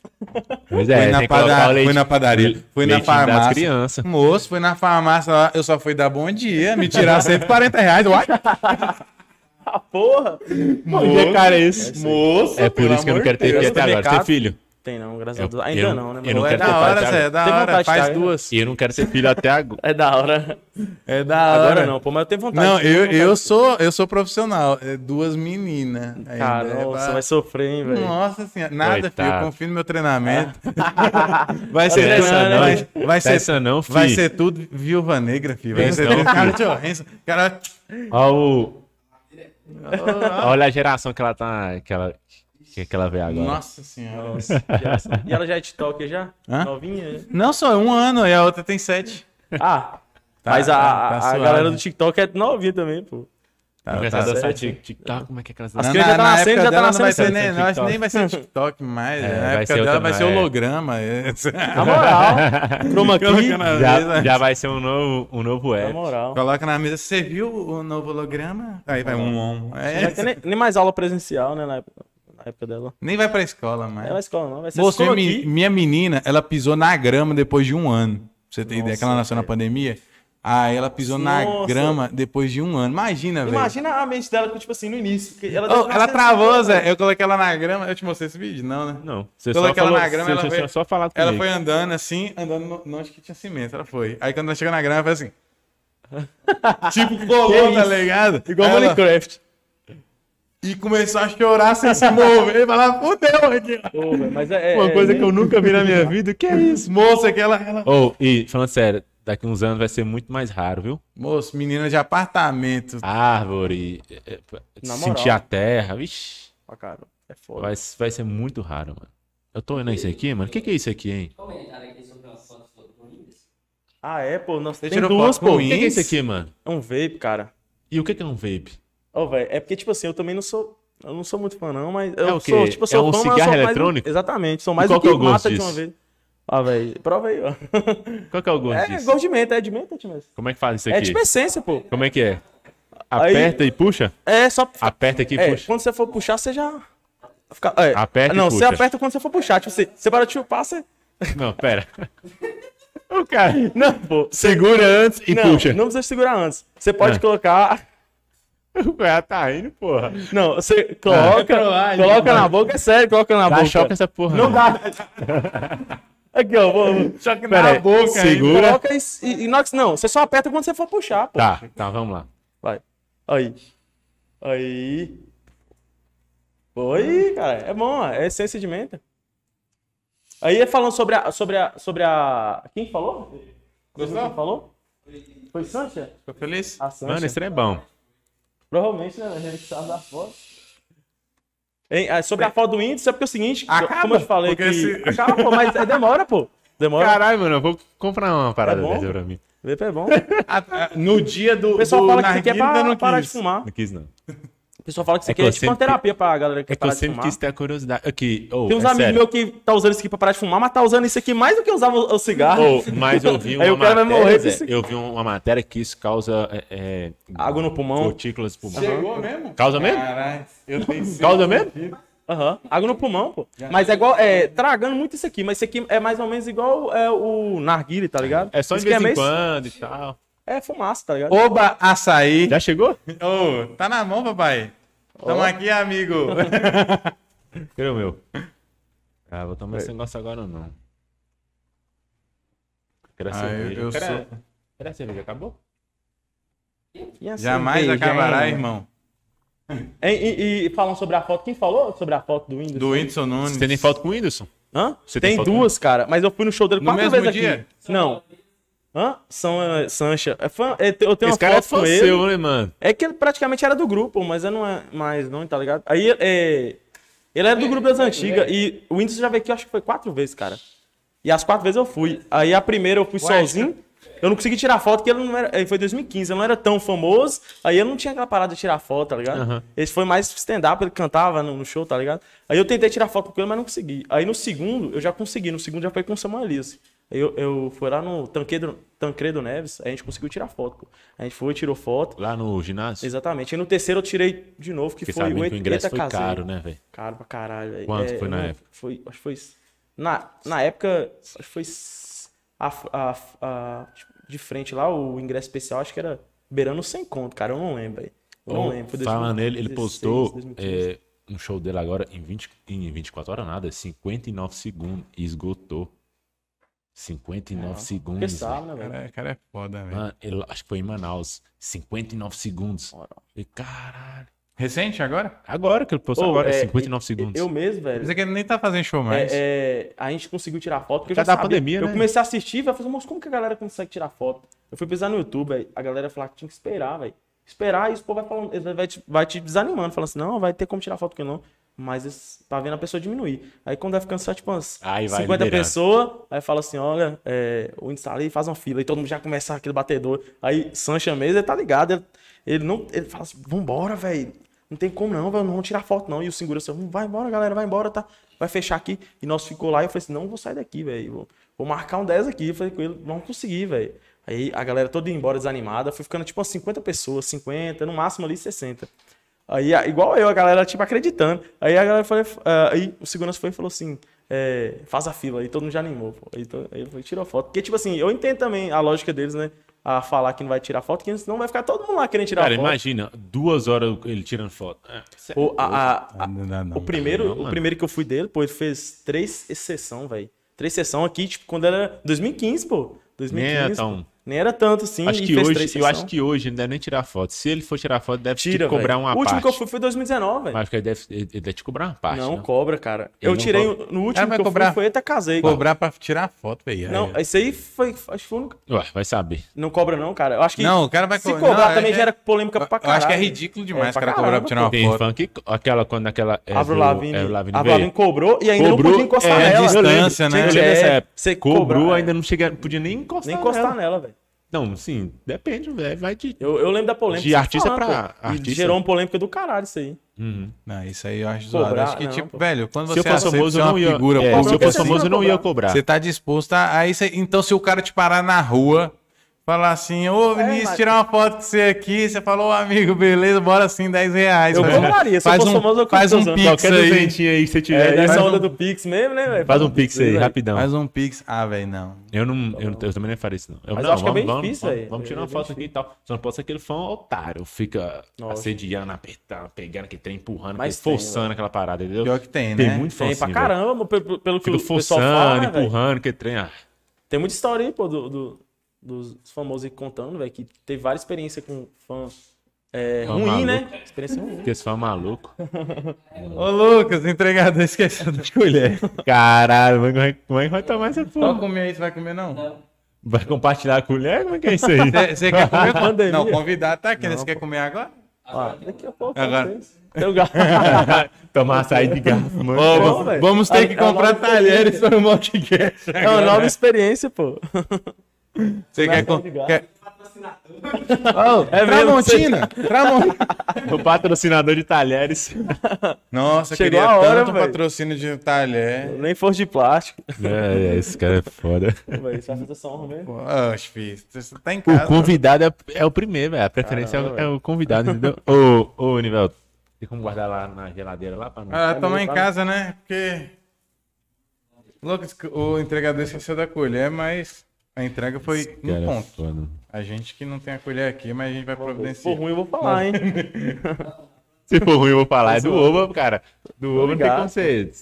A: Pois
B: Fui
A: é,
B: na
A: tem que colocar
B: pada-
A: o leite-
B: fui na padaria,
A: le-
B: fui na
A: leitinho das
B: farmácia.
A: crianças.
B: Moço, fui na farmácia lá, eu só fui dar bom dia, me tirar 140 reais. Uai,
C: Ah, porra.
A: Moço, cara, é isso.
B: moço,
A: É por
B: pelo
A: isso que eu não
B: amor
A: quero ter
B: de
A: filho
B: Deus.
A: até agora. Você Tem filho?
C: Tem não, graças a
A: Eu-
C: Deus. Ainda
A: eu-
C: não, né,
A: eu
C: mano?
A: não
B: É
A: quero
B: da
A: ter pai,
B: hora,
A: Thiago.
B: Zé, é da
C: Tem
B: hora.
C: vontade,
B: Faz
C: Thiago.
B: duas.
A: E eu não quero ser filho até agora.
C: É da hora.
B: É da hora.
C: Agora não, pô, mas eu tenho vontade.
B: Não, eu,
C: quero-
B: eu, sou, eu sou profissional. É Duas meninas. ainda.
C: Cara,
B: É
C: nossa,
B: pra-
C: vai sofrer, hein, velho.
B: Nossa senhora, nada, filho. Eu
A: Coitado.
B: confio no meu treinamento. Vai
A: Não
B: ser
A: é
B: tudo.
A: essa não,
B: vai-
A: hein?
B: Vai
A: Não é essa
B: ser,
A: não,
B: vai
A: fi.
B: ser tudo viúva negra, filho. Vai
A: Pensa
B: ser
A: não,
B: tudo
A: fi.
B: cara de ofensa. Cara,
A: Olha, o- Olha a geração que ela tá. Que ela, que que ela vê agora.
B: nossa senhora.
C: Nossa, que e ela já é TikTok já?
B: Hã?
C: Novinha? né?
B: Não, só é um ano e a outra tem sete.
C: Ah, mas a,
B: tá, tá
C: a
B: suave.
C: galera do TikTok é novinha também, pô.
B: Tá,
A: Começar a dançar tic- tic-tac, como é que é aquelas
B: Na,
C: crianças
B: na,
C: já tá
B: na
C: nascendo,
B: época
C: já tá
B: dela não vai
C: nascendo
B: ser
A: essa
B: nem, eu acho que
A: TikTok.
B: nem vai ser TikTok mais.
A: É,
B: na
A: vai
B: época
A: ser
B: dela
A: outra-
B: vai ser
A: é. Tá
B: holograma. é.
C: Na moral, chroma key,
B: Coloca na
A: Já,
B: mesa.
A: já vai ser um novo, um novo
C: na
A: app.
C: moral.
B: Coloca na mesa. Você viu o novo holograma? Aí vai um um. um.
C: Não
B: É,
C: vai ter nem, nem mais aula presencial, né, na época, na época dela.
B: nem vai pra escola
C: Não
B: mais.
C: é na escola não, vai ser
B: Moço,
C: Mostrou
B: minha,
C: aqui.
B: me- minha menina, ela pisou na grama depois de um ano. Pra você ter ideia que ela
C: Nossa,
B: nasceu na pandemia. Aí ela pisou na
C: Nossa.
B: grama depois de um ano. Imagina, velho.
C: Imagina a mente dela, tipo assim, no início. que Ela,
B: Oh,
C: deve
B: ela
C: nascer-
B: travou, Zé. Eu coloquei ela na grama. Eu te mostrei esse vídeo? Não, né?
A: Não. Você
B: Pelo
A: só
B: que ela
A: falou,
B: na grama,
A: você
B: ela
A: tinha
B: foi-
A: só falado
B: Ela
A: comigo.
B: foi andando assim, andando no, no onde que tinha cimento. Ela foi. Aí quando ela chegou na grama, ela foi assim. tipo, colou,
C: Que
B: tá
C: isso?
B: ligado?
C: Igual
B: Aí ela-
C: Minecraft.
B: E começou a chorar sem se mover. Falar, fudeu aqui. ó."
C: Pô, velho, mas é, é-
A: Uma
C: é
A: coisa
C: bem-
A: que eu nunca vi na minha vida, que é isso?
B: Moça, que ela- ela
A: Ou, e falando sério, daqui uns anos vai ser muito mais raro, viu?
B: Moço, menina de apartamento.
A: Árvore, é, é,
C: Na
A: sentir
C: moral.
A: a terra, vixi.
C: Ah, cara, é foda.
A: Vai, vai ser muito raro, mano. Eu tô olhando isso aqui, mano. O que, que é isso aqui, hein?
D: Comentaram aqui sobre as fotos do Corinthians.
C: Ah, é, pô. Nossa,
B: Você
C: tem
B: tirou
C: duas,
B: foto com
C: pô.
A: O que, que é isso aqui, mano?
C: É um vape, cara.
A: E o que, que é um vape?
C: Ô, velho, é porque, tipo assim, eu também não sou. Eu não sou muito fã, não, mas. Eu
A: É o quê?
C: sou, tipo, eu
A: É
C: sou
A: um
C: fã, mas eu
A: cigarro
C: sou mais-
A: eletrônico?
C: Exatamente, sou mais
A: E qual
C: do que,
A: que é o gosto
C: mata de
A: disso?
C: uma vez. Ah, velho, prova aí, ó.
A: Qual que é o gosto
C: É
A: disso?
C: gol de menta, é de menta, é de menta.
A: Como é que faz isso
C: É
A: aqui?
C: tipo essência, pô.
A: Como é que é?
C: Aí-
A: Aperta e puxa?
C: É só.
A: Aperta aqui e
C: é,
A: puxa.
C: Quando você for puxar, você já. Fica... é.
A: Aperta e
C: Não, você
A: puxa.
C: aperta quando você for puxar. Tipo, você, você para de chupar, você.
A: Não, pera. o cara
C: Não, pô.
A: segura antes e
C: não,
A: puxa.
C: não precisa segurar antes. Você pode
A: Ah.
C: colocar.
A: O cara tá indo, porra.
C: Não, você coloca.
A: trollagem,
C: coloca
A: mano.
C: na boca, é sério, coloca na
A: Dá
C: boca.
A: choque essa porra.
C: Não dá. Aqui, ó. Vou...
A: Choque
B: na boca
A: Segura.
C: Coloca e, e, e não, não, você só aperta quando você for puxar, pô.
A: Tá, tá, vamos lá.
C: Vai. Aí. Aí. Oi, cara. É bom, ó, é essência de menta. Aí é falando sobre a. Sobre a. Sobre a. Quem falou? Gostou? Quem falou? Foi Sancha?
B: Ficou feliz?
C: A Sancha.
A: Mano, esse trem é bom.
C: Provavelmente, né? A gente tá da foto. Hein, ah, sobre a foto do índice, é porque é o seguinte,
B: Acaba,
C: como eu te falei
B: porque
C: que.
B: se-
C: Acaba, pô, mas é demora, pô. Demora.
A: Caralho, mano, eu vou comprar uma parada
C: É bom?
A: dessa pra mim.
C: Vape é bom.
B: A- a- No dia do.
C: O pessoal
B: do
C: fala que isso aqui é
B: narguilé, eu
C: pra
B: não
C: parar de
B: quis.
C: fumar.
A: Não quis, não.
C: O pessoal fala que isso
A: É
C: aqui
A: que
C: é,
A: eu
C: tipo uma
A: sempre-
C: terapia pra galera que
A: É que eu
C: parar de
A: sempre
C: fumar.
A: quis ter a curiosidade. Aqui, ô,
C: Tem uns
A: é
C: amigos
A: sério.
C: meus que tá usando isso aqui pra parar de fumar, mas tá usando isso aqui mais do que usava o o cigarro.
A: Ô, mas eu vi uma
C: Aí o cara vai
A: matéria,
C: morrer com
A: Zé,
C: isso.
A: eu vi uma matéria que isso causa é, é,
C: Água no pulmão.
A: Gotículas pulmão.
B: Chegou mesmo?
A: Causa Tá mesmo?
B: Caralho, eu tenho certeza.
A: Causa mesmo?
C: Aham. Água no pulmão, pô. Mas é igual, é, tragando muito isso aqui, mas isso aqui é mais ou menos igual é, o narguile, tá ligado?
A: É só de
C: isso aqui
A: vez em
C: meio-
A: quando e tal.
C: É fumaça, tá ligado?
B: Oba açaí.
A: Já chegou?
B: Ô, tá na mão, papai. Tamo aqui, amigo.
A: Cadê o meu? Ah, vou tomar esse negócio agora não. Quero a
B: Ah, eu-
A: cerveja.
B: eu
A: Quero a-
B: sou-
A: quero a cerveja? Acabou?
C: E é assim, a
B: Jamais
C: cerveja,
B: acabará,
C: hein?
B: irmão.
C: E, e, e falam sobre a foto. Quem falou sobre a foto do Windows?
B: Do Whindersson Nunes.
A: Você tem nem foto com o Whindersson?
C: Hã?
A: Você tem
C: tem
A: foto
C: duas, cara. Mas eu fui no show dele
B: No
C: quatro
B: mesmo
C: vezes
B: dia?
C: aqui. Não. Hã? São eh, Sancha. É fã, é, eu tenho
A: Esse
C: uma
A: cara é
C: foto
A: fã
C: com ele.
A: seu, né, mano?
C: É que ele praticamente era do grupo, mas eu não é mais, não, tá ligado? Aí é, ele era do grupo das antigas e o Windows já veio aqui, eu acho que foi quatro vezes, cara. E as quatro vezes eu fui. Aí a primeira eu fui sozinho. Eu não consegui tirar foto, porque ele não era. eh, Foi 2015, eu não era tão famoso. Aí eu não tinha aquela parada de tirar foto, tá ligado?
A: Aham.
C: Esse foi mais stand-up, ele cantava no, no show, tá ligado? Aí eu tentei tirar foto com ele, mas não consegui. Aí no segundo, eu já consegui. No segundo já foi com o Samuel Elias. Aí Eu, eu fui lá no Tancredo, Tancredo Neves, aí a gente conseguiu tirar foto. pô. A gente foi, tirou foto.
A: Lá no ginásio?
C: Exatamente. Aí no terceiro eu tirei de novo, que
A: Porque
C: foi
A: sabendo
C: o
A: que o ingresso
C: Eta
A: foi
C: Caseiro.
A: caro, né, velho?
C: Caro pra caralho, velho.
A: Quanto foi
C: eu
A: na
C: não-
A: época?
C: Foi, acho que foi. Na, na época, acho que foi. s- A, a, a- tipo, de frente lá, o ingresso especial, acho que era beirando 100 conto, cara. Eu não lembro, velho. Eu não
A: Bom,
C: lembro. Foi
A: Falando nele, ele
C: 2016,
A: postou
C: 2015.
A: é, um show dele agora em, 20, em 24 horas, nada, 59 segundos e esgotou.
C: É,
A: 59 segundos.
C: Porque
A: velho.
C: sabe, né, velho?
B: Cara, cara é foda, velho.
A: Mano, ele- acho que foi em Manaus. 59 segundos.
C: Moral.
A: Falei, caralho.
B: Recente agora?
A: Agora que ele postou
C: Ô,
A: agora,
C: é,
A: 59 segundos.
C: Eu mesmo, velho.
B: Mas é que ele nem tá fazendo show mais.
C: É, é, a gente conseguiu tirar foto porque eu
A: Por
C: já
A: causa da
C: sabia.
A: pandemia,
C: eu
A: né?
C: comecei a assistir, vai fazer, mas como que a galera consegue tirar foto? Eu fui pesquisar no YouTube, véi, a galera falava que tinha que esperar, velho. Esperar e o povo vai falando, ele vai te, vai te desanimando, falando assim, não, vai ter como tirar foto que não. Mas esse- tá vendo a pessoa diminuir. Aí quando vai ficando só, tipo, umas
A: Aí vai
C: 50
A: liberando.
C: pessoas, aí fala assim, olha, é, o instalei faz uma fila, e todo mundo já começa aquele batedor. Aí Sancha mesmo, ele tá ligado, ele, ele não, ele fala assim, vambora, velho, não tem como não, velho, não vou tirar foto não. E o segurança, vai embora, galera, vai embora, tá, vai fechar aqui. E nós ficou lá, e eu falei assim, não vou sair daqui, velho, vou, vou marcar um 10 aqui. Eu falei com ele, vamos conseguir, velho. Aí a galera toda ia embora desanimada, foi ficando tipo umas 50 pessoas, 50, no máximo ali 60. Aí, a- igual eu, a galera, tipo, acreditando. Aí a galera falou, ah, aí o segurança foi e falou assim, é, faz a fila. Aí todo mundo já animou, pô. Aí, to- aí foi, tirou foto. Porque, tipo assim, eu entendo também a lógica deles, né? A falar que não vai tirar foto, que senão vai ficar todo mundo lá querendo tirar
A: Cara,
C: foto.
A: imagina, duas horas ele tirando foto. É, cê-
C: O, a- a- a-
B: Ah, Não dá, não.
C: o primeiro,
A: ah, não,
C: o
A: mano.
C: primeiro que eu fui dele, pô, ele fez três exceção, velho. Três sessão aqui, tipo, quando era 2015, pô. 2015.
A: Nem era tão-
C: pô. Nem era tanto, sim.
A: acho
C: e
A: que
C: fez três
A: hoje, eu
C: sessão.
A: acho que hoje ele não deve nem tirar foto. Se ele for tirar foto, deve
C: tira,
A: te cobrar
C: véi.
A: uma
C: O último
A: parte.
C: que eu fui foi 2019, velho.
A: Mas acho que ele deve, ele ele deve te cobrar uma parte.
C: Não,
A: né?
C: cobra, cara.
A: Ele
C: eu
A: não
C: tirei
A: cobra.
C: no
B: Ah,
C: último
B: vai
C: que eu
B: cobrar.
C: fui foi até casei. cara.
B: Cobrar pra tirar foto, velho.
C: Não, é
B: Aí-
C: esse aí foi. Acho que foi o único-
A: Ué, vai saber.
C: Não cobra, não, cara. Eu acho que.
B: Não, o cara vai
C: Se
B: co-
C: cobrar
B: não,
C: também
B: é-
C: já era polêmica pra
B: Eu
C: caralho.
B: acho que é ridículo demais
C: É,
B: o
C: pra
B: cara cobrar pra
C: caramba,
B: tirar uma
A: Tem
B: foto.
A: fã que. Aquela quando aquela. é
C: Avril
A: do-
C: Lavigne.
A: é,
C: Avril
A: Avril Lavigne
C: Lavigne
A: veio.
C: cobrou e ainda não podia encostar
A: é,
C: nela.
B: distância,
A: eu lembro,
B: né?
A: gente, eu
C: Gente,
A: lembro dessa
C: é,
A: época.
C: você
A: Cobrou,
C: cobrar,
A: ainda não chega, não podia nem encostar
C: Nem encostar
A: nela.
C: nela, velho.
A: Não, sim, depende, velho. Vai de.
C: Eu, eu lembro da polêmica.
A: De
C: que você
A: artista
C: falando,
A: pra
C: pô. E
A: artista.
C: gerou uma polêmica do caralho isso aí.
A: Uhum.
B: Não, isso aí eu acho zoado.
C: Cobrar,
B: Acho que,
C: não,
B: tipo,
C: pô.
B: velho, quando
A: Se eu
B: você
A: fosse
B: aceita
A: famoso,
B: ser
A: eu
B: uma
A: não ia.
B: figura
A: é, se eu
B: pública,
A: fosse
C: você
B: assim,
C: não
A: famoso, eu não ia
C: cobrar.
A: cobrar.
B: você tá disposto a... Aí você... Então, se o cara te parar na rua... Falar assim, ô Vinícius,
C: É, mas-
B: tirar uma foto com você aqui. Você falou, ô amigo, beleza, bora sim, 10 reais.
C: Eu
B: Faz-
C: cobraria, se eu
B: faz
C: fosse
B: um,
C: famoso, eu
B: Faz um
C: cobro.
B: pix
A: Qualquer
B: aí.
A: duzentinho aí que você tiver.
C: É,
A: aí,
C: nessa
A: faz,
C: onda
A: um,
C: do Pix mesmo, né, velho?
A: faz um pix aí,
C: velho.
A: rapidão.
B: Faz um pix. Ah, velho, não.
A: Eu, não, eu, não- eu também nem faria isso, não. Eu,
C: Mas
A: não,
C: eu acho que é
A: vamos,
C: bem
A: vamos,
C: difícil,
A: vamos,
C: aí.
A: vamos tirar
C: É
A: uma
C: bem
A: foto aqui e tal. Só não pode ser aquele fã um otário. Fica
C: Nossa.
A: assediando, apertando, pegando aquele trem, empurrando,
C: Mas
A: aquele-
C: tem,
A: forçando
C: velho.
A: aquela parada, entendeu?
B: Pior que tem,
A: Tem
B: né?
A: muito fã
C: Tem
A: assim,
C: pra
A: velho.
C: caramba, pelo, pelo que
A: Fica
C: o pessoal fala,
A: forçando,
C: né, velho?
A: empurrando, aquele trem. ah.
C: Tem muita história aí, pô, do, do- dos famosos aí contando, velho, que teve várias experiências com fã é,
A: Fã
C: ruim,
A: maluco.
C: né? Experiência ruim.
A: Porque esse fã é maluco.
B: Ô, Lucas, entregador, esqueceu da colher.
A: Caralho, mãe, mãe vai tomar essa
B: Pode
A: porra.
B: comer aí, você vai comer não?
A: Vai compartilhar a colher? Como é que é isso aí?
B: Você você quer comer?
C: Pandemia.
B: Não, convidado tá aqui, né? Você quer comer agora?
C: Ah, daqui a pouco
B: Agora-
C: Agora... Tem um o gato.
A: Tomar açaí de garfo, mano.
C: Não, velho.
B: Vamos ter que
C: É uma nova
B: comprar talheres para o Multicast.
C: É uma nova experiência, pô.
B: Você quer. com-
C: obrigado.
B: quer...
A: tá
C: É mesmo, você-
B: Tramontina! Tramontina!
A: O patrocinador de talheres.
B: Nossa, eu
C: Chegou
B: queria
C: a hora,
B: tanto um
C: velho.
B: patrocínio de talher.
C: Nem força de plástico.
A: É, esse cara é foda.
C: Véi, Isso é sensação, né?
B: Oxe, filho, você tá em
A: O
B: casa.
A: convidado é, é o primeiro, velho. A preferência é o-
C: Caramba,
A: é, o convidado, entendeu? ô, ô, Nivel, tem como guardar lá na geladeira lá pra não.
C: É
B: Ah, tomar em casa, né? Porque. Lucas, o entregador esqueceu da colher, mas a entrega foi
A: Cara,
B: um
A: é
B: ponto.
A: foda.
B: A gente que não tem a colher aqui, mas a gente vai
C: Se for
B: providenciar.
C: ruim, eu vou falar, hein?
A: Se for ruim, eu vou falar. É do Oba, cara. Do Oba não tem
C: Obrigado.
A: como ser.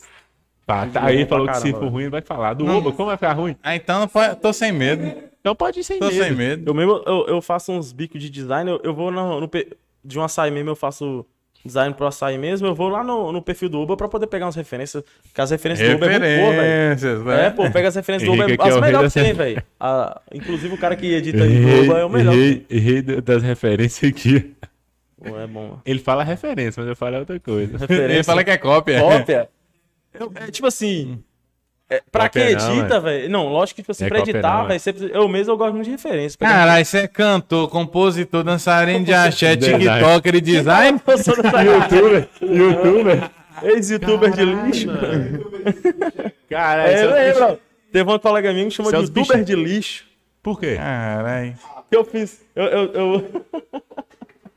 A: Pá, tá,
C: Obrigado
A: aí ele
C: pra
A: falou que se
C: caramba,
A: for
C: velho.
A: ruim, ele vai falar. Do Oba, como vai ficar ruim?
B: Ah, então não pode- tô sem medo.
A: Então pode ir sem
B: Tô sem
A: medo.
B: medo.
C: Eu mesmo, eu, eu faço uns bicos de design, eu, eu vou no, no pe- de um açaí mesmo, eu faço design pro açaí mesmo, eu vou lá no, no perfil do Uber pra poder pegar umas referências, porque as referências do Uber é muito boa, velho.
B: Referências, né?
C: É, pô, pega as referências do
A: Henrique
C: Uber,
A: aqui é
C: as
A: o rei
C: melhores que
A: da
C: tem, velho. Ah, Inclusive o cara que edita aí do
A: Errei,
C: Uber é o melhor. que
A: errei, errei da- das referências aqui.
C: tem. Pô, é bom.
A: Ele fala referência, mas eu falo outra coisa.
B: Ele
A: é.
C: Referência.
B: fala que é cópia.
C: Cópia. Eu- é tipo assim. pra quem
A: Hum. Cópia não,
C: edita, velho. Não, lógico que, tipo assim,
A: É
C: pra
A: cópia
C: editar,
A: não,
C: velho, você precisa- eu mesmo eu gosto muito de referência. Pegar-
B: Caralho, você é cantor, compositor, dançarino de axé,
A: Verdade.
B: tiktoker e design?
C: Eu sou da-
A: Youtuber, youtuber.
C: Ex-youtuber de lixo.
A: Cara,
C: É,
A: isso
C: eu
A: é um bicho-
C: lembro. Teve um colega minha que me chamou de
A: Seus bichos.
C: youtuber de lixo.
A: Por quê?
B: Caralho.
C: Que eu fiz. Eu, eu, eu vou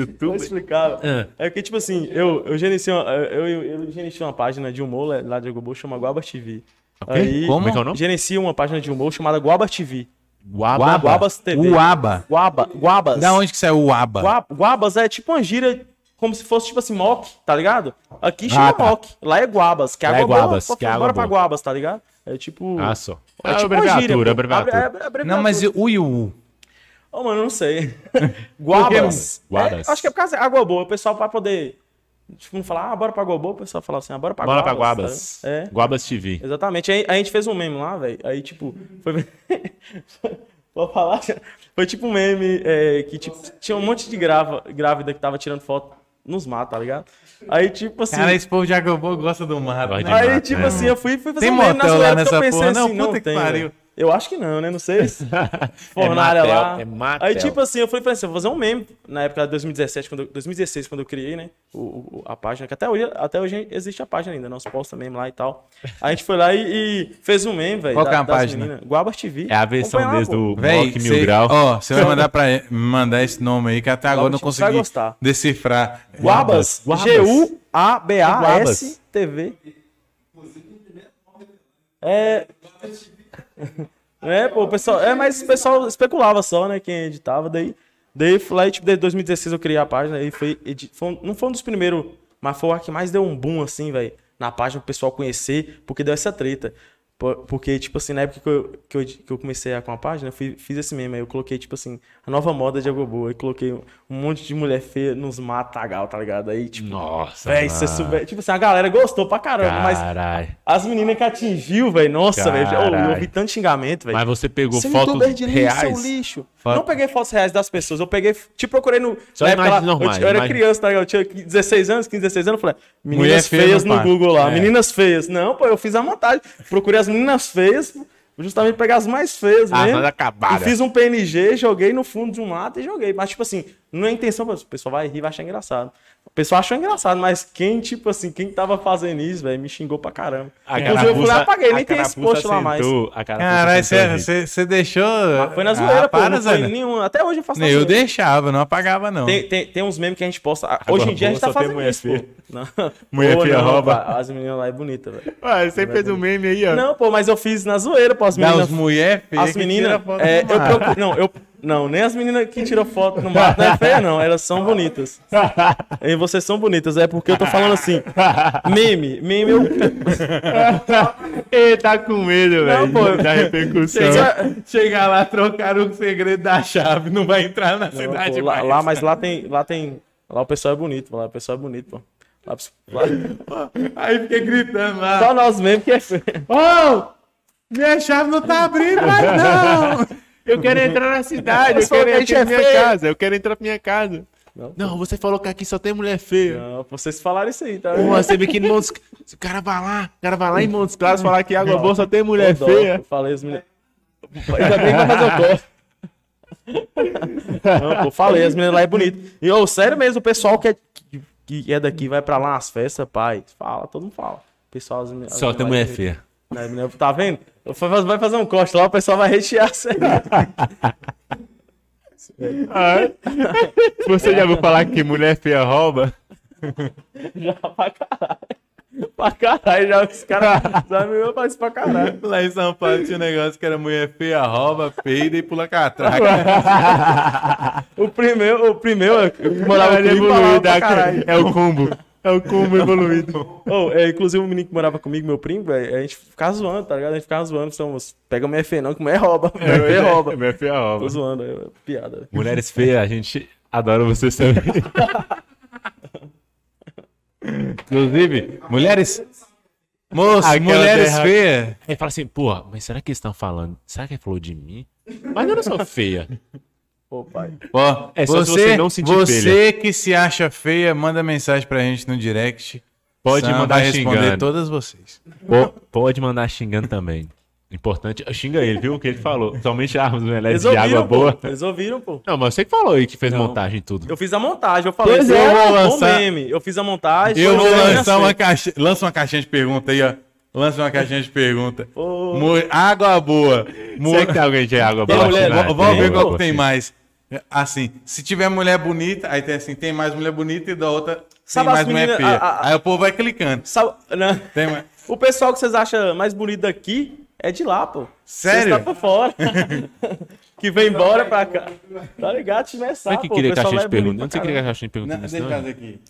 A: Youtuber.
C: explicar.
A: Ah.
C: É que, tipo assim, eu, eu gerencio uma, eu, eu, eu gerencio uma página de humor lá- lá de Agobô, chama Guabas TV.
A: Ok, Como é que é o nome?
C: Gerencio uma página de humor chamada Guabas TV.
A: Guaba.
C: Guabas TV.
B: Uaba.
C: Guaba, Guabas.
B: Da onde que saiu o Uaba?
C: Gua- Guabas é tipo uma gíria, como se fosse tipo assim, mock, tá ligado? Aqui chama
B: Ah, tá.
C: mock, lá é Guabas, que é
A: Lá é
C: água
A: Guabas,
C: boa,
A: que é
C: bora
A: água
C: pra
A: boa.
C: Guabas, tá ligado? É tipo...
A: Ah, só.
C: É
A: Ah,
C: tipo uma
A: abreviatura,
C: gíria, pô.
A: abreviatura.
C: Abre- é- é abreviatura.
B: Não, mas e o Iu?
C: Ô, mano, eu não sei. Guabas.
A: Por que não? Guabas.
C: É, acho que é por causa da água boa. O pessoal vai poder. Tipo, não falar, ah, bora pra Gobô, o pessoal fala assim, ah, bora pra
A: Bora pra
C: Guabas,
A: Guabas.
C: tá ligado? É.
A: Guabas TV.
C: Exatamente. Aí, a gente fez um meme lá, velho. Aí, tipo, foi. Vou falar. Foi tipo um meme é, que tipo, tinha um monte de grava, grávida que tava tirando foto nos matos, tá ligado? Aí, tipo assim.
B: Cara, esse povo de Agobô gosta do mato.
A: Gosta
B: né?
A: de mato.
C: Aí, tipo
A: né?
C: assim, eu fui, fui fazer
B: Tem
C: um meme na
B: motel lá
C: zoeira, porque
B: nessa
C: eu pensei
B: porra, não?
C: assim, não,
B: Puta que
C: tem,
B: pariu.
C: velho. Eu acho que não, né? Não sei se
B: É
C: fornalha
A: Matel,
C: lá.
A: é Matel.
C: Aí, tipo assim, eu falei pra assim, eu vou fazer um meme na época de 2017, quando eu- 2016, quando eu criei, né? o- o- a página, que até hoje, até hoje existe a página ainda, nós postamos meme lá e tal. A gente foi lá e, e fez um meme, velho.
B: Qual que é a
C: das
B: página?
C: meninas. Guabas TV.
A: É a versão
C: Acompanha lá,
A: desde
C: pô.
A: o
B: Véi,
A: Mock Mil
B: cê-
A: Grau.
B: Ó, você vai mandar pra me mandar esse nome aí, que até agora eu não
C: Tipo, você vai
B: consegui
C: gostar.
B: decifrar.
C: Guabas.
A: Guabas.
C: G-U-A-B-A-S
A: Guabas.
C: TV. É. É, pô, o pessoal. É, mas o pessoal especulava só, né? Quem editava. Daí, daí fui lá, e, tipo, desde 2016 eu criei a página. E foi, edi- foi um- Não foi um dos primeiros, mas foi o que mais deu um boom, assim, velho. Na página pro pessoal conhecer, porque deu essa treta. Po- Porque, tipo assim, na época que eu, que eu, edi- que eu comecei a- com a página, eu fui- fiz esse meme. Aí eu coloquei, tipo assim, a nova moda de Agobô. Aí coloquei um um monte de mulher feia nos matagal, tá ligado? Aí, tipo,
A: Nossa.
C: Véi, se você
A: mano.
C: souber. Tipo assim, a galera gostou pra caramba, mas
A: Caralho.
C: as meninas que atingiu, velho, nossa, velho. Eu,
A: Caralho.
C: eu vi tanto xingamento, velho.
A: Mas você pegou
C: Seu
A: fotos
C: é youtuber de lixo, seu
A: reais.
C: lixo.
B: Foto-
C: Não peguei fotos reais das pessoas, eu peguei. Te procurei no.
A: Só
C: na época
A: imagens
C: lá, eu,
A: normais,
C: eu era
A: imagens.
C: criança, tá ligado? Eu tinha 16 anos, 15, 16 anos, eu falei, meninas
B: Mulher feia
C: feias
B: no
C: no
B: parque.
C: Google lá,
B: É.
C: meninas feias. Não, pô, eu fiz a montagem. Procurei as meninas feias, justamente pegar as mais feias
A: Ah,
C: mesmo.
A: mas acabada.
C: E fiz um PNG, joguei no fundo de um mato e joguei. Mas, tipo assim, não é intenção, o pessoal vai rir, vai achar engraçado. O pessoal achou engraçado, mas quem, tipo assim, quem tava fazendo isso, velho, me xingou pra caramba.
A: A
C: Inclusive, eu fui lá e
A: carapuça-
C: apaguei,
A: a
C: nem tem esse
A: carapuça
C: post lá mais.
A: sentou, a carapuça
B: Caralho, é-
A: sentou ali.
B: você deixou.
C: Foi na zoeira,
B: ah,
C: pô,
B: para,
C: não foi
B: Zé.
C: nenhum. Até hoje eu faço na
B: Eu
C: zoeira.
B: deixava, não apagava, não.
C: Tem, tem, tem uns memes que a gente posta. Ah, Hoje em dia a gente
A: boa, só
C: tá
A: tem
C: fazendo
A: mulher
C: isso, pô.
A: feia.
C: Não.
A: Mulher
C: Pô,
A: feia
C: não,
A: rouba.
C: pá, As meninas lá é bonita, velho.
A: Ué, você fez um meme aí, ó.
C: Não, pô, mas eu fiz na zoeira, pô. As
B: Dá
C: meninas.
B: os mulher feia
C: As
B: que
C: meninas.
B: tira foto
C: é,
B: do
C: eu
B: mato.
C: procuro- não, eu. Não, nem as meninas que tiram foto no mato não é feia, não. Elas são bonitas. E vocês são bonitas, é porque eu tô falando assim. Meme, meme eu.
A: Ele tá com medo,
C: Não,
A: velho.
C: pô.
A: Da repercussão.
B: Chegar lá, trocaram o segredo da chave, não vai entrar na
C: Não,
B: cidade
C: pô, lá,
B: mais.
C: lá, mas lá tem. Lá tem. Lá o pessoal é bonito, lá o pessoal é bonito, pô. Lá, lá-
B: Aí fica gritando lá.
C: só nós mesmo que é feio.
B: Ô! Minha chave não tá abrindo mais, não!
A: Eu quero entrar na cidade,
C: Você
A: eu quero
C: falou que a
A: entrar
C: gente
A: pra
C: é
A: minha
C: feio.
A: casa, eu quero entrar pra minha casa.
C: Não, pô.
A: Não, você falou que aqui só tem mulher feia.
C: Não, vocês falaram isso aí, tá?
A: Pô, você vê que em Montes... O cara vai lá, o cara vai lá em Montes Claros falar que água boa só tem
C: Eu
A: mulher
C: dó,
A: feia.
C: Eu falei as meninas. é Ainda bem que vai fazer o corte. Não, pô, falei, as meninas lá é bonito. E, ô, sério mesmo, o pessoal que é, que, que é daqui vai pra lá nas festas, pai. Fala, todo mundo fala. O pessoal, as meninas.
A: Só tem mulher feia.
C: Né, menina, tá vendo? Eu fa- Vai fazer um corte lá, o pessoal vai rechear. isso aí.
A: Você já ouviu falar que mulher feia rouba?
C: Já pra caralho. Pra caralho, já os caras. Os amigos fazem pra caralho.
B: Lá em São Paulo tinha um negócio que era mulher feia, rouba, peida e pula catraca.
C: O primeiro, o primeiro, eu que mandava
A: Caralho,
C: clipe, falava pra caralho.
A: é o combo. É o combo evoluído.
C: Ô, é, inclusive o menino que morava comigo, meu primo, velho, a gente ficava zoando, tá ligado? A gente ficava zoando, somos, pega minha F não, que mulher rouba,
A: É,
C: mulher feia rouba.
A: Mulher feia rouba.
C: Tô zoando, é piada. velho.
A: Mulheres feias, a gente adora vocês também.
B: Inclusive, mulheres. Moço,
A: Aquela
B: mulheres
A: terra-
B: feias.
A: Aí fala assim, porra, mas será que eles estão falando? Será que ele falou de mim? Mas eu não sou feia.
C: Ô, pai.
B: Ó,
A: É só se
B: você,
A: você
B: você,
A: não sentir
B: que se acha feia, manda mensagem pra gente no direct.
A: Pode
B: Sam
A: mandar
B: vai responder
A: xingando.
B: todas vocês.
A: Po- pode mandar xingando também. Importante, xinga ele, viu? O que ele falou. Somente armas mulheres
C: Eles
A: É de água
C: ouviram, pô.
A: boa.
C: Eles ouviram, pô.
A: Não, mas você que falou aí que fez
C: Não.
A: montagem e tudo.
C: Eu fiz a montagem, eu falei,
A: Pois
C: "Esse
A: é, eu
C: é
A: vou
C: um bom
A: lançar-
C: meme. Eu fiz a montagem.
B: Eu
C: foi
B: vou
C: um meme
B: lançar
C: assim.
B: uma caixa, lança uma caixinha de pergunta aí, ó. Lança uma caixinha de pergunta.
C: Ô.
B: Mo- Água boa. Mo-
A: Você que tem alguém de água
B: Tem
A: boa.
B: tá mulher-
A: Renato?
B: vou- vou ver
A: água
B: qual que
A: boa,
B: tem
A: sim.
B: mais. Assim, se tiver mulher bonita, aí tem assim, tem mais mulher bonita e da outra
C: Sabe
B: tem
C: as
B: mais mulher
C: meninas-
B: feia.
C: a- a-
B: Aí o povo vai clicando.
C: Sa- né?
B: Tem mais-
C: O pessoal que vocês acham mais bonito daqui é de lá, pô.
B: Sério?
C: Vocês tá por fora. que vem embora pra cá. Tá ligado? Time é
A: Não
C: sapo,
A: é que
C: pô.
A: queria
C: O pessoal
A: caixinha de
C: lá é bonito
A: perguntas. Não
C: pra
A: sei que queria caixinha de perguntas.
B: Não, deixa eu fazer aqui.
C: caralho.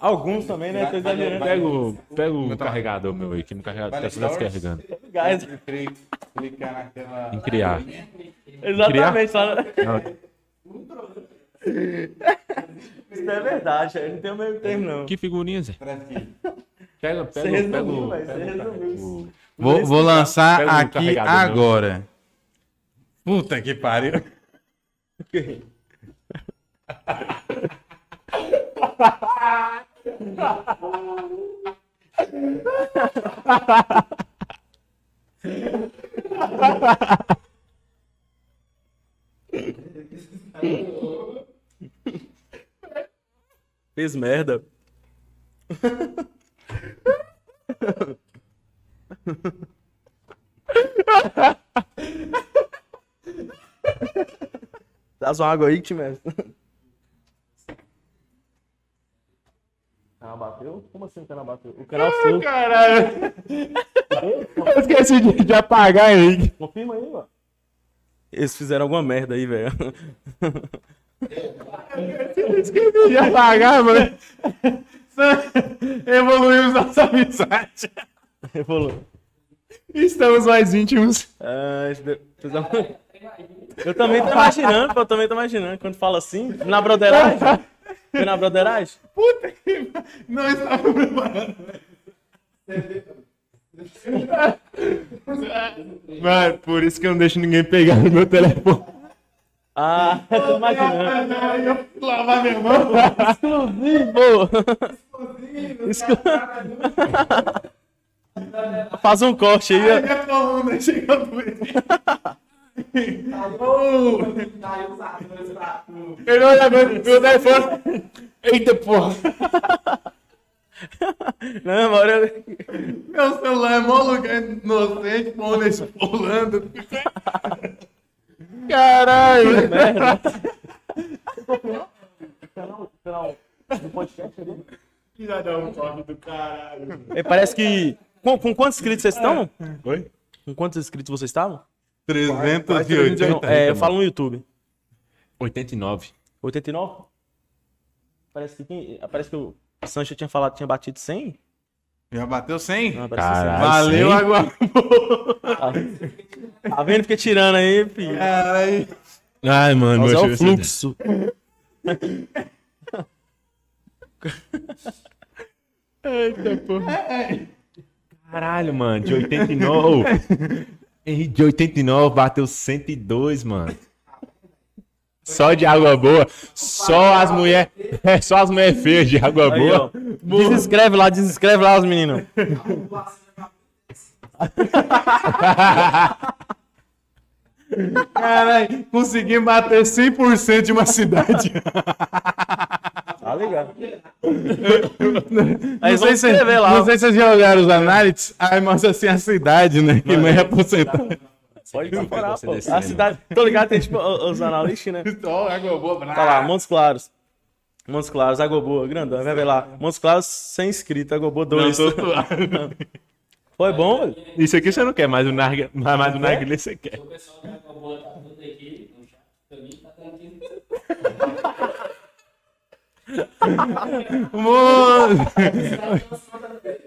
C: Alguns também, né? Tô exagerando.
A: Pega o, pega o carregador meu aí, que meu carregador tá
B: Vale
A: se descarregando.
C: né?
A: Em criar.
C: Exatamente. né? Lá...
A: Não,
C: Isso não é verdade, aí não tem o meio termo, não.
A: que figurinha, Zé? Pega, pega,
C: Você
A: pega,
C: resumiu,
A: o-
C: velho. Você
A: pega,
C: resumiu isso.
A: o-
B: Vou, vou lançar
A: Pega o
B: aqui
A: carregador, não.
B: agora. Puta que pariu.
C: Fez merda. Traz uma água aí, Timé. Canal bateu? Como assim o canal bateu? O canal seu.
A: Ah, Caralho! Eu esqueci de, de apagar, Henrique.
C: Confirma aí, ó. Eles fizeram alguma merda aí, velho.
A: Esqueci de apagar, mano. Evoluímos nossa amizade.
C: Revolou.
A: Estamos mais um. íntimos.
C: Ah, isso deu- fez uma- Eu também tô imaginando, pô, eu também tô imaginando. Quando fala assim, na broderagem. Foi na broderagem?
A: Puta que Não estava preparado. Mano, por isso que eu não deixo ninguém pegar no meu telefone.
C: Ah, eu tô imaginando.
A: Eu lavar minha mão.
C: Exclusivo! Faz um corte aí, ó.
A: Minha coluna chegando. Ele olha meu, meu telefone. Eita porra.
C: Não, bora. eu-
B: Meu celular é mó lugar inocente, pulando, pulando.
A: Caralho.
C: Merda. Canal, canal do podcast ali.
A: Tiradão, corre um do caralho.
C: É, Parece que. Com, com quantos inscritos vocês estão?
A: Oi?
C: Com quantos inscritos vocês estavam? Não,
B: 380.
C: é, eu falo no YouTube.
A: 89.
C: 89? Parece que, quem- parece que o Sancho tinha falado que tinha batido 100?
B: Já bateu 100?
C: Não, parece que
A: Caralho.
B: Valeu,
A: 100?
B: água boa.
C: sim. Tá vendo? Fica tirando aí, filho.
B: Caralho.
A: Ai, mano.
C: Mas é
A: meu
C: o
A: Deus.
C: fluxo.
A: Caralho, mano. De 89. Henrique, de 89 bateu 102, mano. Só de água boa. Só as mulheres. É, só as mulheres feias de água
C: Aí, ó.
A: boa.
C: Desescreve lá, desescreve lá os meninos.
B: Caralho, consegui bater 100% de uma cidade.
C: Tá ligado?
B: Não sei,
C: Aí vamos
B: se,
C: escrever lá.
B: não sei se vocês já olharam os análises. Aí mostra assim a cidade, né? Que não é a porcentagem.
C: Pode comparar,
A: você
C: pô.
A: desse
C: A
A: ano.
C: cidade... Tô ligado, tem tipo o- os analistas, né?
B: Ó, é água boa, brava.
C: Tá lá, Montes Claros. Montes Claros, Água Boa, grandão. Vai ver lá. Montes Claros, 100 inscritos, Água Boa 2. Foi bom, velho?
A: Isso aqui você não quer, mas o narguilé mais o narguilé você quer.
D: O pessoal da Cobola tá tudo aqui, no chat, também tá tranquilo.
A: Mano.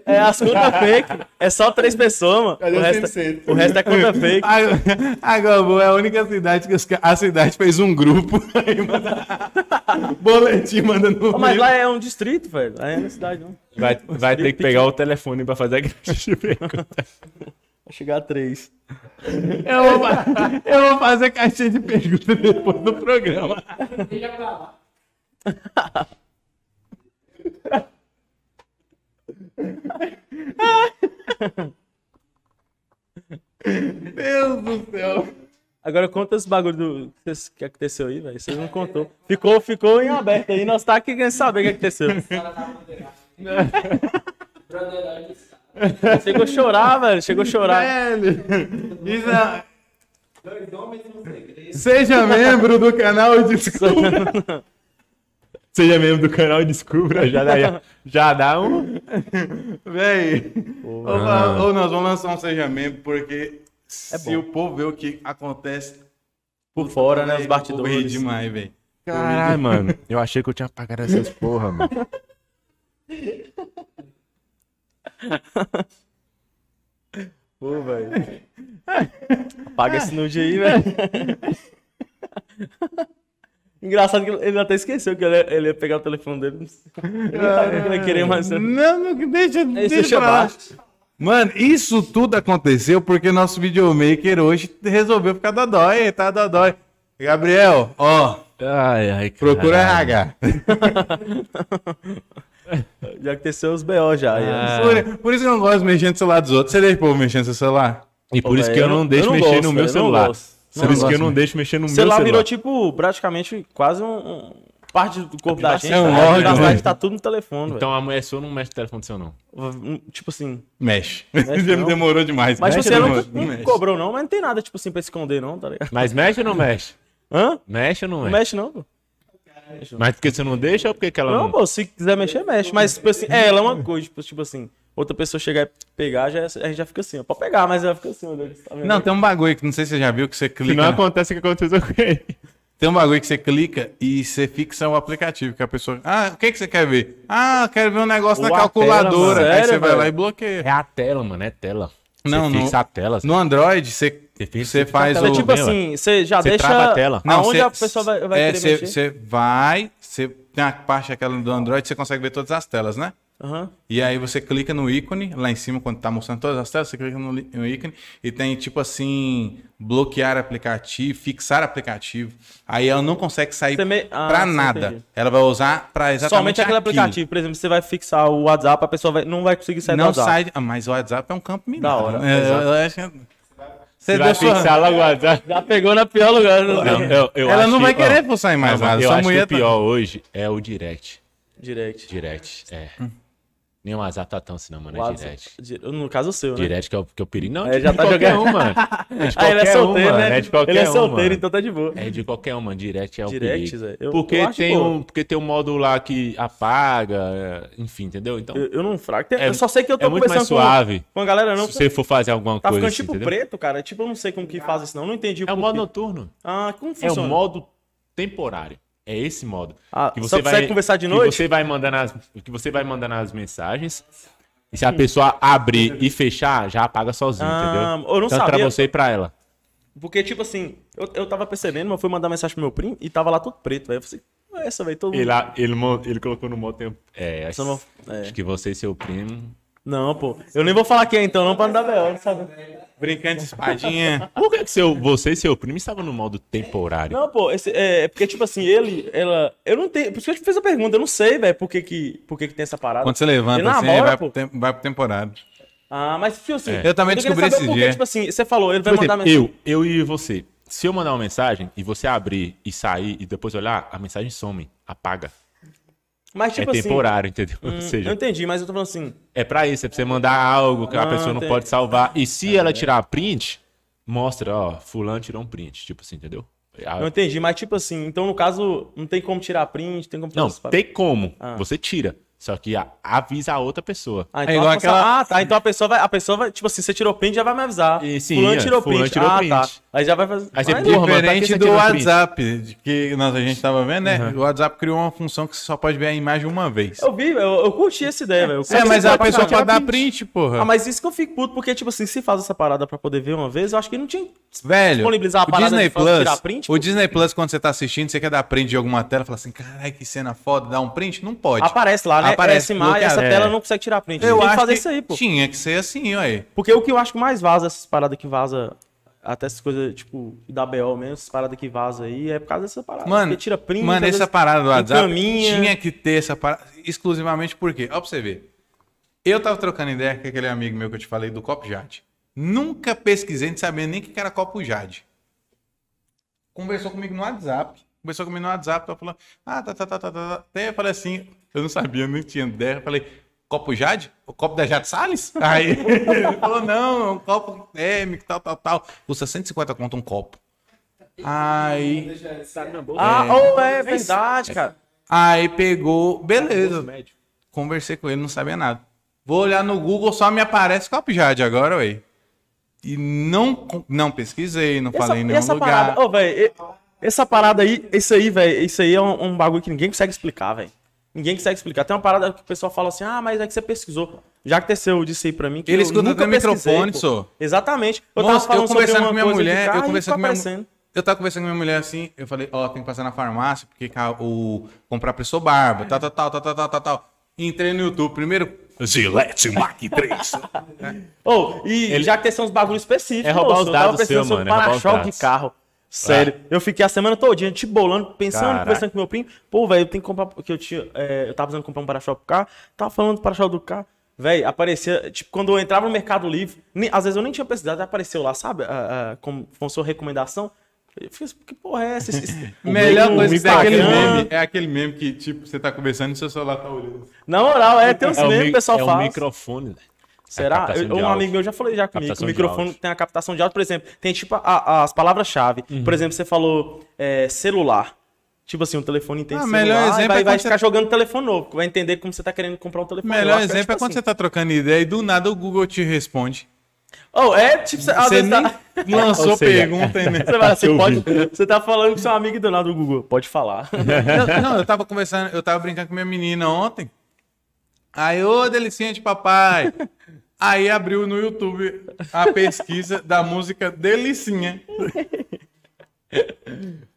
C: É as contas fake. É só três pessoas, mano.
B: Cadê
C: o,
B: os
C: resto,
B: 100%?
C: o resto é conta fake.
B: Água boa é a única cidade que os ca- a cidade fez um grupo. Aí manda... Boletim manda no.
C: Pô, mas lá é um distrito, velho. Lá é na cidade, não.
A: Vai, vai ter que pegar o telefone pra fazer a caixa de pergunta.
C: Vai chegar a três.
B: Eu vou, fa- eu vou fazer caixinha de perguntas depois do programa.
D: Deixa pra lá.
B: Deus do céu.
C: Agora conta esse bagulho do que cês- que aconteceu aí, velho. Vocês não contou. Ficou, ficou em aberto aí. Nós tá aqui querendo saber o que aconteceu.
D: cara tava moderado. Brother, olha isso.
C: Chegou a chorar, velho. Chegou a chorar.
B: Velho, isso é-
D: Dois homens e um segredo.
B: Seja membro do canal e descubra.
A: Seja membro É do canal e descubra, já dá, já dá um.
B: Véi. Ou, va- ou nós vamos lançar um Seja Membro, porque se
C: É bom.
B: o povo vê o que acontece,
C: Por fora, né?
B: véi,
C: Os
B: o povo ri
C: bastidores.
B: demais, velho.
A: Caralho, mano. Eu achei que eu tinha apagado essas porra, mano.
C: Pô, velho. Apaga esse nude aí, velho. Engraçado que ele até esqueceu que ele ia, ele ia pegar o telefone dele. Ele não sabia que ele ia querer mais. né?
B: Não, não, deixa,
C: Aí
B: deixa,
C: você
B: pra lá.
C: chama.
B: Mano, isso tudo aconteceu porque nosso videomaker hoje resolveu ficar dodói, tá dodói. Gabriel, ó,
A: Ai, ai,
B: procura
A: caralho.
B: RH.
C: Já aconteceu os BO já. aí, né?
B: Por, por isso que eu não gosto de mexer no celular dos outros. Você deixa o povo mexer no seu celular?
A: E por
C: Pô,
A: isso
C: velho,
A: que eu não deixo mexer
C: gosto,
A: no
C: velho,
A: meu
C: eu não
A: celular.
C: gosto.
A: Por
B: Não
A: isso que eu
B: gosto.
A: não deixo mexer no
C: O
A: meu
C: celular
A: celular.
C: virou, tipo, praticamente quase um, um- parte do corpo da gente.
B: É um
C: tá? A
B: órgão,
C: vida da
B: né?
C: gente tá tudo no telefone,
A: Então a mulher sua não mexe no telefone seu, não.
C: velho. Tipo assim.
B: Mexe.
C: Mexe
B: Já me
C: não.
B: demorou demais.
C: Mas
B: Mexe
C: você
B: ou
C: não,
B: mexe?
C: não
B: mexe.
C: cobrou, não, mas não tem nada, tipo assim, pra esconder, não, tá ligado?
A: Mas mexe ou não mexe?
C: Hã?
A: Mexe ou não
C: Não
A: mexe?
C: mexe, não, pô.
A: Mas porque você não deixa ou porque que ela não?
C: Não, pô, se quiser mexer, mexe. Mas, tipo assim, é, ela é uma coisa, tipo, tipo assim, outra pessoa chegar e pegar, já, a gente já fica assim, ó. Pode pegar, mas ela fica assim, olhando. Tá vendo?
B: Não, tem um bagulho que não sei se você já viu que você
A: Se não
C: é
B: clica.
A: acontece o que aconteceu com ele.
B: Tem um bagulho que você clica e você fixa o aplicativo, que a pessoa. Ah, o que, que você quer ver? Ah, eu quero ver um negócio
A: Ou
B: na
A: a
B: calculadora.
A: tela, mano.
B: Aí você
C: Sério,
B: vai
C: velho?
B: lá e bloqueia.
A: É a tela, mano, é tela.
B: Não,
A: você
B: não.
A: fixa a tela.
B: No Android, você,
A: Você fixa-
B: você faz
A: fixa a tela.
C: Você,
B: o.
C: tipo
A: Meu,
C: assim, você já
A: você
C: deixa.
A: trava a tela.
B: Não,
C: aonde
B: cê-
C: a pessoa vai, vai
B: é,
C: querer
B: cê-
C: mexer.
B: cê vai, você tem a parte aquela do Android, você consegue ver todas as telas, né?
C: Aham.
B: E aí você clica no ícone, lá em cima, quando tá mostrando todas as telas, você clica no, li- no ícone e tem tipo assim, bloquear aplicativo, fixar aplicativo. Aí ela não consegue sair
C: Você me- Ah,
B: pra
C: sim,
B: nada.
C: entendi.
B: Ela vai usar pra exatamente
C: Somente aquele
B: aquilo.
C: aplicativo, por exemplo, você vai fixar o WhatsApp, a pessoa vai- não vai conseguir sair do
B: Não
C: WhatsApp.
B: sai, ah, mas o WhatsApp é um campo minado.
C: Da hora,
B: É,
C: exato.
B: eu acho que- Você
A: Você vai
B: deu sua-
A: fixar logo a tela.
C: Já pegou na pior lugar. né? Não,
A: Não, eu- eu
B: Ela
A: acho
B: não vai
A: que-
B: querer
A: ó,
B: forçar em mais
A: não,
B: nada.
A: Eu
B: Sua
A: acho que
B: mulher
A: o
B: tá-
A: pior hoje é o direct.
C: Direct.
A: Direct, é. Nem o WhatsApp tá tão assim, não, mano, é
C: Hum. WhatsApp.
A: direct.
C: Di- No caso o seu, né?
A: Direct que é o, que é o perigo. Não,
C: Aí já
A: de
C: tá
A: qualquer
C: jogando.
A: um, mano. É de
C: Ah, ele é
A: qualquer um,
C: solteiro,
A: mano.
C: né?
A: É de qualquer
C: ele é
A: um,
C: solteiro,
A: mano.
C: então tá de boa.
A: É de qualquer uma, direct é o
C: Direct,
A: perigo.
C: Zé, eu-
A: porque,
C: eu acho
A: tem
C: boa.
A: um, porque tem um módulo lá que apaga, é, enfim, entendeu? Então,
C: Eu, eu não fraco. Tem-
A: É-
C: eu só sei que eu tô
A: é muito mais
C: conversando com-
A: suave.
C: Com, a galera, não.
A: se você for fazer alguma
C: Tá
A: coisa
C: ficando
A: assim,
C: tipo
A: entendeu?
C: preto, cara. Tipo, eu não sei como que faz isso, não. Eu Não entendi.
A: É o
C: porquê.
A: modo noturno.
C: Ah, como
A: É
C: funciona?
A: o modo temporário. É esse modo.
C: Ah, só consegue conversar de noite?
A: Que você vai mandando as, que você vai mandando as mensagens. E se a pessoa abrir e fechar, já apaga sozinho,
C: Ah,
A: entendeu?
C: eu não
A: Tanto pra
C: sabia.
A: você e pra ela.
C: Porque, tipo assim, eu, eu tava percebendo, mas eu fui mandar mensagem pro meu primo e tava lá tudo preto, velho. Eu falei, assim, "Ué, essa, velho, todo
A: Ele,
C: mundo.
A: lá- ele, mon- ele colocou no modo tempo. É, acho,
C: Só não- é.
A: acho que você e seu primo.
C: Não, pô. Eu nem vou falar quem é, então, não, pra não dar B.O., sabe?
B: Brincando de espadinha.
A: Por que, que seu, você e seu primo estavam no modo temporário?
C: Não, pô, esse, é, é porque, tipo assim, ele, ela. Eu não tenho. Por isso que eu te fiz a pergunta, eu não sei, velho, por que que, por que que tem essa parada.
B: Quando você levanta
C: Ele
B: assim,
C: namora,
B: aí vai, pro
C: pô.
B: tempo, vai pro temporada.
C: Ah, mas, tipo assim.
B: Eu também
C: tô querendo
B: descobri
C: saber
B: esses
C: por que,
B: dias.
C: Tipo assim, você falou, ele vai
A: Por
C: mandar
A: exemplo,
C: mensagem.
A: eu, eu e você. Se eu mandar uma mensagem e você abrir e sair e depois olhar, a mensagem some, apaga.
C: Mas, tipo
A: é
C: assim.
A: temporário, entendeu? Ou
C: Hum,
A: seja,
C: Eu entendi, mas eu tô falando assim.
A: É pra isso, é pra você mandar algo que a
C: Ah,
A: pessoa não
C: entendi. É.
A: pode salvar. E se ela tirar a print, mostra, ó, fulano tirou um print, tipo assim, entendeu? Ah,
C: Eu entendi, mas tipo assim, então no caso, não tem como tirar print, tem como fazer
A: Não,
C: esse papo.
A: tem como.
C: Ah.
A: Você tira. Só que a- avisa a outra pessoa.
C: Ah,
B: É
C: então
B: igual
C: a pessoa-
B: aquela-
C: ah, tá. Então a pessoa vai. A pessoa vai. Tipo assim, você tirou print, já vai me avisar.
A: E sim,
C: fulano
A: é,
C: tirou print.
A: fulano tirou
C: ah,
A: print.
C: tá. Aí já vai fazer.
A: Aí você
C: Mas-
A: Porra, tá mano, pra que
B: Diferente
A: você
B: do
A: tirou é print?
B: WhatsApp, de que nós, a gente tava vendo, né? O WhatsApp criou uma função que você só pode ver a imagem uma vez.
C: Eu vi, eu, eu curti essa ideia, velho. Eu
B: É,
C: curti
B: mas
C: essa
B: a pessoa
C: parada.
B: pode dar print, porra.
C: Ah, mas isso que eu fico puto, porque, tipo assim, se faz essa parada pra poder ver uma vez, eu acho que não tinha.
B: Velho,
C: disponibilizar a
B: o
C: parada
B: Disney
C: de foto,
B: Plus,
C: tirar print,
B: o
C: pô.
B: Disney Plus, quando você tá assistindo, você quer dar print de alguma tela, fala assim, caralho, que cena foda, dá um print? Não pode.
C: Aparece lá, né?
B: Aparece,
C: Aparece, essa, imagem,
B: bloqueado.
C: essa
B: É.
C: tela não consegue tirar print.
B: Eu
C: tem
B: acho
C: que fazer
B: que
C: isso aí, pô.
B: tinha que ser assim, olha
C: Porque o que eu acho que mais vaza essas paradas que vaza. Até essas coisas, tipo, da BO mesmo, essas paradas que vaza aí, é por causa dessa parada.
B: aí. Mano,
C: Porque tira print,
B: mano
C: às vezes
B: essa parada do WhatsApp
C: encaminha.
B: tinha que ter essa parada, exclusivamente por quê? Ó pra você ver. Eu tava trocando ideia com aquele amigo meu que eu te falei do Copo Jade. Nunca pesquisei, não sabia nem o que era Copo Jade. Conversou comigo no WhatsApp. Conversou comigo no WhatsApp, tava falando, ah, tá, tá, tá, tá, tá. tá. Até eu falei assim, eu não sabia, não tinha ideia. Eu falei, Copo Jade? O copo da Jade Salles? Aí ele falou, não, é um copo térmico, tal, tal, tal. Custa 150 conto um copo. Aí
C: Ah, oh, é verdade, cara.
B: Aí pegou, beleza. Conversei com ele, não sabia nada. Vou olhar no Google, só me aparece Copo Jade agora, ué. E não, con- não pesquisei, não
C: Essa,
B: falei em nenhum
C: essa
B: lugar.
C: parada, ô, velho, e- essa parada aí, isso aí, velho, isso aí é um, um bagulho que ninguém consegue explicar, velho. Ninguém consegue explicar. Tem uma parada que o pessoal fala assim, ah, mas é que você pesquisou. Já aconteceu disso aí pra mim. Que
B: Ele
C: eu
B: escuta
C: nunca
B: até o
C: pesquisei,
B: microfone,
C: pô.
B: só.
C: Exatamente. Eu
B: Nossa,
C: tava falando
B: eu conversando com
C: sobre uma
B: minha
C: coisa
B: mulher,
C: de carro
B: eu
C: e
B: conversando
C: ficou
B: com minha
C: aparecendo.
B: mulher. Eu tava conversando com minha mulher assim, eu falei, ó, tem que passar na farmácia, porque ca- o comprar pressou barba, tal, tal, tal, tal, tal, tal, tal, tal. Entrei no YouTube, primeiro.
A: Gillette Mac 3.
C: Ô, e já que são uns bagulhos específicos,
A: É roubar
C: moço,
A: os
C: eu tava
A: dados
C: pensando
A: seu,
C: sobre
A: mano, é roubar os
C: Para-choque de
A: dados.
C: carro. Sério, eu fiquei a semana todinha te bolando, pensando,
A: Caraca.
C: conversando com meu primo. Pô, velho, eu tenho que comprar, porque eu tinha, é, eu tava precisando comprar um para-choque pro carro, tava falando do para-choque do carro. Velho, aparecia, tipo, quando eu entrava no Mercado Livre, nem- às vezes eu nem tinha pesquisado, apareceu lá, sabe, ah, ah, como foi sua recomendação. Eu fiquei assim, que porra é essa? Esse- esse-
B: Melhor
C: o
B: coisa que tem é aquele
C: Instagram.
B: meme. É aquele meme que, tipo, você tá conversando e seu celular tá olhando.
C: Na moral, é, tem uns
A: É o
C: memes que
A: mi-
C: o pessoal
A: é o
C: faz.
A: microfone. né? É
C: Será?
A: captação
C: Eu-
A: de
C: um
A: áudio.
C: amigo meu já falou já comigo que o
A: Captação de
C: microfone
A: áudio.
C: tem a captação de áudio. Por exemplo, tem tipo a- as palavras chave.
A: Uhum.
C: Por exemplo, você falou é, celular. Tipo assim, um telefone tem
B: Ah,
C: celular.
B: melhor
C: e
B: exemplo
C: vai,
B: é
C: vai
B: quando
C: ficar jogando telefone novo. Vai entender como você tá querendo comprar um telefone. Eu
B: Melhor
C: acho que
B: exemplo é,
C: tipo
B: quando
C: assim.
B: você tá trocando ideia e do nada o Google te responde.
C: Oh, é tipo, você, às
B: Você
C: vezes
B: nem
C: tá...
B: lançou
A: Ou seja,
B: pergunta, né?
C: Você, vai, você,
A: Eu
C: pode-
A: vi.
C: você tá falando com seu amigo e do lado do Google. Pode falar.
B: Não, não, eu tava conversando, eu tava brincando com minha menina ontem. Aí, ô, delicinha de papai. Aí abriu no YouTube a pesquisa da música Delicinha.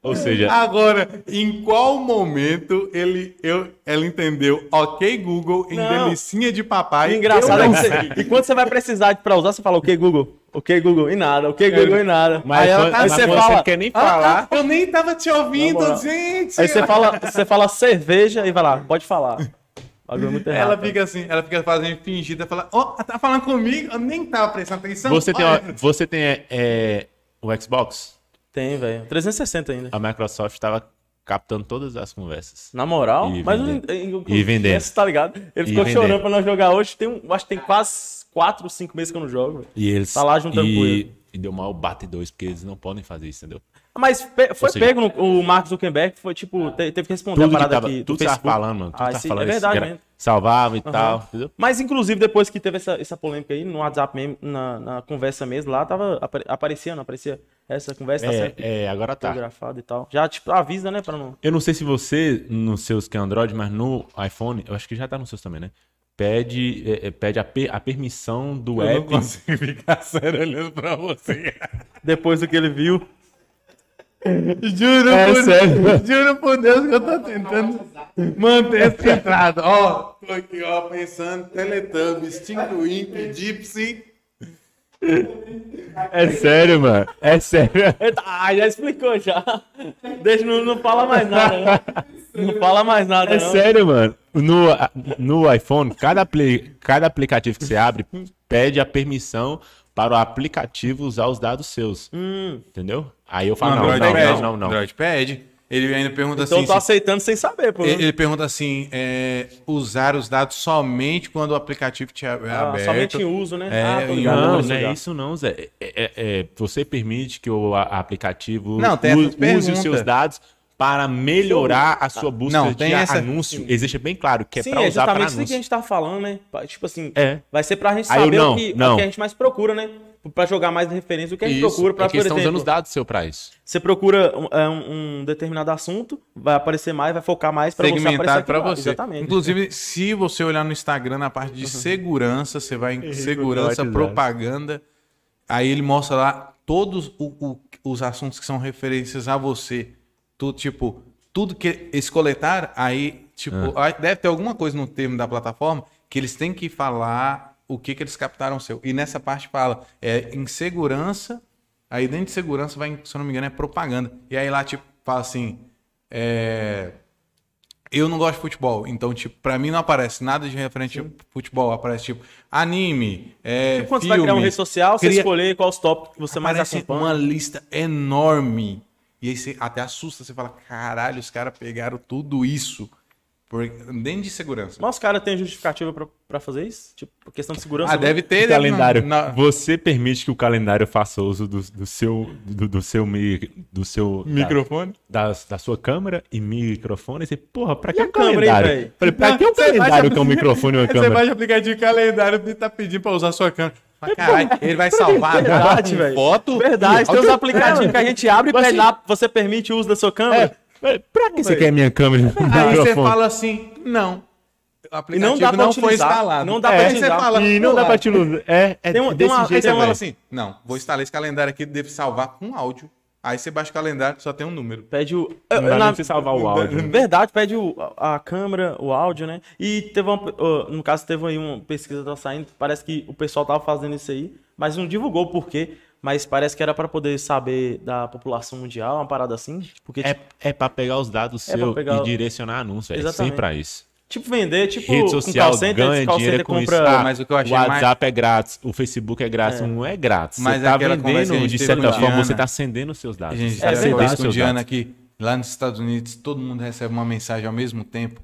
A: Ou seja,
C: Ah,
B: Agora, em qual momento ele, eu, ela entendeu OK Google em
C: Não.
B: Delicinha de papai?
C: E engraçado
B: Eu
C: é
B: não
C: que você... E quando você vai precisar de- pra usar, você fala, ok, Google. Ok, Google. E nada. Ok, Google. E nada.
A: É, mas,
B: Aí ela
A: quando-
B: tá-
A: mas
B: você
A: quando
C: fala- tá.
A: não quer nem
B: Ah,
A: falar.
B: ah, eu nem tava te ouvindo,
C: Na moral.
B: gente.
C: Aí você fala, você fala cerveja e vai lá, pode falar. O Bagulho é muito errado.
B: Ela fica assim, ela fica fazendo fingida, fala, ó, tá falando comigo, eu nem tava prestando atenção.
A: Você tem,
B: Olha.
A: ó, você tem é, é, o Xbox?
C: Tem, velho. 360 ainda.
A: A Microsoft estava captando todas as conversas.
C: Na moral,
A: E
C: mas
A: vendendo.
C: eu- eu-
A: E vendendo.
C: Você tá ligado? Ele ficou
A: vendendo.
C: chorando pra nós jogar hoje. Tem um, acho que tem quase 4, 5 meses que eu não jogo. velho.
A: E eles.
C: Tá lá juntando
A: e,
C: poeira.
A: e deu mal bate dois, porque eles não podem fazer isso, entendeu?
C: Mas pe- foi
A: Ou seja-
C: pego no, o Mark Zuckerberg, foi tipo, te- teve que responder
A: Tudo
C: a
A: que
C: parada
A: tava,
C: aqui. do
A: tudo que tava
C: Facebook.
A: falando, mano. Tudo que
C: Ah,
A: tava
C: esse-
A: falando
C: é
A: isso,
C: verdade
A: gra-
C: mesmo.
A: Salvava e
C: Aham.
A: tal, entendeu?
C: Mas, inclusive, depois que teve essa, essa polêmica aí, no WhatsApp mesmo, na, na conversa mesmo, lá tava apare- aparecendo, aparecia essa conversa, tá sendo
A: É, é, agora tá.
C: fotografada e tal. Já, tipo, avisa, né, pra não...
A: Eu não sei se você, nos seus que é Android, mas no iPhone, eu acho que já tá nos seus também, né? Pede, é, é, pede a, per- a permissão do
B: Eu não
A: app.
B: consigo ficar sério olhando pra você.
C: Depois do que ele viu...
B: Juro,
C: É
B: por,
C: sério.
B: juro por Deus que eu tô tentando manter essa entrada. Ó, tô aqui, ó, pensando, Teletubbies, Tinto Ink, Gypsy.
A: É sério, mano. É sério.
C: Eita, Ah, já explicou já. Deixa, não, não fala mais nada. né? Não, não fala mais nada.
A: É
C: não.
A: sério, mano. No, no iPhone, cada, apli- cada aplicativo que você abre pede a permissão para o aplicativo usar os dados seus.
C: Hum.
A: Entendeu? Aí eu
C: Ah,
A: falo,
C: é
A: não, não, não, não, não.
B: Android pede. Ele ainda pergunta
C: Então eu
B: assim...
C: tô
B: se-
C: aceitando sem saber, pô.
B: ele ele pergunta assim, é, usar os dados somente quando o aplicativo te ab- é
C: Ah,
B: aberto.
C: somente em uso, né?
B: É,
C: ah, tô
B: em
C: ligado,
A: Não,
C: vou
A: não é
C: jogar.
A: isso não, Zé. É- é- é, você permite que o a- aplicativo
B: Não, tem essas
A: use, use os seus
B: perguntas.
A: dados para melhorar a sua busca
B: Não, tem
A: de
B: essa-
A: anúncio. Existe bem claro que é
C: Sim,
A: para
C: é
A: usar para
C: exatamente isso que a
A: anúncio.
C: gente tá falando, né? Pa- Tipo assim,
A: É.
C: vai ser pra gente
A: Aí eu
C: saber
A: não,
C: o, que, o
A: não.
C: que a gente mais procura, né? Pra jogar mais referência, o que a gente
A: Isso,
C: procura pra,
A: é que eles
C: por
A: estão usando os
C: exemplo,
A: dados seu para isso.
C: você procura um, é, um- um determinado assunto, vai aparecer mais, vai focar mais pra você aparecer
B: segmentado
C: aqui
B: para
C: lá.
B: você.
C: Exatamente. Uhum.
B: Inclusive, se você olhar no Instagram, na parte de segurança, você vai em
A: Vai te
B: segurança,
A: dar.
B: propaganda. Aí ele mostra lá todos o- o- os assuntos que são referências a você. Tu, tipo, tudo que eles coletaram, aí, tipo, aí deve ter alguma coisa no termo da plataforma que eles têm que falar o que, que eles captaram seu. E nessa parte fala, é em segurança, aí dentro de segurança vai, em- se eu não me engano, é propaganda. E aí lá, tipo, fala assim, é eu não gosto de futebol, então, tipo, pra mim não aparece nada de referente a futebol. Aparece, tipo, anime, é,
C: Quando você vai
B: filme.
C: criar uma rede social, você
B: Cria-
C: escolher qual os tópicos que você mais
B: Aparece
C: acompanha.
B: uma lista enorme. E aí você até assusta, você fala, caralho, os caras pegaram tudo isso. Por... Dentro de segurança.
C: Mas os caras têm justificativa pra, pra fazer isso? Tipo, questão de segurança.
B: Ah, deve ter.
A: O calendário.
B: Na, na-
A: Você permite que o calendário faça uso do, do seu do, do seu mi- do seu
B: Microfone.
A: da, da- da sua câmera e microfone. Você, porra, pra que
C: E a
A: um
C: câmera, hein,
A: calendário?
C: velho?
A: Falei, pra que um
B: Você baixa-
A: calendário que é um microfone e uma
B: Aí Você
A: câmera?
B: baixa o aplicativo de calendário e tá pedindo pra usar a sua câmera.
A: É
B: Fala, Caralho, ele vai salvar
C: Verdade,
B: com
C: velho.
B: foto.
C: Verdade, tem uns aplicativos que a gente abre e
A: Mas
C: pede
A: assim-
C: lá, você permite o uso da sua câmera?
A: É, velho, pra que você
C: velho.
A: quer minha câmera e um
B: Aí você
A: microfone?
B: fala assim, não. O
C: E não
B: aplicativo
C: dá pra
B: não
C: utilizar,
B: foi instalado.
C: não dá
A: pra
B: Aí você
C: utilizar.
B: fala,
A: e não dá
B: "Pô,
A: pra te iludir. É, é
C: Tem uma- tem
A: desse
C: uma-
B: Aí
A: jeito,
B: você fala
A: velho.
B: assim, não, vou instalar esse calendário aqui, devo salvar com áudio. Aí você baixa o calendário, só tem um número.
C: Pede o.
A: Não dá
C: na-
A: nem pra você salvar o áudio. né?
C: Verdade, pede o- a, a câmera, o áudio, né? E teve uma, ó, no caso, teve aí uma pesquisa que tá saindo, parece que o pessoal tava fazendo isso aí, mas não divulgou o porquê, mas parece que era pra poder saber da população mundial, uma parada assim, porque
A: É,
C: tipo,
A: é pra pegar os dados
C: É pra
A: seus
C: pegar
A: e
C: o-
A: direcionar anúncio, velho.
C: Exatamente.
A: Sempre pra isso.
C: tipo vender, tipo
A: Rede social
C: call center,
A: ganha
C: call
A: dinheiro
C: center
A: com isso.
C: compra
A: Ah,
B: mas o que eu achei mais-
A: WhatsApp é grátis, o Facebook é grátis, não é grátis.
B: Mas
A: você tá
B: aquela conversa que a
A: vendendo,
B: gente
A: de
B: teve com
A: certa
B: a
A: forma,
B: Diana.
A: você tá acendendo os seus
B: A
A: datos.
B: gente
A: Tá
B: tá
C: é
A: acendendo
B: é
C: verdade.
A: os
B: isso com o
A: seus
B: Diana
A: dados.
B: aqui. Lá nos Estados Unidos, todo mundo recebe uma mensagem ao mesmo tempo.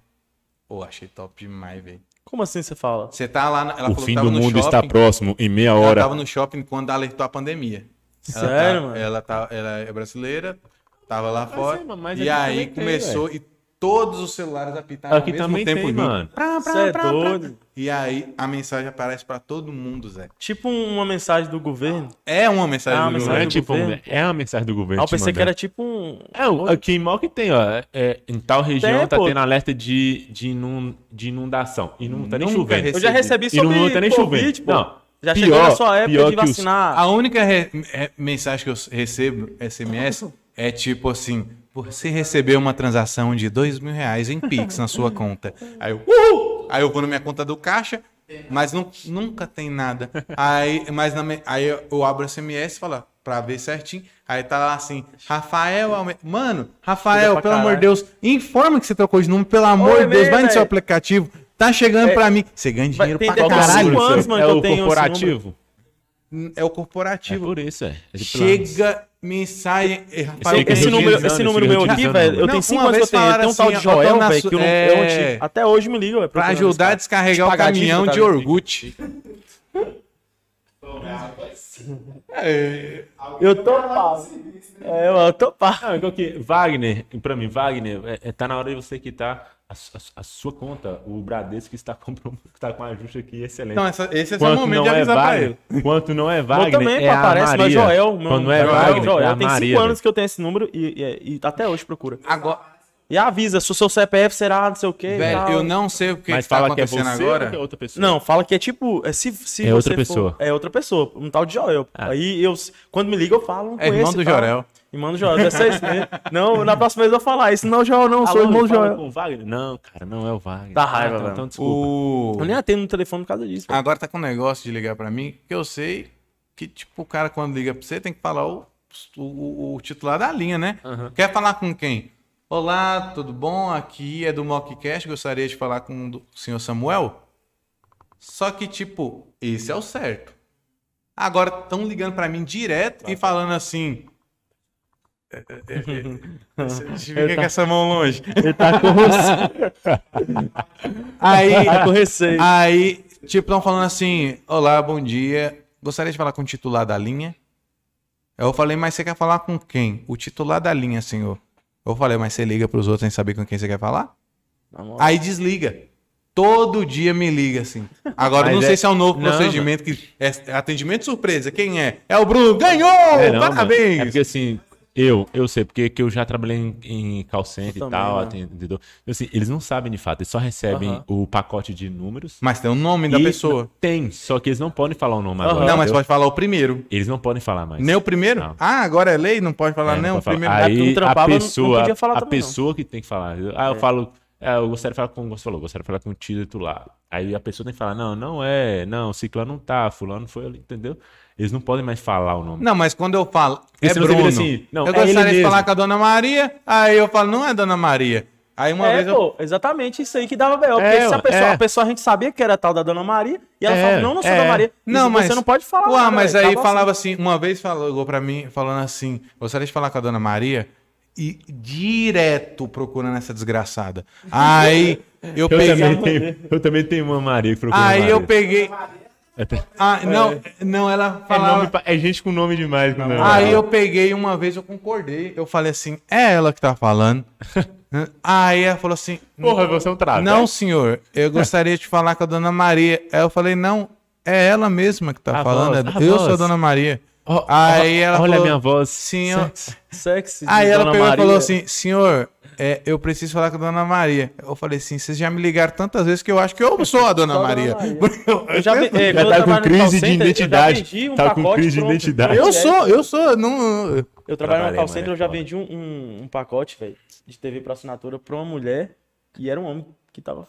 B: Pô, achei top demais, velho.
C: Como assim você fala?
B: Você tá lá, na- ela
A: O
B: falou
A: fim
B: que tava
A: do
B: no
A: mundo
B: shopping.
A: está próximo, em meia
B: Ela
A: hora.
B: tava no shopping quando alertou a pandemia.
A: Ah,
B: Ela
C: Sério,
B: tá-
C: mano?
B: Ela, tá, ela é brasileira, tava lá
A: é,
B: fora.
A: mano, mas
B: e
A: aqui
B: aí
A: também tem,
B: começou e todos os celulares apitaram
A: Aqui
B: ao mesmo
A: também
B: tempo
A: tem,
B: junto.
A: mano.
B: Prá, prá,
C: Cê é
B: prá, prá.
C: doido.
B: E aí a mensagem aparece pra todo mundo, Zé.
C: Tipo uma mensagem do governo.
B: É uma mensagem
C: É uma
B: do
A: Não
C: mensagem
A: é
C: do
A: tipo,
C: governo.
A: é a mensagem do governo.
C: Ah, eu
A: te
C: pensei que
A: mandando.
C: era tipo um.
A: É, o- aqui em Mal que tem, ó. é, em tal região
C: Tem,
A: tá
C: pô.
A: tendo alerta de, de, inun- de inundação. E não tá nem
B: Nunca
A: chovendo.
B: recebi.
C: Eu já recebi
A: E não tá
C: sobre
A: nem
C: Covid,
A: chovendo.
C: pô.
A: Não.
C: Já
A: Pior-
C: chegou na sua época
A: pior
C: de
A: que os- Ah,
C: vacinar.
B: A única re- re- mensagem que eu recebo, SMS, é tipo assim: você recebeu uma transação de dois mil reais em Pix na sua conta. Aí eu, uhul! Aí eu vou na minha conta do caixa, mas nu- nunca tem nada. Aí, mas na me- aí eu- eu abro o SMS e falo, pra ver certinho. Aí tá lá assim, Rafael, Alme- mano, Rafael,
C: pra
B: pelo amor
C: caralho.
B: de Deus, informa que você trocou de número, pelo amor de
C: Oi,
B: Deus,
C: vem,
B: vai no seu
C: véi.
B: aplicativo, tá chegando pra mim. Você ganha
C: Vai-
B: dinheiro
C: É. tem
B: pra
C: até que
A: Qual
B: caralho.
C: cinco
A: número,
C: anos,
A: seu?
C: mano,
A: é
C: que eu
A: o
C: tenho esse
A: corporativo.
B: É o
A: É
B: corporativo.
A: por isso, é. É de planos.
B: Chega mensagem. eh, Rafael,
A: Fica
C: Esse
A: registrando,
C: número, esse número meu aqui,
A: registrando,
C: velho,
A: mano.
C: eu
B: Não,
C: tenho 5
B: uma
C: anos que eu
B: vez
C: tenho. Tem um
B: falaram
C: tal de
B: assim, ó, eu tô
C: Joel,
B: na
C: velho,
B: su-
C: que eu não.
B: é,
C: eu não tive. Até hoje me liga, velho.
B: pra
C: procurando esse
B: ajudar a
C: cara.
B: descarregar o
C: Pagadinho,
B: caminhão
C: tá
B: de
C: ligado?
B: Orgut. É,
C: Eu tô pau. É, eu, eu tô pau.
A: Não, igual que Wagner, pra mim, Wagner, é, é, tá na hora de você quitar a, su- a su- a sua conta. O Bradesco está com, está com um ajuste aqui excelente.
B: Então, essa- esse é o
A: Quanto
B: momento
A: não,
B: de
A: é
B: avisar pra
A: Wagner,
B: ele.
A: quanto não é Wagner,
C: Meu também,
A: é
C: pô,
A: a
C: aparece,
A: Maria.
C: mas Joel, meu.
A: Quando não é
C: Joel,
A: Wagner, é a
C: Joel, tem 5
A: Maria.
C: anos que eu tenho esse número e, e- e até hoje procura.
B: Agora,
C: E avisa, se o seu CPF será não sei o quê. e
B: velho,
C: tal.
B: eu não sei o que,
A: Mas
B: que tá
A: fala que é você
B: acontecendo agora.
A: ou que é outra pessoa.
C: Não, fala que é tipo. É, se, se
A: É
C: você
A: outra
C: for-
A: pessoa. Ah.
C: é outra pessoa. Um tal de Joel. Aí eu. Quando me liga, eu falo. não
B: É irmão
C: conheço
B: do
C: e tal.
B: Jorel.
C: Irmão do Joel, deve ser isso mesmo. Não, na próxima vez eu vou falar isso. Não, Joel, não,
A: Alô,
C: sou irmão do
A: fala
C: Joel.
A: com o Wagner? Não, cara, não é o Wagner.
C: Dá raiva,
A: Ah, então,
C: velho.
A: então, desculpa.
B: O...
C: Eu nem atendo no telefone por causa disso. velho.
B: Agora tá com um negócio de ligar pra mim que eu sei que, tipo, o cara quando liga pra você tem que falar o, o, o titular da linha, né? Quer falar com quem? Olá, tudo bom? Aqui é do Mockcast, gostaria de falar com o senhor Samuel. Só que, tipo, esse é o certo. Agora estão ligando pra mim direto e falando assim. É, é, é, é, você Fica com essa mão longe.
C: Ele tá com receio.
A: Ah,
B: Aí,
C: tá com receio.
B: Aí, tipo, estão falando assim: Olá, bom dia. Gostaria de falar com o titular da linha. Eu falei, mas você quer falar com quem? O titular da linha, senhor. Eu falei, mas você liga pros outros sem saber com quem você quer falar?
A: Tá
C: Na moral.
B: Aí desliga. Todo dia me liga, assim. Agora,
A: Mas
B: eu não
A: é-
B: sei se é um novo
A: Não,
B: procedimento que é atendimento surpresa. Quem é? É o Bruno. Ganhou!
A: É, não, mano.
B: Parabéns!
A: É porque assim, eu, eu sei, porque que eu já trabalhei em, em call center
C: Eu
A: e
C: também,
A: tal,
C: mano.
A: atendedor. Então, assim, eles não sabem de fato, eles só recebem
C: Aham.
A: o pacote de números.
B: Mas tem o nome da
A: E
B: pessoa.
A: Tem, só que eles não podem falar o nome
C: Aham.
A: agora.
B: Não, mas
A: entendeu?
B: pode falar o primeiro.
A: Eles não podem falar mais.
B: Nem o primeiro?
A: Não.
B: Ah, agora é lei? Não pode falar
A: É,
B: nem
A: não
B: o
A: pode
B: primeiro.
A: falar.
C: É porque eu
A: Aí a
C: trampava, não- não
A: pessoa,
C: podia falar
A: a
C: também, não.
A: pessoa que tem que falar. Ah,
B: É.
A: eu falo, ah, eu gostaria de falar com você falou, gostaria de falar com o titular. Aí a pessoa tem que falar, não, não é, não, ciclano não tá, fulano foi ali, entendeu? Eles não podem mais falar o nome.
B: Não, mas quando eu falo,
A: Porque
B: é
A: senão você
B: Bruno.
A: vira assim, não,
B: eu
A: é ele
B: gostaria de
A: mesmo.
B: falar com a Dona Maria, aí eu falo, não é Dona Maria. Aí uma
C: é,
B: vez eu.
C: pô, exatamente isso aí que dava B.O. Porque
A: É,
C: se a
A: ué,
C: pessoa,
A: é.
C: a pessoa a gente sabia que era tal da Dona Maria, e ela
A: É,
C: falava, não, não sou
A: é.
C: Dona Maria.
B: Não,
C: Isso
B: mas.
C: Você não pode falar.
B: Ué,
C: nada,
B: mas
C: velho,
B: aí
C: tava assim.
B: falava assim. Uma vez falou pra mim, falando assim: gostaria de falar com a dona Maria. E direto procurando essa desgraçada. Aí eu
A: Eu
B: peguei.
A: também, tenho, eu também tenho uma Maria que procura
B: Aí
A: Maria.
B: eu peguei. Ah, não, não, ela
A: É, nome
B: falava.
A: pa- é gente com nome demais. Não,
B: Aí eu peguei uma vez, eu concordei. Eu falei assim: é ela que tá falando. Aí ela falou assim:
A: Porra, você é um trato.
B: Não,
A: é?
B: senhor, eu gostaria de falar com a dona Maria. Aí eu falei, não, é ela mesma que tá
A: A
B: falando.
A: voz, a
B: eu sou a
A: voz.
B: dona Maria.
A: Ó,
B: Aí
A: ó,
B: ela
A: Olha
B: falou,
A: a minha voz.
B: "Sim, ó."
A: Sexy.
C: Sexy. de
B: Aí ela
C: Dona
B: pegou e
C: Maria.
B: falou assim, senhor, é, eu preciso falar com a dona Maria. Eu falei assim, vocês já me ligaram tantas vezes que eu acho que eu sou a dona
C: Só a Dona
B: Maria.
C: Maria.
B: Eu,
C: Eu já, ve- é,
A: Já
C: quando
A: tá
C: eu
A: com
C: trabalhava no
A: crise
C: call
A: de
C: center, eu já
A: identidade.
C: vendi um
A: Tá com
C: pacote
A: crise de
C: pronto.
A: identidade.
B: eu
C: É,
B: sou, eu sou, não...
C: Eu trabalhava no
A: Trabalhei,
C: call
A: mano,
C: center,
A: é
C: eu já
A: foda.
C: vendi um, um- um pacote, velho, de TV pra assinatura pra uma mulher, e era um homem que tava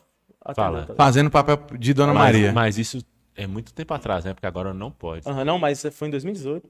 A: Fala.
C: tá ligado?
B: Fazendo papel de dona
A: Mas-
B: Maria. Ah.
A: Mas isso é muito tempo atrás, né? Porque agora não pode.
C: Aham, não, mas foi em 2018.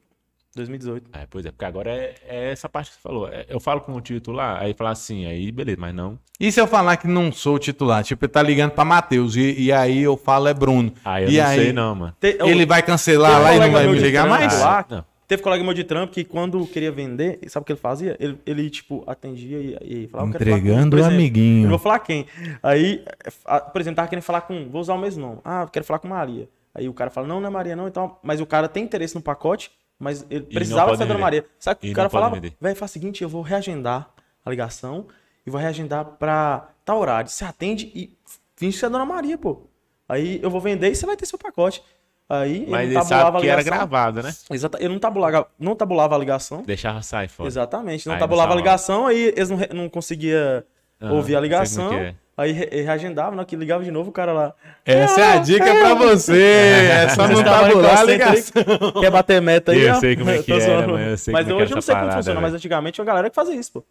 C: 2018.
A: É, pois é, porque agora é, é essa parte que você falou. É, eu falo com o titular, aí fala assim, aí beleza, mas não.
B: E se eu falar que não sou o titular? Tipo, ele tá ligando pra Matheus e, e aí eu falo é Bruno.
A: Aí Ah, eu
B: e
A: não
B: aí
A: sei não, mano.
C: Te-
B: ele vai cancelar
C: Teve
B: lá e não
C: colega
B: vai
C: meu
B: me
C: de
B: ligar
C: trampo
B: mais?
C: lá,
A: Não.
C: Teve um colega meu de trampo que quando queria vender, sabe o que ele fazia? Ele, ele, tipo, atendia e, e falava... "Eu quero falar com-"
B: Entregando
C: Por
B: o
C: exemplo,
B: amiguinho.
C: Eu vou falar quem. Aí, eh, a- por exemplo, tava querendo falar com... Vou usar o mesmo nome. Ah, eu quero falar com Maria. Aí o cara fala, não, não é Maria não e tal. Mas o cara tem interesse no pacote, mas ele precisava
A: pode
C: saber a
A: vender.
C: Maria. Sabe o que
A: E
C: o
A: não
C: cara
A: pode
C: falava?
A: vender.
C: Véi, faz o seguinte, eu vvou reagendar a ligação e vou reagendar pra tal horário. Você atende e finge que você é a Dona Maria, pô. Aí eu vou vender e você vai ter seu pacote. Aí
A: Mas
C: ele
A: ele
C: tabulava
A: sabe
C: a
A: que era
C: ligação.
A: gravado, né?
C: Exata, ele não tabulava, não tabulava a ligação.
A: Deixava sair fora.
C: Exatamente. Não
A: Aí não
C: tabulava a
A: salvava.
C: ligação, aí eles não, re- não conseguia
A: Ah,
C: ouvir a
A: sei
C: ligação.
A: como que é.
C: Aí re- reagendava, na hora que ligava de novo, o cara lá. Ah,
B: Essa é a dica pra você. É só não
C: "Você
A: tá
C: trabalha em call
B: tabular a
C: center aí,
B: ligação.
C: Quer bater meta aí?
A: Eu
C: ó?"
A: sei como é que
C: Tô
A: era,
C: zoando.
A: mas eu sei como
C: mas
A: é que era
C: hoje eu não
A: essa
C: sei como
A: parada,
C: funciona,
A: velho.
C: mas antigamente tinha uma galera que fazia isso, pô.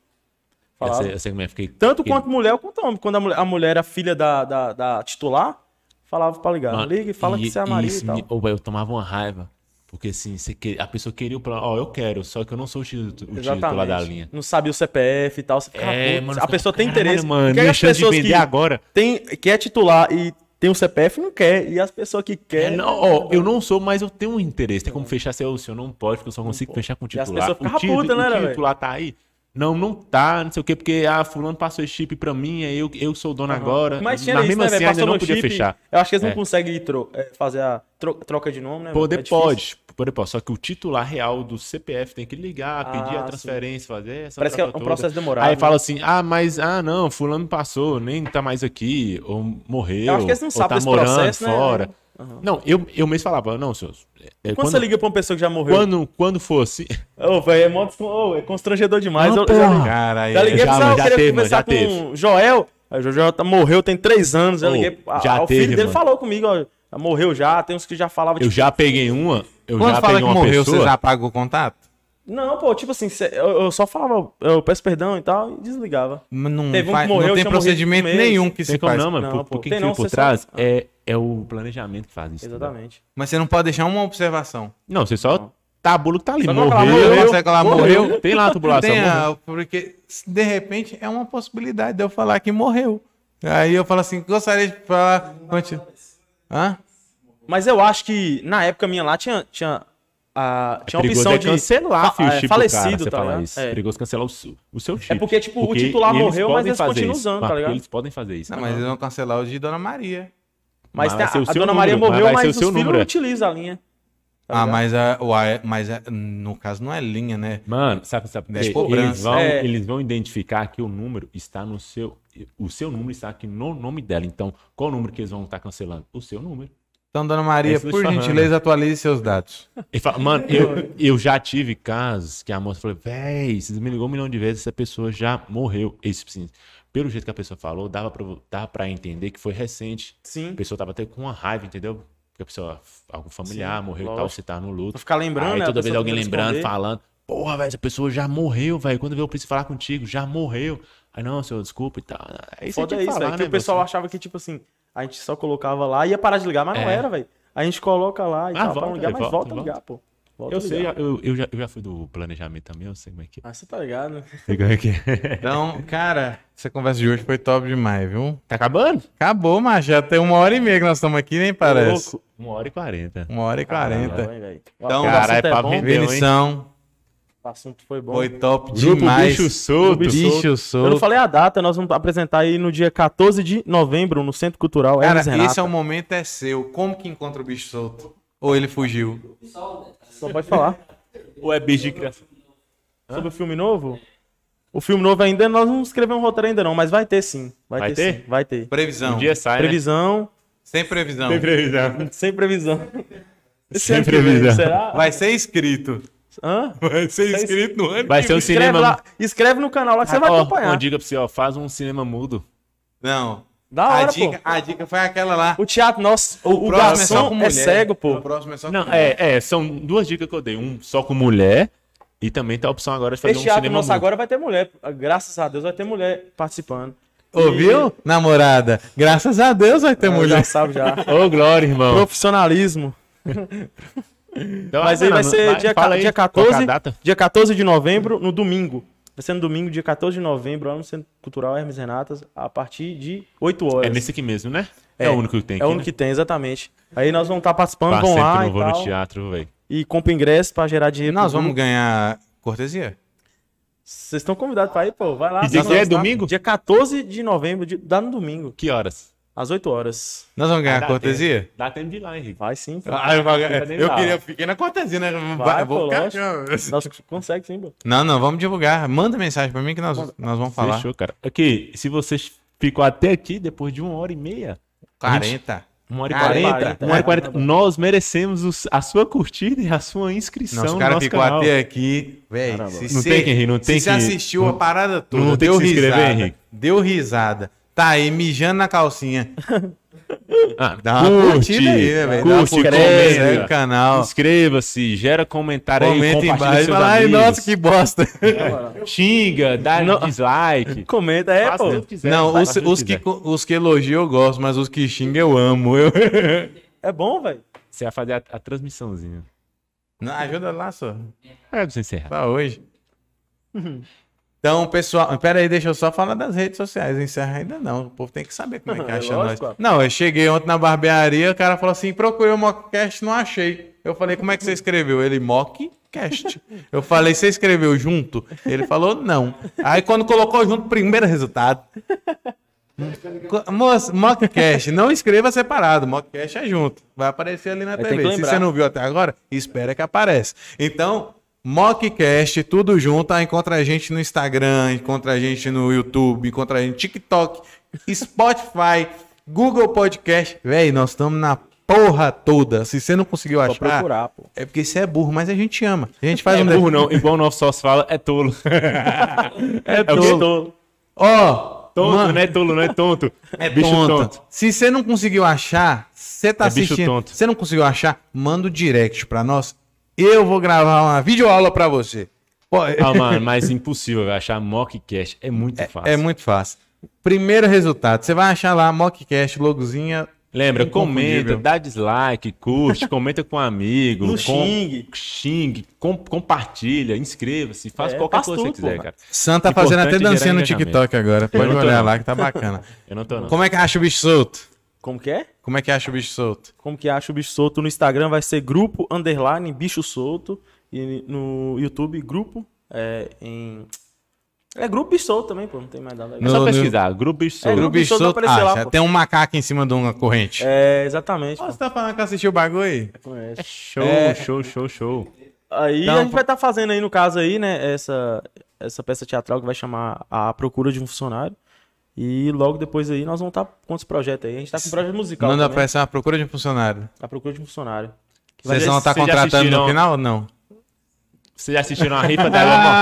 A: Eu
C: Falava.
A: sei, eu sei como é, fiquei...
C: Tanto
A: fiquei-
C: quanto mulher, quanto homem. Quando a mulher, a mulher era filha da, da, da titular, falava pra ligar.
A: Mano,
C: Liga e fala que você é a Maria e
A: isso
C: tal.
A: me- Ou, eu tomava uma raiva. Porque assim, você que- a pessoa queria o plano. Ó, eu quero, só que eu não sou o titu- o titular da linha.
C: Não sabia o CPF e tal. Você fica
A: É,
C: puto.
A: mano,
C: a
A: fica,
C: pessoa tem
A: "Caralho,
C: interesse.
A: mano,
C: Porque
A: minha
C: as
A: chance de
C: pessoas
A: vender
C: que
A: agora.
C: Tem, que é titular e tem o CPF não quer. E as pessoas que
A: É,
C: querem.
A: não, ó, eu não sou, mas eu tenho um interesse. Tem como fechar seu, seu não pode, porque eu só consigo fechar com o
C: E as
A: titular.
C: pessoas
A: o
C: ficavam putas, né,
A: o
C: velho?
A: titular tá aí? Não, não tá, não sei o quê, porque ah, fulano passou esse chip pra mim, aí eu, eu sou o dono agora.
C: Mas tinha
A: Mas
C: isso,
A: mesmo
C: né,
A: assim,
C: velho?
A: ainda
C: Passou
A: não
C: no
A: podia
C: chip,
A: fechar.
C: Eu acho que eles não
A: É.
C: conseguem tro- é, fazer a tro- troca de nome, né? velho?
A: Poder
C: É difícil.
A: pode, poder pode. Só que o titular real do CPF tem que ligar, pedir
C: Ah,
A: a
C: sim.
A: transferência, fazer essa
C: Parece que é um
A: troca toda.
C: processo demorado.
A: Aí
C: né?
A: fala assim, ah, mas, ah, não, fulano passou, nem tá mais aqui, ou morreu,
C: Eu acho que eles não
A: ou
C: sabem
A: tá
C: desse
A: morando
C: processo, né?
A: fora.
C: Aham.
A: Não, eu, eu mesmo falava, não, senhores, é,
C: Quando, você liga pra uma pessoa que já morreu.
A: quando, quando for assim...
C: Ô, velho, é, mó descon- ô, é constrangedor demais.
A: Não,
C: eu, eu já
A: porra.
C: liguei,
B: Cara, aí-
C: já liguei
A: já-
C: pra você, eu
A: já
C: queria
A: teve, mano,
C: conversar
A: já
C: com o Joel. Aí o Joel tá- morreu tem três anos. Já
A: Ô,
C: liguei. a-
A: já
C: a- o
A: teve,
C: filho dele
A: mano.
C: falou comigo, ó. Morreu já, tem uns que já falavam,
A: Eu
C: tipo,
A: já peguei uma, eu
B: Quando
A: já
B: fala
A: peguei
B: que
A: uma
B: morreu,
A: pessoa.
B: você já apaga o contato?
C: Não, pô, tipo assim, cê- eu, eu só falava, eu peço perdão e tal, e desligava.
B: Não,
C: Teve um que
B: faz- não
C: morreu,
B: tem
C: tinha morrido
B: procedimento
C: com meses.
B: nenhum que
A: Tem
B: se
A: como
B: faz.
A: não, mano,
C: Não,
A: por,
C: pô,
A: por que
C: tem
A: que
C: não,
A: fica por
C: você só-
A: trás
C: Ah.
A: é, é o planejamento que faz isso. entendeu?
C: Exatamente.
B: Mas você não pode deixar uma observação.
A: Não, você só tabula o que tá ali,
C: Só coloca lá,
A: morreu,
B: morreu, você coloca lá, morreu.
A: tem lá a tubulação,
B: Tem
A: morreu.
B: a- porque, de repente, é uma possibilidade de eu falar que morreu. Aí eu falo assim, gostaria de falar... Continua. Hã?
C: Mas eu acho que na época minha lá tinha. tinha a, tinha a
A: perigoso
C: opção
A: é
C: de
A: cancelar, filho,
C: fa- é,
A: chip do cara,
C: falecido,
A: você
C: tá
A: falar
C: ligado?
A: isso.
C: É.
A: Perigoso cancelar o, su- o seu chip.
C: É porque, tipo, o titular morreu, mas
A: podem
C: eles
A: fazer
C: continuam
A: isso,
C: usando, tá
A: mas
C: ligado?
A: Eles podem fazer isso.
B: Não, mas eles vão cancelar o de Dona Maria.
C: Mas,
A: Mas
C: tem
A: vai ser o
C: a,
A: seu
C: a dona
A: número,
C: Maria
A: mas
C: morreu,
A: vai
C: mas,
A: ser o
C: os
A: seu
C: filhos
A: número,
C: não
A: é.
C: utilizam a linha. tá
B: Ah,
C: ligado?
B: mas, a, uai, mas a- no caso não é linha, né?
A: Mano, sabe, sabe por
B: Dez
A: quê?
B: cobranças.
A: Eles vão,
C: É.
A: eles vão identificar que o número está no seu... O seu número está aqui no nome dela. Então, qual o número que eles vão estar cancelando? O seu número.
B: Então, Dona Maria,
A: Esse do
B: por
A: Chorrando.
B: gentileza, atualize seus dados.
A: Ele fala, mano, eu, eu já tive casos que a moça falou, véi, você me ligou um milhão de vezes, essa pessoa já morreu. Isso, sim. Pelo jeito que a pessoa falou, dava pra, dava pra entender que foi recente. A
C: Sim.
A: pessoa tava até com uma raiva, entendeu? Porque a pessoa, algum familiar
C: Sim,
A: morreu e tal,
C: lógico.
A: você tá no luto.
C: Pra ficar lembrando,
A: Aí
C: né, a
A: toda
C: pessoa
A: vez alguém
C: tentando
A: lembrando,
C: esconder.
A: falando, porra, velho, essa pessoa já morreu, velho. Quando veio o preciso falar contigo, já morreu. Aí, não, senhor, desculpa e tal. Aí você
C: Foda
A: tinha
C: é
A: que
C: isso,
A: falar,
C: velho. Que
A: né,
C: o pessoal
A: moça?
C: achava que, tipo assim, a gente só colocava lá, ia parar de ligar, mas não
A: É.
C: era, velho. A gente coloca lá e
A: Ah,
C: tal, pra
A: volta,
C: não ligar, mas
A: volta,
C: volta a
A: volta.
C: ligar, pô. Volta
A: Eu
C: ligado.
A: sei, eu, eu, já, eu já fui do planejamento também, eu sei como é que é.
C: Ah, você tá ligado, né?
A: Sei como é que é.
B: Então, cara, essa conversa de hoje foi top demais, viu?
A: Tá acabando?
B: Acabou, mas já tem uma hora e meia que nós estamos aqui, nem parece.
A: Louco. Uma hora e quarenta.
B: Uma hora e
C: Tá
B: quarenta.
C: bem, velho.
B: Então,
C: o
A: caralho,
C: assunto é
A: papo
C: bom,
A: rendeu.
B: Vinição,
C: o assunto foi bom.
B: foi top
A: Grupo
B: demais.
A: Bicho Solto.
B: Bicho
C: Eu não
B: solto.
C: falei a data, nós vamos apresentar aí no dia 14 de novembro, no Centro Cultural
B: Cara,
C: Hermes Renato.
B: esse é o momento é seu. Como que encontra o bicho solto? Ou ele fugiu?
C: Só Então, pode falar.
A: Ou é bicho de criação?
C: Sobre o filme novo? O filme novo ainda, nós não escrevemos um roteiro ainda não, mas vai ter sim. Vai,
A: Vai
C: ter,
A: ter?
C: sim, vai ter.
B: Previsão.
A: Um dia sai, né?
C: Previsão,
B: Sem previsão.
A: Tem previsão.
C: sem previsão.
A: Sem
C: ano que vem,
A: previsão.
C: Será?
B: Vai ser escrito.
C: Hã?
B: Vai ser escrito no ano.
A: Vai
B: que
A: ser um
B: vem.
C: Escreve,
A: cinema. Ah,
C: lá, escreve no canal lá que você vai
A: Ó,
C: acompanhar.
A: Uma dica pra você, ó. Faz um cinema mudo.
B: Não.
C: Da
B: a,
C: hora,
B: dica,
C: pô.
B: a dica foi aquela lá.
C: O teatro nosso, o, o
B: próximo é só com
C: garçom é,
B: mulher.
C: cego,
B: O
C: pô.
B: próximo é só
A: Não,
B: com-
A: é, é, são duas dicas que eu dei. Um só com mulher e também tem a opção agora de fazer
C: Esse
A: um
C: teatro
A: cinema
C: nosso
A: mudo.
C: agora vai ter mulher. Graças a Deus vai ter mulher participando.
B: Ouviu, namorada? Graças a Deus vai ter
C: E,
B: mulher.
C: já sabe já.
A: Ô, Glória, irmão.
C: Profissionalismo.
A: Então,
C: Mas aí
A: mano,
C: vai ser dia,
A: fala
C: ca-
A: aí
C: dia
A: qual que é a
C: 14,
A: data.
C: dia 14 de novembro, no domingo. Vai ser no domingo, dia 14 de novembro, lá no Centro Cultural Hermes Renatas, a partir de 8 horas.
A: É nesse aqui mesmo, né? É, o único que ah, tem
C: É
A: aqui,
C: o único
A: né?
C: que tem, exatamente. Aí nós vamos estar participando,
A: Parceiro
C: vão
A: que
C: lá
A: não
C: e,
A: vou no
C: tal,
A: teatro, velho.
C: e compra ingresso pra gerar dinheiro.
B: Nós
C: pro
B: vamos
C: grupo.
B: ganhar cortesia?
C: Vocês estão convidados pra ir, pô. Vai lá.
A: E dia
C: nós
A: que é?
C: vamos estar-
A: Domingo?
C: Dia 14 de novembro, de- dá no domingo,
A: Que horas?
C: às 8 horas.
B: Nós vamos ganhar
A: Ah, dá
B: cortesia?
A: tempo. Dá tempo de ir lá, Henrique.
C: Vai sim, pô.
B: Ah, eu, vou-
A: nem
B: eu
A: dá.
B: queria, eu fiquei na cortesia, né?
C: Vai,
B: eu vou
C: pô,
B: ficar-
C: Nós consegue sim, pô.
B: Não, não, vamos divulgar. Manda mensagem pra mim que nós, nós vamos falar.
A: Fechou, cara. Aqui, se você ficou até aqui, depois de uma hora e meia,
B: 40.
A: uma hora e
B: Quarenta?
A: quarenta,
B: tá
A: uma hora e quarenta,
C: É,
A: nós merecemos os- a sua curtida e a sua inscrição
B: Nossa, o
A: no
B: cara
A: nosso
B: ficou
A: canal.
B: até aqui. Véi,
A: Caramba.
B: se
A: Não
B: cê-
A: tem que rir, não tem
B: se você
A: que-
B: assistiu a parada toda,
A: não tem
B: deu
A: que se inscrever,
B: risada.
A: Henrique.
B: Deu risada. Tá aí mijando na calcinha.
A: Ah,
B: Dá uma curtida aí, né, velho? Dá uma
A: Curte,
B: curtida, né, segue o
A: comenta,
B: canal.
A: inscreva-se, gera comentário
B: Ah. Comenta
A: aí,
B: embaixo.
A: compartilha
B: e
A: com seus
B: fala, Ai,
A: amigos,
B: nossa, que bosta.
A: xinga, dá dislike.
C: Comenta, é,
A: Faça
C: pô.
A: o que quiser,
B: Não,
A: faça
B: os,
A: o que
B: os que,
A: quiser.
B: co- os que elogiam eu gosto, mas os que xingam eu amo. Eu...
C: É bom, velho.
A: Você vai fazer a, a transmissãozinha.
B: Não, ajuda lá, só.
A: É pra você encerrar.
B: Pra Tá hoje.
C: Uhum.
B: Então, pessoal, pera aí, deixa eu só falar das redes sociais. Encerra ainda não. O povo tem que saber como é que
C: É
B: acha
C: lógico,
B: nós.
C: ó.
B: Não, eu cheguei ontem na barbearia, o cara falou assim: procurei o mockcast, não achei. Eu falei, como é que você escreveu? Ele, mockcast. Eu falei, você escreveu junto? Ele falou, não. Aí quando colocou junto, primeiro resultado. Co- Moço, mockcast, não escreva separado, mockcast é junto. Vai aparecer ali na
C: tem que
B: TV. Se
C: lembrar.
B: você não viu até agora, espera que aparece. Então, mockcast, tudo junto. Ah, encontra a gente no Instagram, encontra a gente no YouTube, encontra a gente no TikTok, Spotify, Google Podcast. Véi, nós estamos na porra toda. Se você não conseguiu
C: Só
B: achar,
C: procurar, pô.
B: é porque você é burro, mas a gente ama. A gente faz um
A: burro não, igual o nosso sócio fala, é tolo.
C: É
A: o quê?
C: tolo.
B: Ó,
A: Tonto,
B: mano,
A: não é tolo, não é tonto.
B: É tonto. Se você não conseguiu achar, você tá
A: É bicho
B: assistindo.
A: tonto.
B: Você não conseguiu achar, manda o direct pra nós. Eu vou gravar uma videoaula pra você. Pô, é,
A: Ah, mano, mas impossível, vai achar mockcast. É muito fácil.
B: é muito fácil. Primeiro resultado, você vai achar lá mockcast, logozinha.
A: Lembra,
B: Inconfundível.
A: comenta, dá dislike, curte, comenta com um amigo.
C: No
A: com-
C: xingue.
A: xingue, com- compartilha, inscreva-se, faz
C: É,
A: qualquer
C: faz
A: coisa
C: tudo,
A: que você quiser,
C: pô.
A: cara.
B: Santa tá fazendo até
A: Importante
B: dancinha
A: gerar
B: no
A: engajamento. né?
B: TikTok agora. Pode
A: não tô,
B: olhar
A: não.
B: lá que tá bacana.
A: Eu não tô, não.
B: Como é que acha o bicho solto?
C: Como que é?
B: Como é que acha o bicho solto?
C: Como que acha o bicho solto no Instagram? Vai ser grupo underline bicho solto. E no YouTube, grupo é, em. É grupo bicho solto também, pô. Não tem mais nada.
A: É
B: No-
A: só
B: no-
A: pesquisar, grupo bicho
C: É,
A: solto.
B: o
C: grupo
B: bicho
C: solto vai
B: solto.
C: aparecer lá,
B: acha.
C: pô.
B: tem um macaco em cima de uma corrente.
C: É, exatamente.
B: Ó,
C: pô.
B: Você tá falando que assistiu o bagulho?
C: Conhece.
A: Show,
C: É.
A: show, show, show.
C: Aí
B: Então,
C: a gente vai estar fazendo aí, no caso aí, né, essa, essa peça teatral que vai chamar A Procura de um Funcionário. E logo depois aí nós vamos estar com esse projeto aí. A gente tá com um projeto musical
B: Não dá
C: também,
B: pra essa procura de um funcionário.
C: A Procura de um Funcionário. Que vai
B: Vocês
C: ter-
B: vão estar
A: vocês já
B: contratando no
A: assistiram?
B: final ou não?
A: Vocês já assistiram a rifa da égua morta?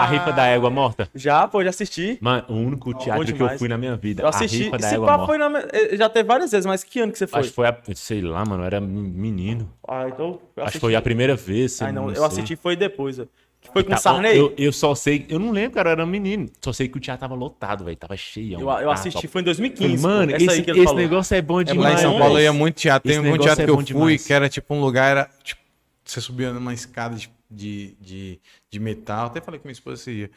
A: A rifa da égua morta?
C: Já, pô, já assisti.
A: Mano, o único teatro que eu
C: É. demais.
A: fui na minha vida.
C: Eu assisti.
A: A rifa da
C: Se
A: égua
C: pá foi
A: morta.
C: na... eh, Já teve várias vezes, mas que ano que você foi?
A: Acho que foi a, sei lá, mano, eu era menino.
C: Ah, então...
A: Acho
C: eu assisti.
A: que foi a primeira vez. se
C: Ah, não,
A: sei.
C: eu assisti foi depois, velho. Que foi com
A: Tá,
C: o Sarney?
A: Eu, eu só sei, eu não lembro, cara, eu era menino. Só sei que o teatro tava lotado, velho, tava cheio.
C: Eu, eu assisti, foi em 2015.
A: 15. Mano,
C: pô, essa
A: esse,
C: aí que ele
A: esse
C: falou.
A: negócio é bom
C: bom
A: demais.
B: Lá em São
C: Mas-
B: Paulo eu
A: velho.
B: ia muito teatro. Tem
A: Esse
B: muito
A: negócio
B: teatro
A: é
B: que eu
A: bom
B: fui,
A: demais.
B: que era tipo um lugar, era tipo Você subia numa escada de, de, de, de metal. Até falei com minha esposa esse dia.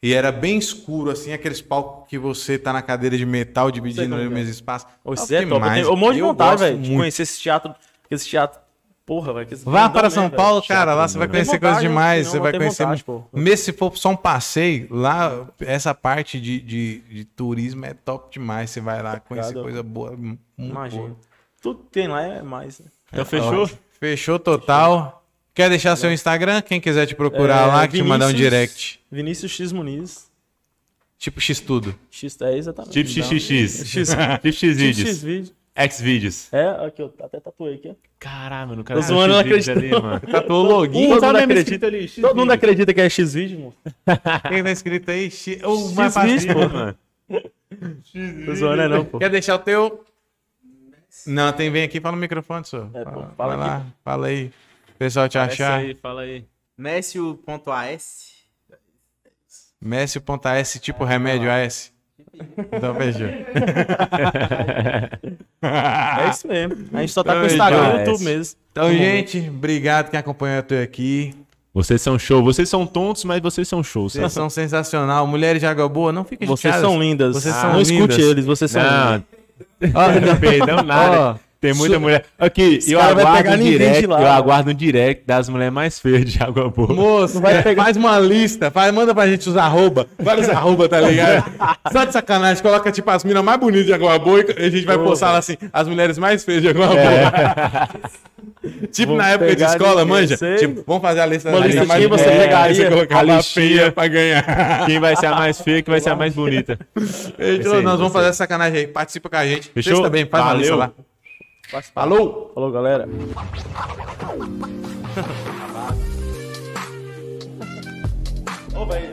B: E era bem escuro, assim, aqueles palcos que você tá na cadeira de metal dividindo
C: como
B: ali o
C: é.
B: mesmo espaço.
C: Ô,
B: Ah,
C: Isso é
B: que
C: top. Eu
B: mais?
C: tenho um monte de
B: Eu
C: vontade,
B: gosto
C: velho, de
B: muito.
C: conhecer esse teatro. Esse teatro. Porra, velho. que esse
B: Vá
C: trem
B: para
C: dá
B: São
C: merda,
B: Paulo,
C: velho.
B: cara, lá você vai
A: Tem
B: conhecer
C: vontade, né?
B: coisas demais,
C: não,
B: você
C: não,
B: vai
C: tem
B: conhecer.
C: vontade, pô.
B: Mesmo se for só um passeio, lá essa parte de, de, de turismo é top demais. Você vai lá conhecer
C: Obrigado.
B: coisa boa, muito
C: Imagina.
B: boa.
C: Tudo que tem lá é mais. né?
A: Então fechou?
B: Fechou total. Quer deixar seu Instagram? Quem quiser te procurar
C: É,
B: lá, que te mandar um
C: Vinícius-
B: direct.
C: Vinícius X Muniz.
B: Tipo X tudo.
C: X é exatamente.
A: Tipo
C: Então,
A: XXX.
C: X.
A: Tipo
C: X
A: Xvideos.
C: vídeo.
A: Xvideos.
C: É, aqui, eu até tatuei aqui. ó.
A: Caramba, no cara
C: Tô zoando, não acredito.
B: Tatuou o
A: Um,
B: login.
C: Todo mundo
A: mesmo
C: acredita.
A: escrito ali. X
C: Todo mundo acredita que é X vídeo, mano.
B: Quem tá escrito aí? X...
C: X
B: Uma
C: vídeo, pô.
A: mano.
C: Tô zoando, é não, pô.
B: Quer deixar o teu? Não, tem vem aqui, fala no microfone, senhor.
C: É, pô,
B: Fala-
C: fala
B: vai
C: aqui.
B: lá, fala aí. O pessoal te achar.
A: aí, fala aí.
E: Mércio.as.
B: Messi.as, tipo remédio AS. Então, fechou.
C: É isso mesmo. A gente só tá com o
B: Então,
C: Instagram e
E: então,
C: o YouTube
E: é.
C: mesmo.
B: Então, gente, obrigado quem acompanhou até aqui.
A: Vocês são show. Vocês são tontos, mas vocês são shows.
B: Vocês são sensacional. Mulheres de água boa, não fiquem
C: Vocês
B: chateadas.
C: são lindas.
B: Vocês
C: Ah,
B: são
C: não
B: lindas.
C: escute eles, vocês são lindas.
A: Não, perdão nada. Tem muita mulher. Aqui, eu
C: cara vai
A: aguardo,
C: pegar
A: um
C: ninguém de
A: direct,
C: lá.
A: eu aguardo um direct das mulheres mais feias de água boa.
B: Moço, é, faz uma lista, faz, manda pra gente os arroba, vários arroba, tá ligado? Só de sacanagem, coloca tipo as minas mais bonitas de Água Boa e a gente vai postar lá assim, as mulheres mais feias de Água
A: É,
B: Boa. tipo
C: Vamos
B: na época de
C: É. pegar
B: escola,
C: ninguém,
B: manja,
C: sei.
B: tipo, vamos fazer a lista
C: Uma
B: da
C: lista
B: gente
C: de quem você pegaria,
B: você colocar
A: a
B: uma
A: listinha.
B: feia pra ganhar.
A: Quem vai ser a mais feia, quem vai ser a mais bonita.
B: Fechou,
A: aí,
B: nós vamos
A: esse
B: fazer essa sacanagem aí, participa com a gente.
A: Fechou?
B: Vocês também, faz
A: Valeu.
B: a lista lá. Falou!
C: Falou, galera. Ô, velho.